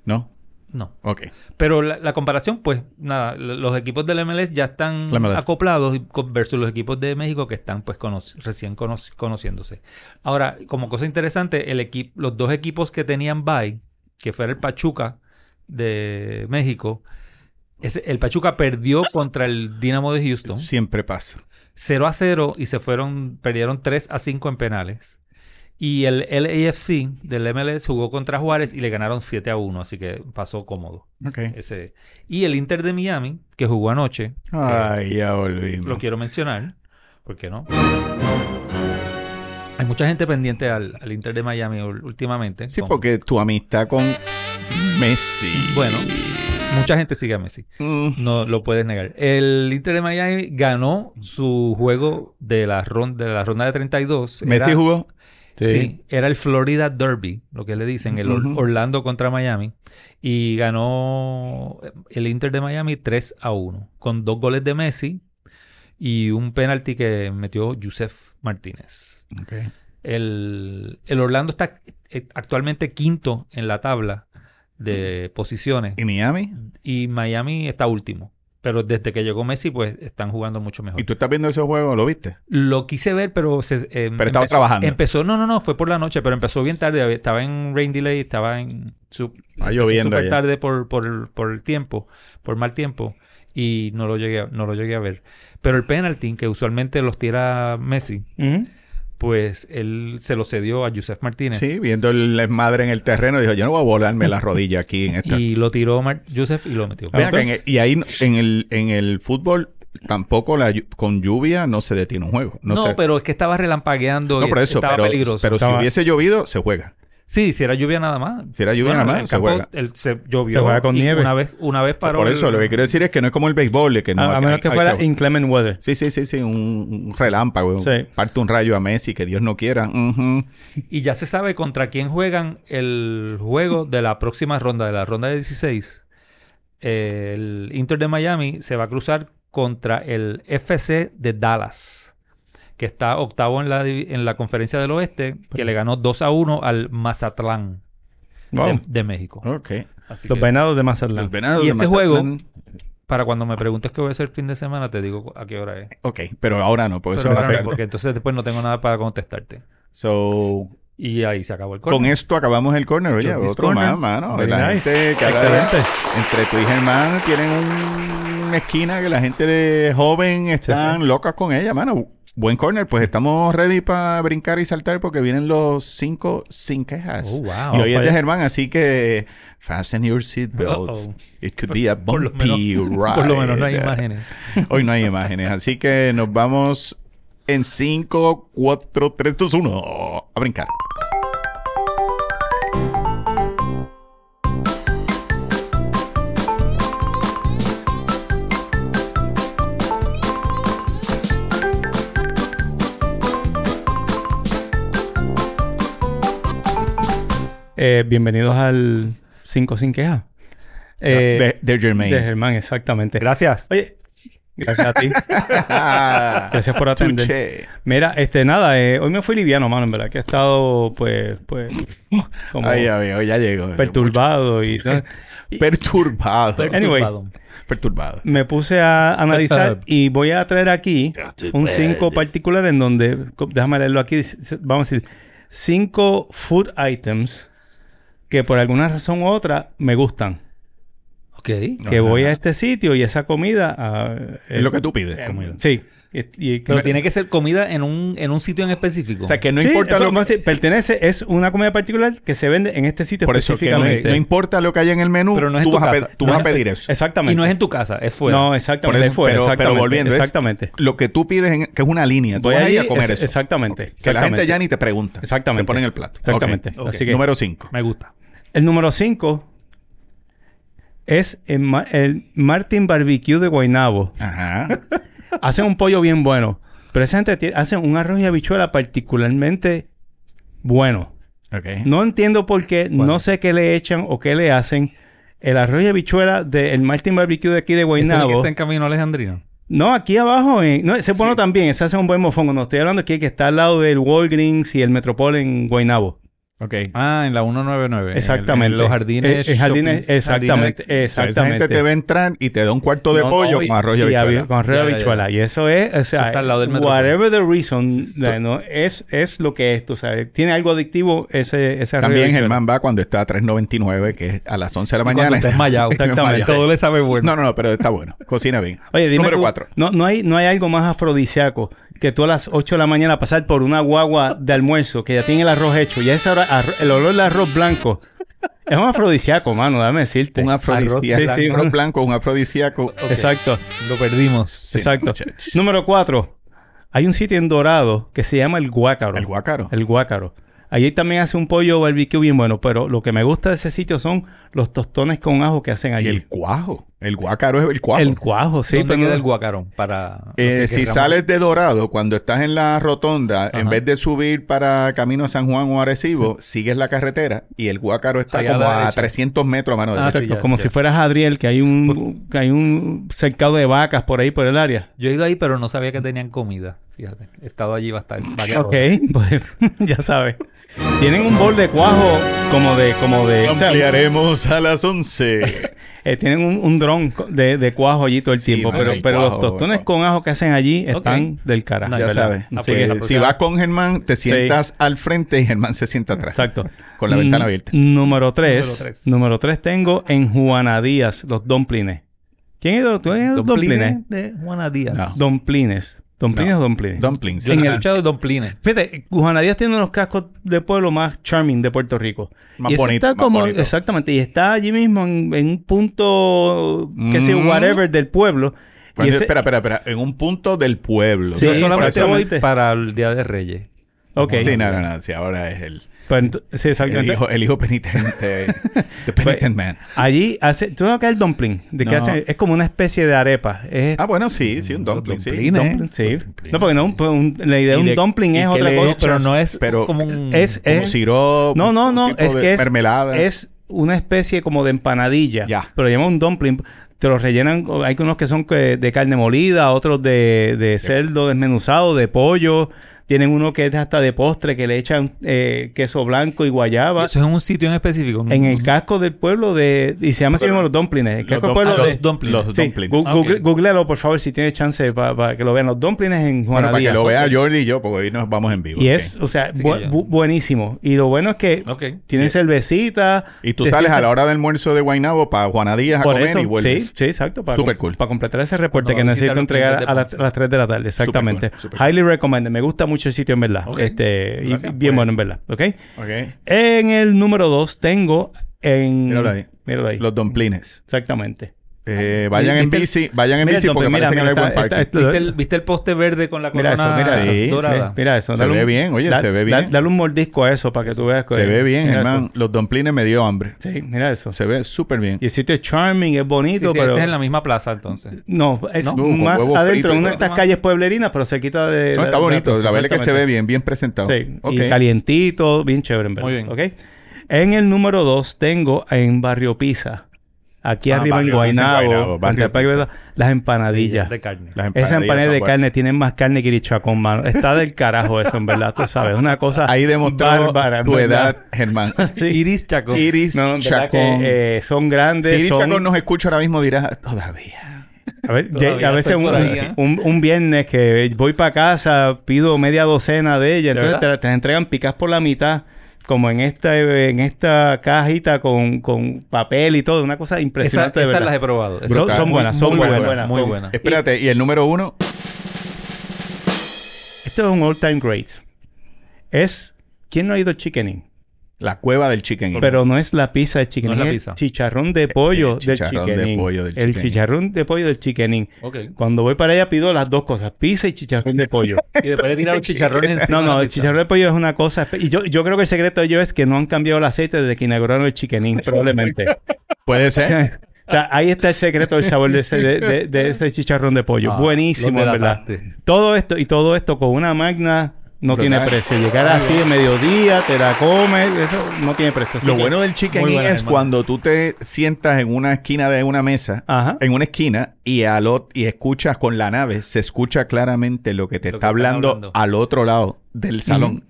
Speaker 1: ¿No?
Speaker 3: No.
Speaker 1: Ok.
Speaker 3: Pero la, la comparación, pues nada, l- los equipos del MLS ya están
Speaker 1: La MLS.
Speaker 3: acoplados y co- versus los equipos de México que están pues cono- recién cono- conociéndose. Ahora, como cosa interesante, el equi- los dos equipos que tenían bye, que fuera el Pachuca de México, ese- el Pachuca perdió contra el Dinamo de Houston.
Speaker 1: Siempre pasa.
Speaker 3: 0 a 0 y se fueron, perdieron 3 a 5 en penales. Y el LAFC del MLS jugó contra Juárez y le ganaron 7 a 1, así que pasó cómodo.
Speaker 1: Ok.
Speaker 3: Ese. Y el Inter de Miami, que jugó anoche, que
Speaker 1: Ay, ya
Speaker 3: lo
Speaker 1: volvimos.
Speaker 3: quiero mencionar, ¿por qué no? Hay mucha gente pendiente al, al Inter de Miami ul- últimamente.
Speaker 1: Sí,
Speaker 3: Con-
Speaker 1: porque tu amistad con Messi.
Speaker 3: Bueno, mucha gente sigue a Messi.
Speaker 1: Mm.
Speaker 3: No lo puedes negar. El Inter de Miami ganó su juego de la, ronda de la ronda de 32. Era-
Speaker 1: Messi jugó.
Speaker 3: Sí. era el Florida Derby, lo que le dicen, el Or-
Speaker 1: Ujú.
Speaker 3: Orlando contra Miami. Y ganó el Inter de Miami 3 a 1, con dos goles de Messi y un penalti que metió Yusef Martínez. El, el Orlando está eh, actualmente quinto en la tabla de posiciones
Speaker 1: ¿Y Miami?
Speaker 3: y Miami está último. Pero desde que llegó Messi, pues están jugando mucho mejor.
Speaker 1: ¿Y tú estás viendo ese juego? ¿Lo viste?
Speaker 3: Lo quise ver, pero se, eh,
Speaker 1: Pero estaba trabajando.
Speaker 3: Empezó, no, no, no, fue por la noche, pero empezó bien tarde. había- Estaba en rain delay, estaba en su,
Speaker 1: Está
Speaker 3: empezó
Speaker 1: lloviendo
Speaker 3: súper
Speaker 1: allá.
Speaker 3: tarde por, por, el- por el tiempo, por mal tiempo y no lo llegué, a- no lo llegué a ver. Pero el penalti que usualmente los tira Messi,
Speaker 2: Ujú.
Speaker 3: pues él se lo cedió a Joseph Martínez.
Speaker 1: Sí, viendo el desmadre en el terreno, dijo, yo no voy a volarme la rodilla aquí en esta.
Speaker 3: Y lo tiró Mar- Joseph y lo metió.
Speaker 1: Ven acá, en el- y ahí en el, en el fútbol tampoco la, llu- con lluvia no se detiene un juego. No,
Speaker 3: No,
Speaker 1: se-
Speaker 3: pero es que estaba relampagueando
Speaker 1: no
Speaker 3: y
Speaker 1: por eso,
Speaker 3: estaba
Speaker 1: pero,
Speaker 3: peligroso.
Speaker 1: pero si
Speaker 2: Estaba-
Speaker 1: hubiese llovido, se juega.
Speaker 3: Sí, si era lluvia nada más.
Speaker 1: Si era lluvia
Speaker 3: Bueno,
Speaker 1: nada
Speaker 3: el
Speaker 1: más, se
Speaker 3: campo,
Speaker 1: juega.
Speaker 3: el- se llovió.
Speaker 2: Se juega con
Speaker 3: y
Speaker 2: nieve.
Speaker 3: Una vez, una vez paró.
Speaker 1: Por eso,
Speaker 3: el-
Speaker 1: lo que quiero decir es que no es como el béisbol, de que no...
Speaker 2: a, a
Speaker 1: hay-
Speaker 2: menos que
Speaker 1: hay-
Speaker 2: fuera
Speaker 1: hay-
Speaker 2: inclement weather.
Speaker 1: Sí, sí, sí, sí, un, un relámpago.
Speaker 2: Sí.
Speaker 1: Parte un rayo a Messi, que Dios no quiera. Ujú.
Speaker 3: Y ya se sabe contra quién juegan el juego de la próxima ronda, de la ronda de 16. El Inter de Miami se va a cruzar contra el FC de Dallas, que está octavo en la, divi- en la conferencia del oeste, que le ganó 2 a 1 al Mazatlán de-
Speaker 2: Wow.
Speaker 3: de, México.
Speaker 1: Ok.
Speaker 3: Así
Speaker 2: Los
Speaker 3: que,
Speaker 2: venados de
Speaker 1: Los
Speaker 2: Mazatlán.
Speaker 1: venados
Speaker 3: Y
Speaker 1: de
Speaker 3: ese
Speaker 1: Mazatlán-
Speaker 3: para cuando me preguntes qué voy a hacer el fin de semana, te digo a qué hora es.
Speaker 1: Ok, pero ahora no, porque
Speaker 3: Pero
Speaker 1: eso no
Speaker 3: ahora
Speaker 1: la
Speaker 3: no,
Speaker 1: pego.
Speaker 3: porque entonces después no tengo nada para contestarte.
Speaker 1: So,
Speaker 3: Y ahí se acabó el corte.
Speaker 1: Con esto acabamos el corner, oye,
Speaker 3: Jordi's
Speaker 1: otro
Speaker 3: Corner.
Speaker 1: más, mano.
Speaker 2: Very
Speaker 1: La
Speaker 2: nice.
Speaker 1: gente cada
Speaker 2: Excelente.
Speaker 1: vez, entre tú y Germán tienen un- una esquina que la gente de joven están locas con ella, mano. Buen corner, pues estamos ready para brincar y saltar porque vienen los cinco sin quejas.
Speaker 3: Oh, wow.
Speaker 1: Y hoy es de
Speaker 2: Vaya.
Speaker 1: Germán, así que fasten your seatbelts.
Speaker 3: Uh-oh.
Speaker 1: It could be a
Speaker 3: Por lo
Speaker 1: bumpy ride.
Speaker 3: Por lo menos no hay imágenes.
Speaker 1: Hoy no hay imágenes, así que nos vamos en 5, 4, 3, 2, 1 a brincar.
Speaker 2: Eh, bienvenidos al 5 sin queja. Eh,
Speaker 1: de, de Jermaine.
Speaker 2: de Germán, exactamente.
Speaker 3: Gracias.
Speaker 2: Oye, gracias a ti. Gracias por atender.
Speaker 1: Tuche.
Speaker 2: Mira, este, nada, eh, hoy me fui liviano, mano, en verdad, que he estado, pues, pues, como
Speaker 1: Ay, ya veo, ya llegó.
Speaker 2: perturbado y todo.
Speaker 1: Perturbado.
Speaker 2: Perturbado.
Speaker 3: Perturbado.
Speaker 1: Perturbado.
Speaker 2: Me puse a analizar y voy a traer aquí un 5 particular en donde, co- déjame leerlo aquí, dice- dice- vamos a decir, 5 food items que por alguna razón u otra me gustan.
Speaker 3: Ok.
Speaker 2: Que
Speaker 1: Ajá.
Speaker 2: voy a este sitio y esa comida... ah, eh,
Speaker 1: Es lo que tú pides.
Speaker 2: eh,
Speaker 1: comida.
Speaker 2: Sí. Y- y-
Speaker 3: Pero tiene que ser comida en un, en un sitio en específico.
Speaker 1: O sea, que no
Speaker 2: Sí,
Speaker 1: importa
Speaker 2: es
Speaker 1: lo
Speaker 2: como decir, pertenece, es una comida particular que se vende en este sitio
Speaker 1: Por eso que no,
Speaker 2: específicamente.
Speaker 1: no importa lo que haya en el menú,
Speaker 3: Pero no es
Speaker 1: tú,
Speaker 3: en tu
Speaker 1: vas a,
Speaker 3: casa.
Speaker 1: pe- tú
Speaker 3: No
Speaker 1: vas
Speaker 3: es-
Speaker 1: a pedir eso.
Speaker 2: Exactamente.
Speaker 3: y no es en tu casa, es fuera.
Speaker 2: No,
Speaker 1: Por
Speaker 2: exactamente.
Speaker 1: eso,
Speaker 2: fuera,
Speaker 1: pero,
Speaker 2: exactamente.
Speaker 1: pero volviendo, es
Speaker 2: Exactamente.
Speaker 1: lo que tú pides, en- que es una línea. Tú
Speaker 2: Voy
Speaker 1: vas ahí
Speaker 2: allí,
Speaker 1: a comer
Speaker 2: es-
Speaker 1: eso.
Speaker 2: exactamente,
Speaker 1: Ok. Que la gente
Speaker 2: exactamente.
Speaker 1: ya ni te pregunta.
Speaker 2: Exactamente.
Speaker 1: Te ponen el plato.
Speaker 2: Exactamente.
Speaker 1: Ok.
Speaker 2: Así que-
Speaker 1: Número 5.
Speaker 3: Me gusta.
Speaker 2: El número 5 es el, Ma- el Martin Barbecue de Guaynabo.
Speaker 1: Ajá.
Speaker 2: Hacen un pollo bien bueno. Pero esa gente tie- hacen un arroz y habichuela particularmente bueno.
Speaker 1: Ok.
Speaker 2: No entiendo por qué, no sé qué le echan o qué le hacen. El arroz y habichuela del Martin Barbecue de aquí de
Speaker 3: ¿Ese es el que
Speaker 2: Guaynabo.
Speaker 3: está en camino alejandrino.
Speaker 2: No, aquí abajo. en- no, ese es bueno también. Ese hace un buen mofongo. No estoy hablando aquí que está al lado del Walgreens y el Metropol en Guaynabo.
Speaker 1: Ok.
Speaker 3: Ah, en la 199. en el-
Speaker 2: Exactamente.
Speaker 3: en los jardines.
Speaker 2: Eh, eh, jardines,
Speaker 3: shoppings,
Speaker 2: exactamente, Eh,
Speaker 1: O
Speaker 3: jardines-
Speaker 1: sea, esa
Speaker 2: exactamente.
Speaker 1: gente te va a entrar y te da un cuarto de
Speaker 2: No,
Speaker 1: pollo
Speaker 2: no, y-
Speaker 1: con arroz y
Speaker 2: y
Speaker 1: habichuela.
Speaker 2: habi- con arroz y
Speaker 3: Ya, ya, ya.
Speaker 2: habichuela. Y eso es, o sea,
Speaker 3: está al lado del metro.
Speaker 2: whatever the reason,
Speaker 3: Sí, sí.
Speaker 2: la- no, es, es lo que es, tú sabes. Tiene algo adictivo ese, ese arroz y
Speaker 1: También
Speaker 2: habichuela.
Speaker 1: Germán va cuando está a 3.99, que es a las 11 de la
Speaker 3: Y cuando
Speaker 1: mañana.
Speaker 3: estés desmayado.
Speaker 2: Exactamente.
Speaker 3: Todo le sabe bueno.
Speaker 1: No, no, no, pero está bueno. Cocina bien.
Speaker 2: Oye, dime
Speaker 1: Número
Speaker 2: tú,
Speaker 1: 4.
Speaker 2: No, no, hay, no hay algo más afrodisiaco que tú a las 8 de la mañana pasar por una guagua de almuerzo que ya tiene el arroz hecho. Ya esa hora, arro- el olor del arroz blanco. Es un afrodisiaco, mano, déjame decirte.
Speaker 1: Un afrodisíaco.
Speaker 2: Arroz- sí, sí,
Speaker 1: Un arroz
Speaker 2: un-
Speaker 1: blanco, un afrodisíaco.
Speaker 3: Ok.
Speaker 2: Exacto,
Speaker 3: Lo perdimos.
Speaker 1: Sí,
Speaker 2: exacto.
Speaker 1: muchachos.
Speaker 2: Número 4. Hay un sitio en Dorado que se llama El Guácaro.
Speaker 1: El guácaro.
Speaker 2: El Guácaro. Allí también hace un pollo barbecue bien bueno, pero lo que me gusta de ese sitio son los tostones con ajo que hacen
Speaker 1: Y
Speaker 2: allí.
Speaker 1: el cuajo. El guácaro es el cuajo.
Speaker 2: El cuajo, sí.
Speaker 3: ¿Dónde
Speaker 2: pero
Speaker 3: queda
Speaker 2: no-
Speaker 3: el guacarón? Para
Speaker 1: Eh, si sales de Dorado, cuando estás en la rotonda, en
Speaker 3: Ajá.
Speaker 1: vez de subir para camino a San Juan o Arecibo, sigues la carretera y el Guácaro está
Speaker 3: Allá a la
Speaker 1: como a,
Speaker 3: derecha.
Speaker 1: 300 metros a mano
Speaker 3: Ah,
Speaker 1: derecha.
Speaker 3: sí, ya,
Speaker 2: Pues como
Speaker 3: ya.
Speaker 2: si fueras Adriel, que hay
Speaker 1: Pues
Speaker 2: un que hay un cercado de vacas por ahí por el área.
Speaker 3: Yo he ido ahí, pero no sabía que tenían comida. Fíjate. He estado allí bastante. varias
Speaker 2: Ok,
Speaker 3: horas.
Speaker 2: pues ya sabes. Tienen un bol de cuajo como de como de o sea,
Speaker 1: Ampliaremos a las 11.
Speaker 2: eh, tienen un, un dron co- de, de cuajo allí todo el
Speaker 1: Sí,
Speaker 2: tiempo,
Speaker 1: mano,
Speaker 2: pero
Speaker 1: el
Speaker 2: pero
Speaker 1: cuajo,
Speaker 2: los tostones
Speaker 1: el cuajo.
Speaker 2: con ajo que hacen allí están
Speaker 3: Ok.
Speaker 2: del carajo.
Speaker 3: No,
Speaker 1: ya
Speaker 2: ¿verdad?
Speaker 1: sabes.
Speaker 2: Así
Speaker 3: Ah,
Speaker 2: que-
Speaker 3: porque
Speaker 1: Eh,
Speaker 3: la
Speaker 1: si vas con Germán, te sientas al frente y Germán se sienta atrás.
Speaker 2: exacto.
Speaker 1: Con la ventana
Speaker 2: Mm,
Speaker 1: abierta.
Speaker 2: Número
Speaker 3: Número
Speaker 2: 3.
Speaker 3: tres.
Speaker 2: Número 3 tengo en Juana Díaz, los domplines. ¿Quién es los domplines?
Speaker 3: Domplines de Juana
Speaker 1: No.
Speaker 3: Díaz.
Speaker 2: Domplines. ¿Domplines
Speaker 1: No.
Speaker 2: o domplines?
Speaker 1: Dumplings.
Speaker 3: Yo no he
Speaker 1: Ajá.
Speaker 3: escuchado Domplines.
Speaker 2: Fíjate, Juana Díaz tiene uno de los cascos de pueblo más charming de Puerto Rico.
Speaker 1: Más
Speaker 2: y eso
Speaker 1: bonito,
Speaker 2: Está
Speaker 1: más
Speaker 2: como,
Speaker 1: bonito.
Speaker 2: Exactamente. Y está allí mismo en, en un punto, qué sé yo,
Speaker 1: Mm.
Speaker 2: whatever del pueblo.
Speaker 1: Cuando-
Speaker 2: y ese-
Speaker 1: espera, espera, espera. En un punto del pueblo.
Speaker 2: Sí,
Speaker 3: Yo
Speaker 1: por
Speaker 3: solamente
Speaker 1: eso-
Speaker 3: voy
Speaker 2: exactamente.
Speaker 3: para el Día de Reyes.
Speaker 2: Ok.
Speaker 1: Sí, no, no, no. sí, ahora es el,
Speaker 2: Pues ento- sí,
Speaker 1: el,
Speaker 2: exactamente.
Speaker 1: hijo, el hijo penitente. the penitent man.
Speaker 3: Pues,
Speaker 2: Allí hace... ¿Tú sabes que el dumpling? ¿De qué
Speaker 1: No.
Speaker 2: hacen? Es como una especie de arepa. Es
Speaker 1: Ah, bueno, sí, sí, un
Speaker 3: Los
Speaker 1: dumpling. sí.
Speaker 3: dumplings.
Speaker 2: dumpling, sí.
Speaker 3: Dumpling,
Speaker 2: No, porque no, pues, un- la idea de
Speaker 1: Y
Speaker 2: un
Speaker 1: de-
Speaker 2: dumpling
Speaker 1: y
Speaker 2: es
Speaker 1: que
Speaker 2: otra
Speaker 1: le
Speaker 2: cosa.
Speaker 1: echas-
Speaker 3: Pero no es
Speaker 1: pero-
Speaker 3: como un...
Speaker 2: Es,
Speaker 1: Como
Speaker 2: es,
Speaker 1: sirope,
Speaker 2: No, no,
Speaker 1: un
Speaker 2: no.
Speaker 1: tipo
Speaker 2: Es
Speaker 1: de
Speaker 2: que es,
Speaker 1: mermelada.
Speaker 2: es una especie como de empanadilla.
Speaker 1: Ya.
Speaker 2: Pero llama un dumpling. Te los rellenan. o Hay unos que son que- de carne molida, otros de, de cerdo desmenuzado, de pollo. Tienen uno que es hasta de postre, que le echan eh, queso blanco y guayaba.
Speaker 3: Eso es en un sitio en específico.
Speaker 2: En el casco del pueblo de... Y se llama así
Speaker 1: Pero-
Speaker 2: mismo los dumplings. El
Speaker 1: Los
Speaker 2: casco del
Speaker 1: dum-
Speaker 2: pueblo
Speaker 1: ah,
Speaker 2: de...
Speaker 1: los dumplings. Los
Speaker 2: Sí,
Speaker 1: dumplings.
Speaker 2: gu-
Speaker 3: Ah,
Speaker 2: google-
Speaker 3: ok.
Speaker 2: googlealo, por favor, si tiene chance para que lo vean. Los dumplings en
Speaker 1: Bueno,
Speaker 2: Juana
Speaker 1: para que
Speaker 2: Díaz.
Speaker 1: lo vea Jordi y yo, porque hoy nos vamos en vivo.
Speaker 2: Y
Speaker 1: ok.
Speaker 2: es, o sea,
Speaker 3: Así
Speaker 2: bu-
Speaker 3: que ya.
Speaker 2: bu- buenísimo. Y lo bueno es que
Speaker 3: Ok.
Speaker 2: tienen cervecita.
Speaker 1: Y tú
Speaker 2: te
Speaker 1: sales a
Speaker 2: sientas-
Speaker 1: la hora del almuerzo de Guaynabo para Juana Díaz a
Speaker 2: Por
Speaker 1: comer
Speaker 2: eso,
Speaker 1: y vuelves.
Speaker 2: sí, sí, exacto. Para,
Speaker 1: Super
Speaker 2: com-
Speaker 1: cool.
Speaker 2: para completar ese reporte
Speaker 3: Cuando
Speaker 2: que
Speaker 3: va a visitar
Speaker 2: necesito
Speaker 3: los
Speaker 2: entregar
Speaker 3: clientes pues. de
Speaker 2: a, la-
Speaker 3: Ponce.
Speaker 2: a las 3 de la tarde. Exactamente.
Speaker 1: cool, super
Speaker 2: Highly recommended. Me gusta mucho el sitio, en verdad.
Speaker 3: Ok.
Speaker 2: Este, y
Speaker 3: Gracias pues.
Speaker 2: bien
Speaker 3: por-
Speaker 2: bueno, en verdad. ¿Ok?
Speaker 1: Ok.
Speaker 2: En el número 2 tengo en...
Speaker 1: Míralo ahí.
Speaker 2: Míralo ahí.
Speaker 1: Los dumplings.
Speaker 2: Exactamente.
Speaker 1: Eh, vayan en
Speaker 2: ¿Viste el-
Speaker 1: bici, vayan en
Speaker 2: este Mira el
Speaker 1: bici porque
Speaker 2: dumpling,
Speaker 1: parece que no hay
Speaker 2: mira,
Speaker 1: buen
Speaker 2: está-
Speaker 1: parking.
Speaker 2: está-
Speaker 3: ¿Viste el, viste el poste verde con la
Speaker 2: Mira
Speaker 3: corona
Speaker 2: eso, mira eso.
Speaker 1: Sí, sí.
Speaker 3: dorada?
Speaker 2: Mira eso.
Speaker 1: Se
Speaker 2: dale
Speaker 1: ve
Speaker 2: un-
Speaker 1: bien, oye,
Speaker 2: da-
Speaker 1: se ve
Speaker 2: da-
Speaker 1: bien.
Speaker 2: dale un mordisco a eso para que tú veas. que-
Speaker 1: se ve bien,
Speaker 2: mira eso.
Speaker 1: hermano. Los dumplings me dio hambre.
Speaker 2: Sí, mira eso.
Speaker 1: Se ve súper bien.
Speaker 2: Y el sitio es charming, es
Speaker 3: Sí, sí,
Speaker 2: bonito,
Speaker 3: ese
Speaker 2: pero...
Speaker 3: es en la misma plaza, entonces.
Speaker 2: No, es
Speaker 1: No, con
Speaker 2: más
Speaker 1: huevos
Speaker 2: adentro,
Speaker 1: fritos y
Speaker 2: en una
Speaker 1: todo.
Speaker 2: de estas calles pueblerinas, pero se quita de...
Speaker 1: No,
Speaker 2: de-
Speaker 1: está
Speaker 2: de-
Speaker 1: bonito.
Speaker 2: de-
Speaker 1: La verdad es que se ve bien, bien presentado.
Speaker 2: este Sí,
Speaker 1: Ok.
Speaker 2: y calientito, bien chévere, en verdad.
Speaker 3: Muy bien.
Speaker 2: ¿ok? En el número 2 tengo en Barrio Pisa, aquí
Speaker 1: Ah,
Speaker 2: arriba en
Speaker 1: Barrio Pisa,
Speaker 2: Guaynabo,
Speaker 1: Guaynabo, Barrio
Speaker 2: Ante Payo,
Speaker 1: Pisa.
Speaker 2: ¿verdad? las empanadillas.
Speaker 3: De carne.
Speaker 1: Las
Speaker 2: Esas empanadillas de
Speaker 1: son
Speaker 2: carne tienen más carne que Irichacón, mano. Está del carajo eso, en verdad, tú sabes. Una cosa
Speaker 1: buenas. Ahí demostró
Speaker 2: bárbara, en
Speaker 1: tu
Speaker 2: verdad.
Speaker 1: edad, Germán.
Speaker 2: Sí.
Speaker 3: Iris Chaco.
Speaker 1: Iris
Speaker 2: No, en verdad que,
Speaker 1: Chacón.
Speaker 2: eh, son
Speaker 1: si
Speaker 2: grandes,
Speaker 1: Iris
Speaker 2: son...
Speaker 1: Chacón nos escucha ahora mismo, dirá, todavía.
Speaker 2: A, ver,
Speaker 3: Todavía
Speaker 2: ye- a veces
Speaker 3: estoy
Speaker 2: un,
Speaker 3: todavía.
Speaker 2: un- un viernes que voy para casa, pido media docena de ellas, entonces
Speaker 3: verdad?
Speaker 2: te, la- te las entregan picadas por la mitad, como en esta, en esta cajita con, con papel y todo, una cosa
Speaker 3: Esas
Speaker 2: impresionante. de
Speaker 3: esas
Speaker 2: verdad.
Speaker 3: las he probado. Esas
Speaker 2: Son-
Speaker 1: Brutal.
Speaker 2: son,
Speaker 1: Muy-
Speaker 2: buenas, son
Speaker 3: muy
Speaker 2: muy buenas.
Speaker 3: buenas, muy
Speaker 2: Son-
Speaker 3: buenas.
Speaker 1: Espérate, y el número uno,
Speaker 2: Esto es un all time great. Es, ¿quién no ha ido al Chicken Inn?
Speaker 1: la cueva del chicken. Inn.
Speaker 2: Pero no es la pizza de Chicken
Speaker 3: No
Speaker 2: Inn,
Speaker 3: es la
Speaker 2: es
Speaker 3: pizza.
Speaker 2: chicharrón de pollo
Speaker 1: Eh, el
Speaker 2: del
Speaker 1: chicharrón
Speaker 2: Chicken
Speaker 1: de
Speaker 2: Inn.
Speaker 1: pollo del
Speaker 2: El
Speaker 1: Chicken Inn.
Speaker 2: chicharrón de pollo del Chicken Inn.
Speaker 3: Ok.
Speaker 2: Cuando voy para allá pido las dos cosas, pizza y chicharrón de pollo.
Speaker 3: Y después le tiraron chicharrones encima
Speaker 2: No,
Speaker 3: de la
Speaker 2: no, el
Speaker 3: pizza.
Speaker 2: chicharrón de pollo es una cosa. espe- Y yo, yo creo que el secreto de ellos es que no han cambiado el aceite desde que inauguraron el chicken Inn, probablemente.
Speaker 1: Puede ser.
Speaker 2: o sea, ahí está el secreto del sabor de ese, de, de- de ese chicharrón de pollo.
Speaker 3: Ah,
Speaker 2: Buenísimo,
Speaker 3: los
Speaker 2: en verdad.
Speaker 3: delatantes.
Speaker 2: Todo esto y todo esto con una magna no
Speaker 1: ¿Verdad?
Speaker 2: tiene precio. Llegar así de mediodía, te la comes, eso no tiene precio. Así
Speaker 1: Lo
Speaker 2: que-
Speaker 1: bueno del chicken
Speaker 3: muy
Speaker 1: inn
Speaker 3: buena,
Speaker 1: es
Speaker 3: hermano.
Speaker 1: cuando tú te sientas en una esquina de una mesa,
Speaker 2: Ajá.
Speaker 1: en una esquina, y al ot- y escuchas con la nave, se escucha claramente lo que te
Speaker 3: Lo
Speaker 1: está
Speaker 3: que están
Speaker 1: hablando,
Speaker 3: hablando.
Speaker 1: al otro lado del salón.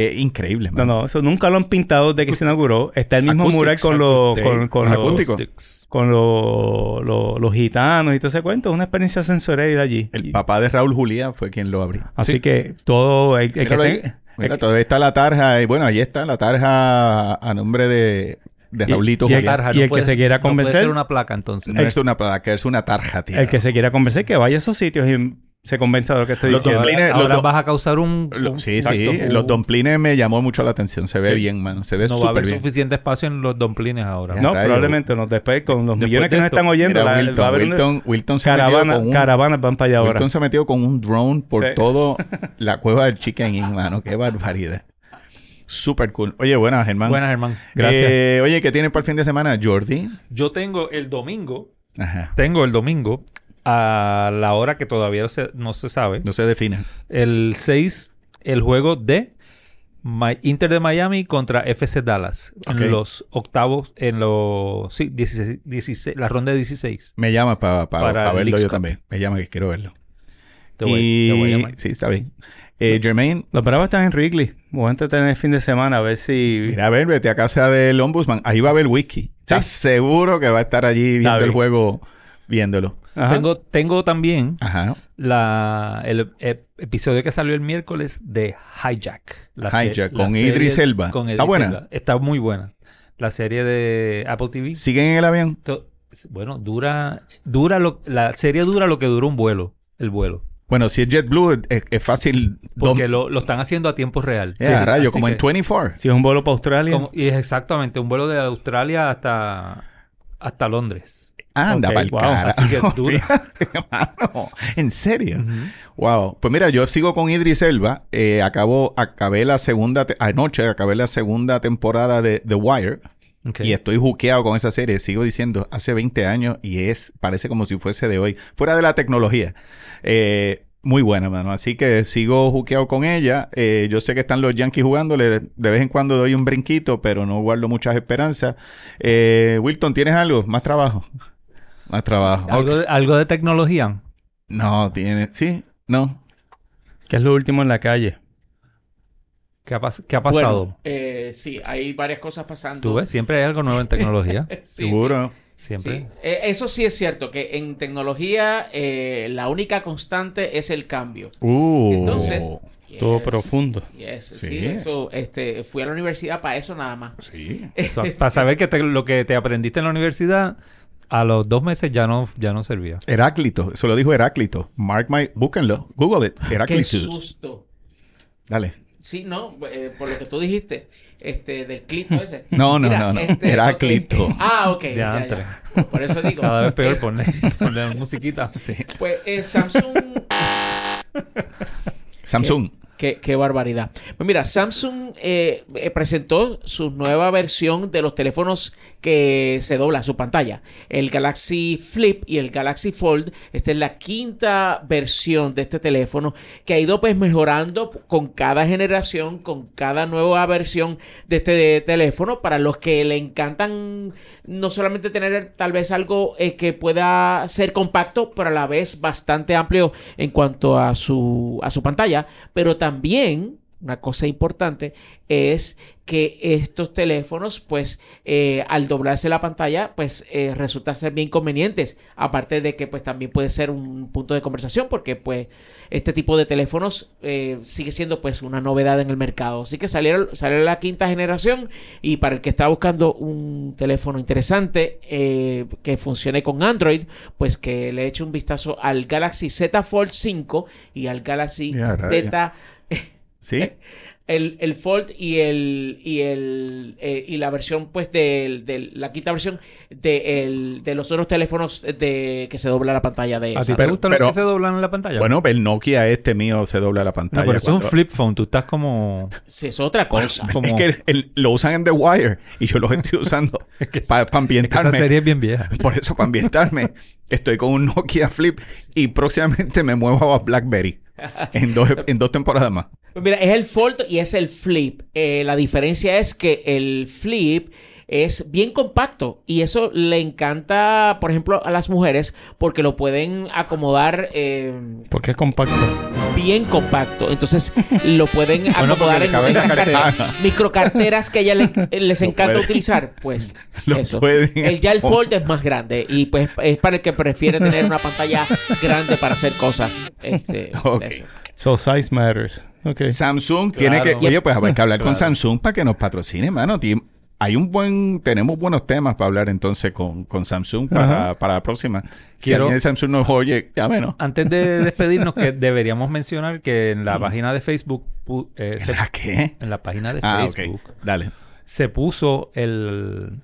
Speaker 1: Eh, increíble,
Speaker 2: No,
Speaker 1: mano.
Speaker 2: no, eso nunca lo han pintado desde que se inauguró. Está el mismo
Speaker 1: Acoustics,
Speaker 2: mural con los con, con los-
Speaker 1: Acústico.
Speaker 2: con los- los- los gitanos y todo ese cuento. Es una experiencia sensorial ir allí.
Speaker 1: El
Speaker 2: Y-
Speaker 1: papá de Raúl Juliá fue quien lo abrió.
Speaker 2: Así
Speaker 3: Sí.
Speaker 2: que todo el, el que
Speaker 1: Míralo ahí.
Speaker 2: tenga-
Speaker 1: Mira, todavía está la tarja. Y bueno, ahí está la tarja a nombre de, de
Speaker 2: Y-
Speaker 1: Raulito
Speaker 2: y el-
Speaker 1: Juliá.
Speaker 2: y el que se quiera
Speaker 3: No puede
Speaker 2: convencer-
Speaker 3: ser una placa, entonces.
Speaker 1: No es una placa, es una tarja, tío.
Speaker 2: el que se quiera convencer que vaya a esos sitios y se convenza de lo que estoy
Speaker 1: Lo
Speaker 2: diciendo.
Speaker 1: que- Plines,
Speaker 3: ahora
Speaker 1: los-
Speaker 3: vas a causar un...
Speaker 1: Lo-
Speaker 3: un-
Speaker 1: sí,
Speaker 3: exacto,
Speaker 1: sí.
Speaker 3: un-
Speaker 1: Los domplines me llamó mucho la atención. Se ve
Speaker 3: Sí.
Speaker 1: bien, mano. Se ve
Speaker 3: No va a
Speaker 1: súper
Speaker 3: haber
Speaker 1: bien.
Speaker 3: suficiente espacio en los domplines ahora.
Speaker 1: Ya.
Speaker 2: No,
Speaker 1: Rayo.
Speaker 2: probablemente no. Después, con los
Speaker 3: Después
Speaker 2: millones que
Speaker 3: de
Speaker 2: nos
Speaker 3: esto,
Speaker 2: están oyendo,
Speaker 1: Mira,
Speaker 2: la-
Speaker 1: Wilton,
Speaker 2: va a haber una
Speaker 1: Wilton, Wilton se ha metido
Speaker 2: caravana,
Speaker 1: con un,
Speaker 2: caravanas van para allá ahora.
Speaker 1: Wilton se ha metido con un drone por
Speaker 2: Sí.
Speaker 1: todo la cueva del Chicken Inn, mano. Qué barbaridad. Súper cool. Oye, buenas, Germán.
Speaker 3: Buenas, Germán.
Speaker 2: Gracias.
Speaker 1: Eh, oye, ¿qué tienes para el fin de semana, Jordi?
Speaker 3: Yo tengo el domingo,
Speaker 1: Ajá.
Speaker 3: tengo el domingo, a la hora que todavía se- no se sabe,
Speaker 1: No se define.
Speaker 3: el 6, el juego de Mi- Inter de Miami contra FC Dallas.
Speaker 1: Ok.
Speaker 3: En los octavos, en los... Sí, 16 16 la ronda de 16.
Speaker 1: Me llama pa- pa-
Speaker 3: Para
Speaker 1: pa
Speaker 3: el
Speaker 1: verlo
Speaker 3: Leagues
Speaker 1: yo
Speaker 3: Cup.
Speaker 1: también. Me llama que quiero verlo.
Speaker 3: Te voy,
Speaker 1: y...
Speaker 3: te voy a llamar.
Speaker 1: Sí, está bien. Eh, Jermaine,
Speaker 2: Los bravos están en Wrigley. Voy a entretener el fin de semana a ver si.
Speaker 1: mira, a ver, vete a casa del Ombudsman. Ahí va a haber whisky. Estás seguro que va a estar allí viendo el
Speaker 2: bien.
Speaker 1: juego, viéndolo.
Speaker 2: Ajá.
Speaker 3: Tengo, tengo también
Speaker 1: Ajá.
Speaker 3: la, el ep- episodio que salió el miércoles de Hijack. La se-
Speaker 1: Hijack,
Speaker 3: la
Speaker 1: con
Speaker 3: serie-
Speaker 1: Idris Elba.
Speaker 3: con
Speaker 1: ¿Está
Speaker 3: Idris
Speaker 1: buena?
Speaker 3: Elba. Está muy buena. La serie de Apple TV.
Speaker 1: ¿Siguen en el avión?
Speaker 3: To- Bueno, dura, dura lo, la serie dura lo que dura un vuelo, el vuelo.
Speaker 1: Bueno, si es JetBlue, es, es fácil. dom-
Speaker 3: Porque lo, lo están haciendo a tiempo real.
Speaker 1: Ya, rayo,
Speaker 3: Así
Speaker 1: como en
Speaker 3: que-
Speaker 1: 24.
Speaker 2: Si es un vuelo para Australia.
Speaker 3: como- y es exactamente un vuelo de Australia hasta, hasta Londres.
Speaker 1: Anda,
Speaker 2: Ok,
Speaker 1: pa'l
Speaker 2: wow.
Speaker 1: cara.
Speaker 3: Así que
Speaker 1: No,
Speaker 3: dura.
Speaker 1: fíjate, mano. en serio. Wow. Pues mira, yo sigo con Idris Elba. Eh, acabo, acabé la segunda, te- anoche acabé la segunda temporada de The Wire.
Speaker 3: Ok.
Speaker 1: Y estoy juqueado con esa serie. Sigo diciendo, hace 20 años y es, parece como si fuese de hoy. Fuera de la tecnología. Eh, muy buena, mano. Así que sigo juqueado con ella. Eh, yo sé que están los Yankees jugándole. De vez en cuando doy un brinquito, pero no guardo muchas esperanzas. Eh, Wilton, ¿tienes algo? Más trabajo. Más trabajo.
Speaker 3: ¿Algo, de- algo de tecnología.
Speaker 1: No, tiene. Sí, no.
Speaker 2: Que es lo último en la calle.
Speaker 3: ¿Qué ha, pas- qué ha pasado?
Speaker 4: Bueno, eh, sí, hay varias cosas pasando.
Speaker 3: Tú ves, siempre hay algo nuevo en tecnología.
Speaker 4: Sí,
Speaker 1: Seguro.
Speaker 4: sí, sí.
Speaker 3: Siempre.
Speaker 4: Eh, eso sí es cierto, que en tecnología eh, la única constante es el cambio.
Speaker 1: Uh.
Speaker 4: Entonces,
Speaker 2: Estuvo profundo.
Speaker 4: yes, sí.
Speaker 1: Sí. Pues,
Speaker 4: eso, este, fui a la universidad para eso nada más.
Speaker 1: Sí.
Speaker 3: So, para saber que te- lo que te aprendiste en la universidad a los dos meses ya no, ya no servía.
Speaker 1: Heráclito, eso lo dijo Heráclito. Mark my, búsquenlo, Google it.
Speaker 4: Qué
Speaker 1: Heráclito.
Speaker 4: susto.
Speaker 1: Dale.
Speaker 4: Sí, no, eh, por lo que tú dijiste, este, del clito ese. este,
Speaker 1: No, no, no, no. Heráclito.
Speaker 4: ok. Ah, ok. ya,
Speaker 3: Diantre.
Speaker 4: ya. Por eso digo.
Speaker 3: Cada vez peor
Speaker 4: Eh,
Speaker 3: ponle, ponle musiquita.
Speaker 4: Pues eh, Samsung
Speaker 1: Samsung.
Speaker 4: Qué, qué barbaridad. Pues mira, Samsung eh, eh, presentó su nueva versión de los teléfonos que se dobla su pantalla. El Galaxy Flip y el Galaxy Fold. Esta es la quinta versión de este teléfono que ha ido pues mejorando con cada generación, con cada nueva versión de este teléfono. Para los que le encantan no solamente tener tal vez algo eh, que pueda ser compacto, pero a la vez bastante amplio en cuanto a su, a su pantalla. Pero también, una cosa importante, es que estos teléfonos, pues, eh, al doblarse la pantalla, pues, eh, resulta ser bien convenientes. Aparte de que, pues, también puede ser un punto de conversación, porque, pues, este tipo de teléfonos eh, sigue siendo, pues, una novedad en el mercado. Así que salieron, salió la quinta generación y para el que está buscando un teléfono interesante eh, que funcione con Android, pues, que le eche un vistazo al Galaxy Z Fold 5 y al Galaxy
Speaker 1: Ya, raya.
Speaker 4: Z
Speaker 1: Sí.
Speaker 3: Eh,
Speaker 4: el, el Fold y el y el eh, y la versión pues del, del- la quinta versión de, el- de los otros teléfonos de que se dobla la pantalla de
Speaker 3: ¿A ti
Speaker 4: esa.
Speaker 3: te
Speaker 1: Pero-
Speaker 3: gusta
Speaker 1: pero-
Speaker 3: lo que se doblan en la pantalla?
Speaker 1: Bueno, el Nokia este mío se dobla la
Speaker 3: no,
Speaker 1: pantalla.
Speaker 3: pero eso es un
Speaker 1: cuando-
Speaker 3: flip phone. Tú estás como...
Speaker 4: Sí, es otra cosa.
Speaker 1: Es
Speaker 3: como-
Speaker 1: que el- lo usan en The Wire y yo lo estoy usando
Speaker 3: Es que,
Speaker 1: para
Speaker 3: es que esa
Speaker 1: ambientarme.
Speaker 3: serie es bien vieja.
Speaker 1: Por eso, para ambientarme, estoy con un Nokia Flip y próximamente me muevo a BlackBerry en dos, en dos temporadas más.
Speaker 4: Pues Mira, es el Fold y es el Flip. Eh, la diferencia es que el Flip es bien compacto y eso le encanta, por ejemplo, a las mujeres porque lo pueden acomodar eh,
Speaker 2: Porque es compacto.
Speaker 4: bien compacto. Entonces lo pueden
Speaker 3: Bueno,
Speaker 4: acomodar
Speaker 3: porque le
Speaker 4: en,
Speaker 3: cabe en la
Speaker 4: esas
Speaker 3: cartera.
Speaker 4: carteras- microcarteras que a ella le- les
Speaker 1: Lo
Speaker 4: encanta
Speaker 1: puede.
Speaker 4: utilizar. Pues
Speaker 1: Lo
Speaker 4: eso.
Speaker 1: pueden
Speaker 4: El, ya el
Speaker 1: acomodar.
Speaker 4: fold es más grande y pues es para el que prefiere tener una pantalla grande para hacer cosas. Este,
Speaker 1: Ok.
Speaker 4: eso.
Speaker 2: So size matters. Ok.
Speaker 1: Samsung tiene que.
Speaker 3: Claro.
Speaker 1: Oye, pues hay que hablar con
Speaker 3: Claro.
Speaker 1: Samsung para que nos patrocine, mano. Ti- Hay un buen. Tenemos buenos temas para hablar entonces con, con Samsung para, para la próxima. Si
Speaker 3: Quiero-
Speaker 1: alguien de Samsung nos oye, ya menos.
Speaker 3: Antes de despedirnos, que deberíamos mencionar que en la página de Facebook, pu- eh, se-
Speaker 1: ¿Será qué?
Speaker 3: en la página de
Speaker 1: Ah,
Speaker 3: Facebook,
Speaker 1: ok. Dale.
Speaker 3: se puso el,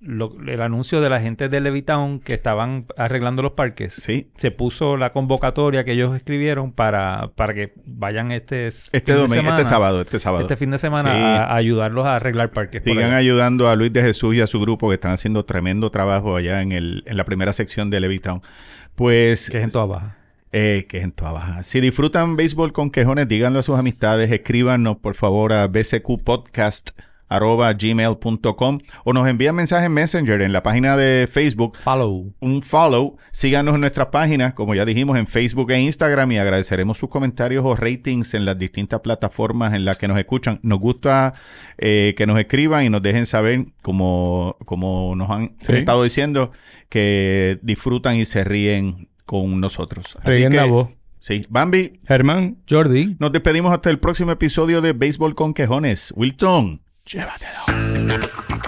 Speaker 3: lo- el anuncio de la gente de Levitown que estaban arreglando los parques.
Speaker 1: Sí.
Speaker 3: Se puso la convocatoria que ellos escribieron para, para que vayan este s-
Speaker 1: Este
Speaker 3: fin de
Speaker 1: domingo, este
Speaker 3: semana-
Speaker 1: sábado, este sábado.
Speaker 3: Este fin de semana
Speaker 1: Sí.
Speaker 3: a, a ayudarlos a arreglar parques. por
Speaker 1: Sigan
Speaker 3: ahí.
Speaker 1: ayudando a Luis de Jesús y a su grupo que están haciendo tremendo trabajo allá en, el, en la primera sección de Levitown. Pues.
Speaker 3: Que es en toda baja.
Speaker 1: Eh, que es en toda baja. Si disfrutan béisbol con quejones, díganlo a sus amistades, escríbanos por favor a bcqpodcast.gmail.com o nos envían mensajes en Messenger en la página de Facebook.
Speaker 3: Follow.
Speaker 1: Un follow, síganos en nuestras páginas, como ya dijimos, en Facebook e Instagram y agradeceremos sus comentarios o ratings en las distintas plataformas en las que nos escuchan. Nos gusta eh, que nos escriban y nos dejen saber, como, como nos han
Speaker 2: Sí.
Speaker 1: estado diciendo, que disfrutan y se ríen con nosotros.
Speaker 2: Reguen la voz.
Speaker 1: Sí, Bambi,
Speaker 2: Germán.
Speaker 3: Jordi.
Speaker 1: nos despedimos hasta el próximo episodio de Béisbol con Quejones. Wilton, llévatelo.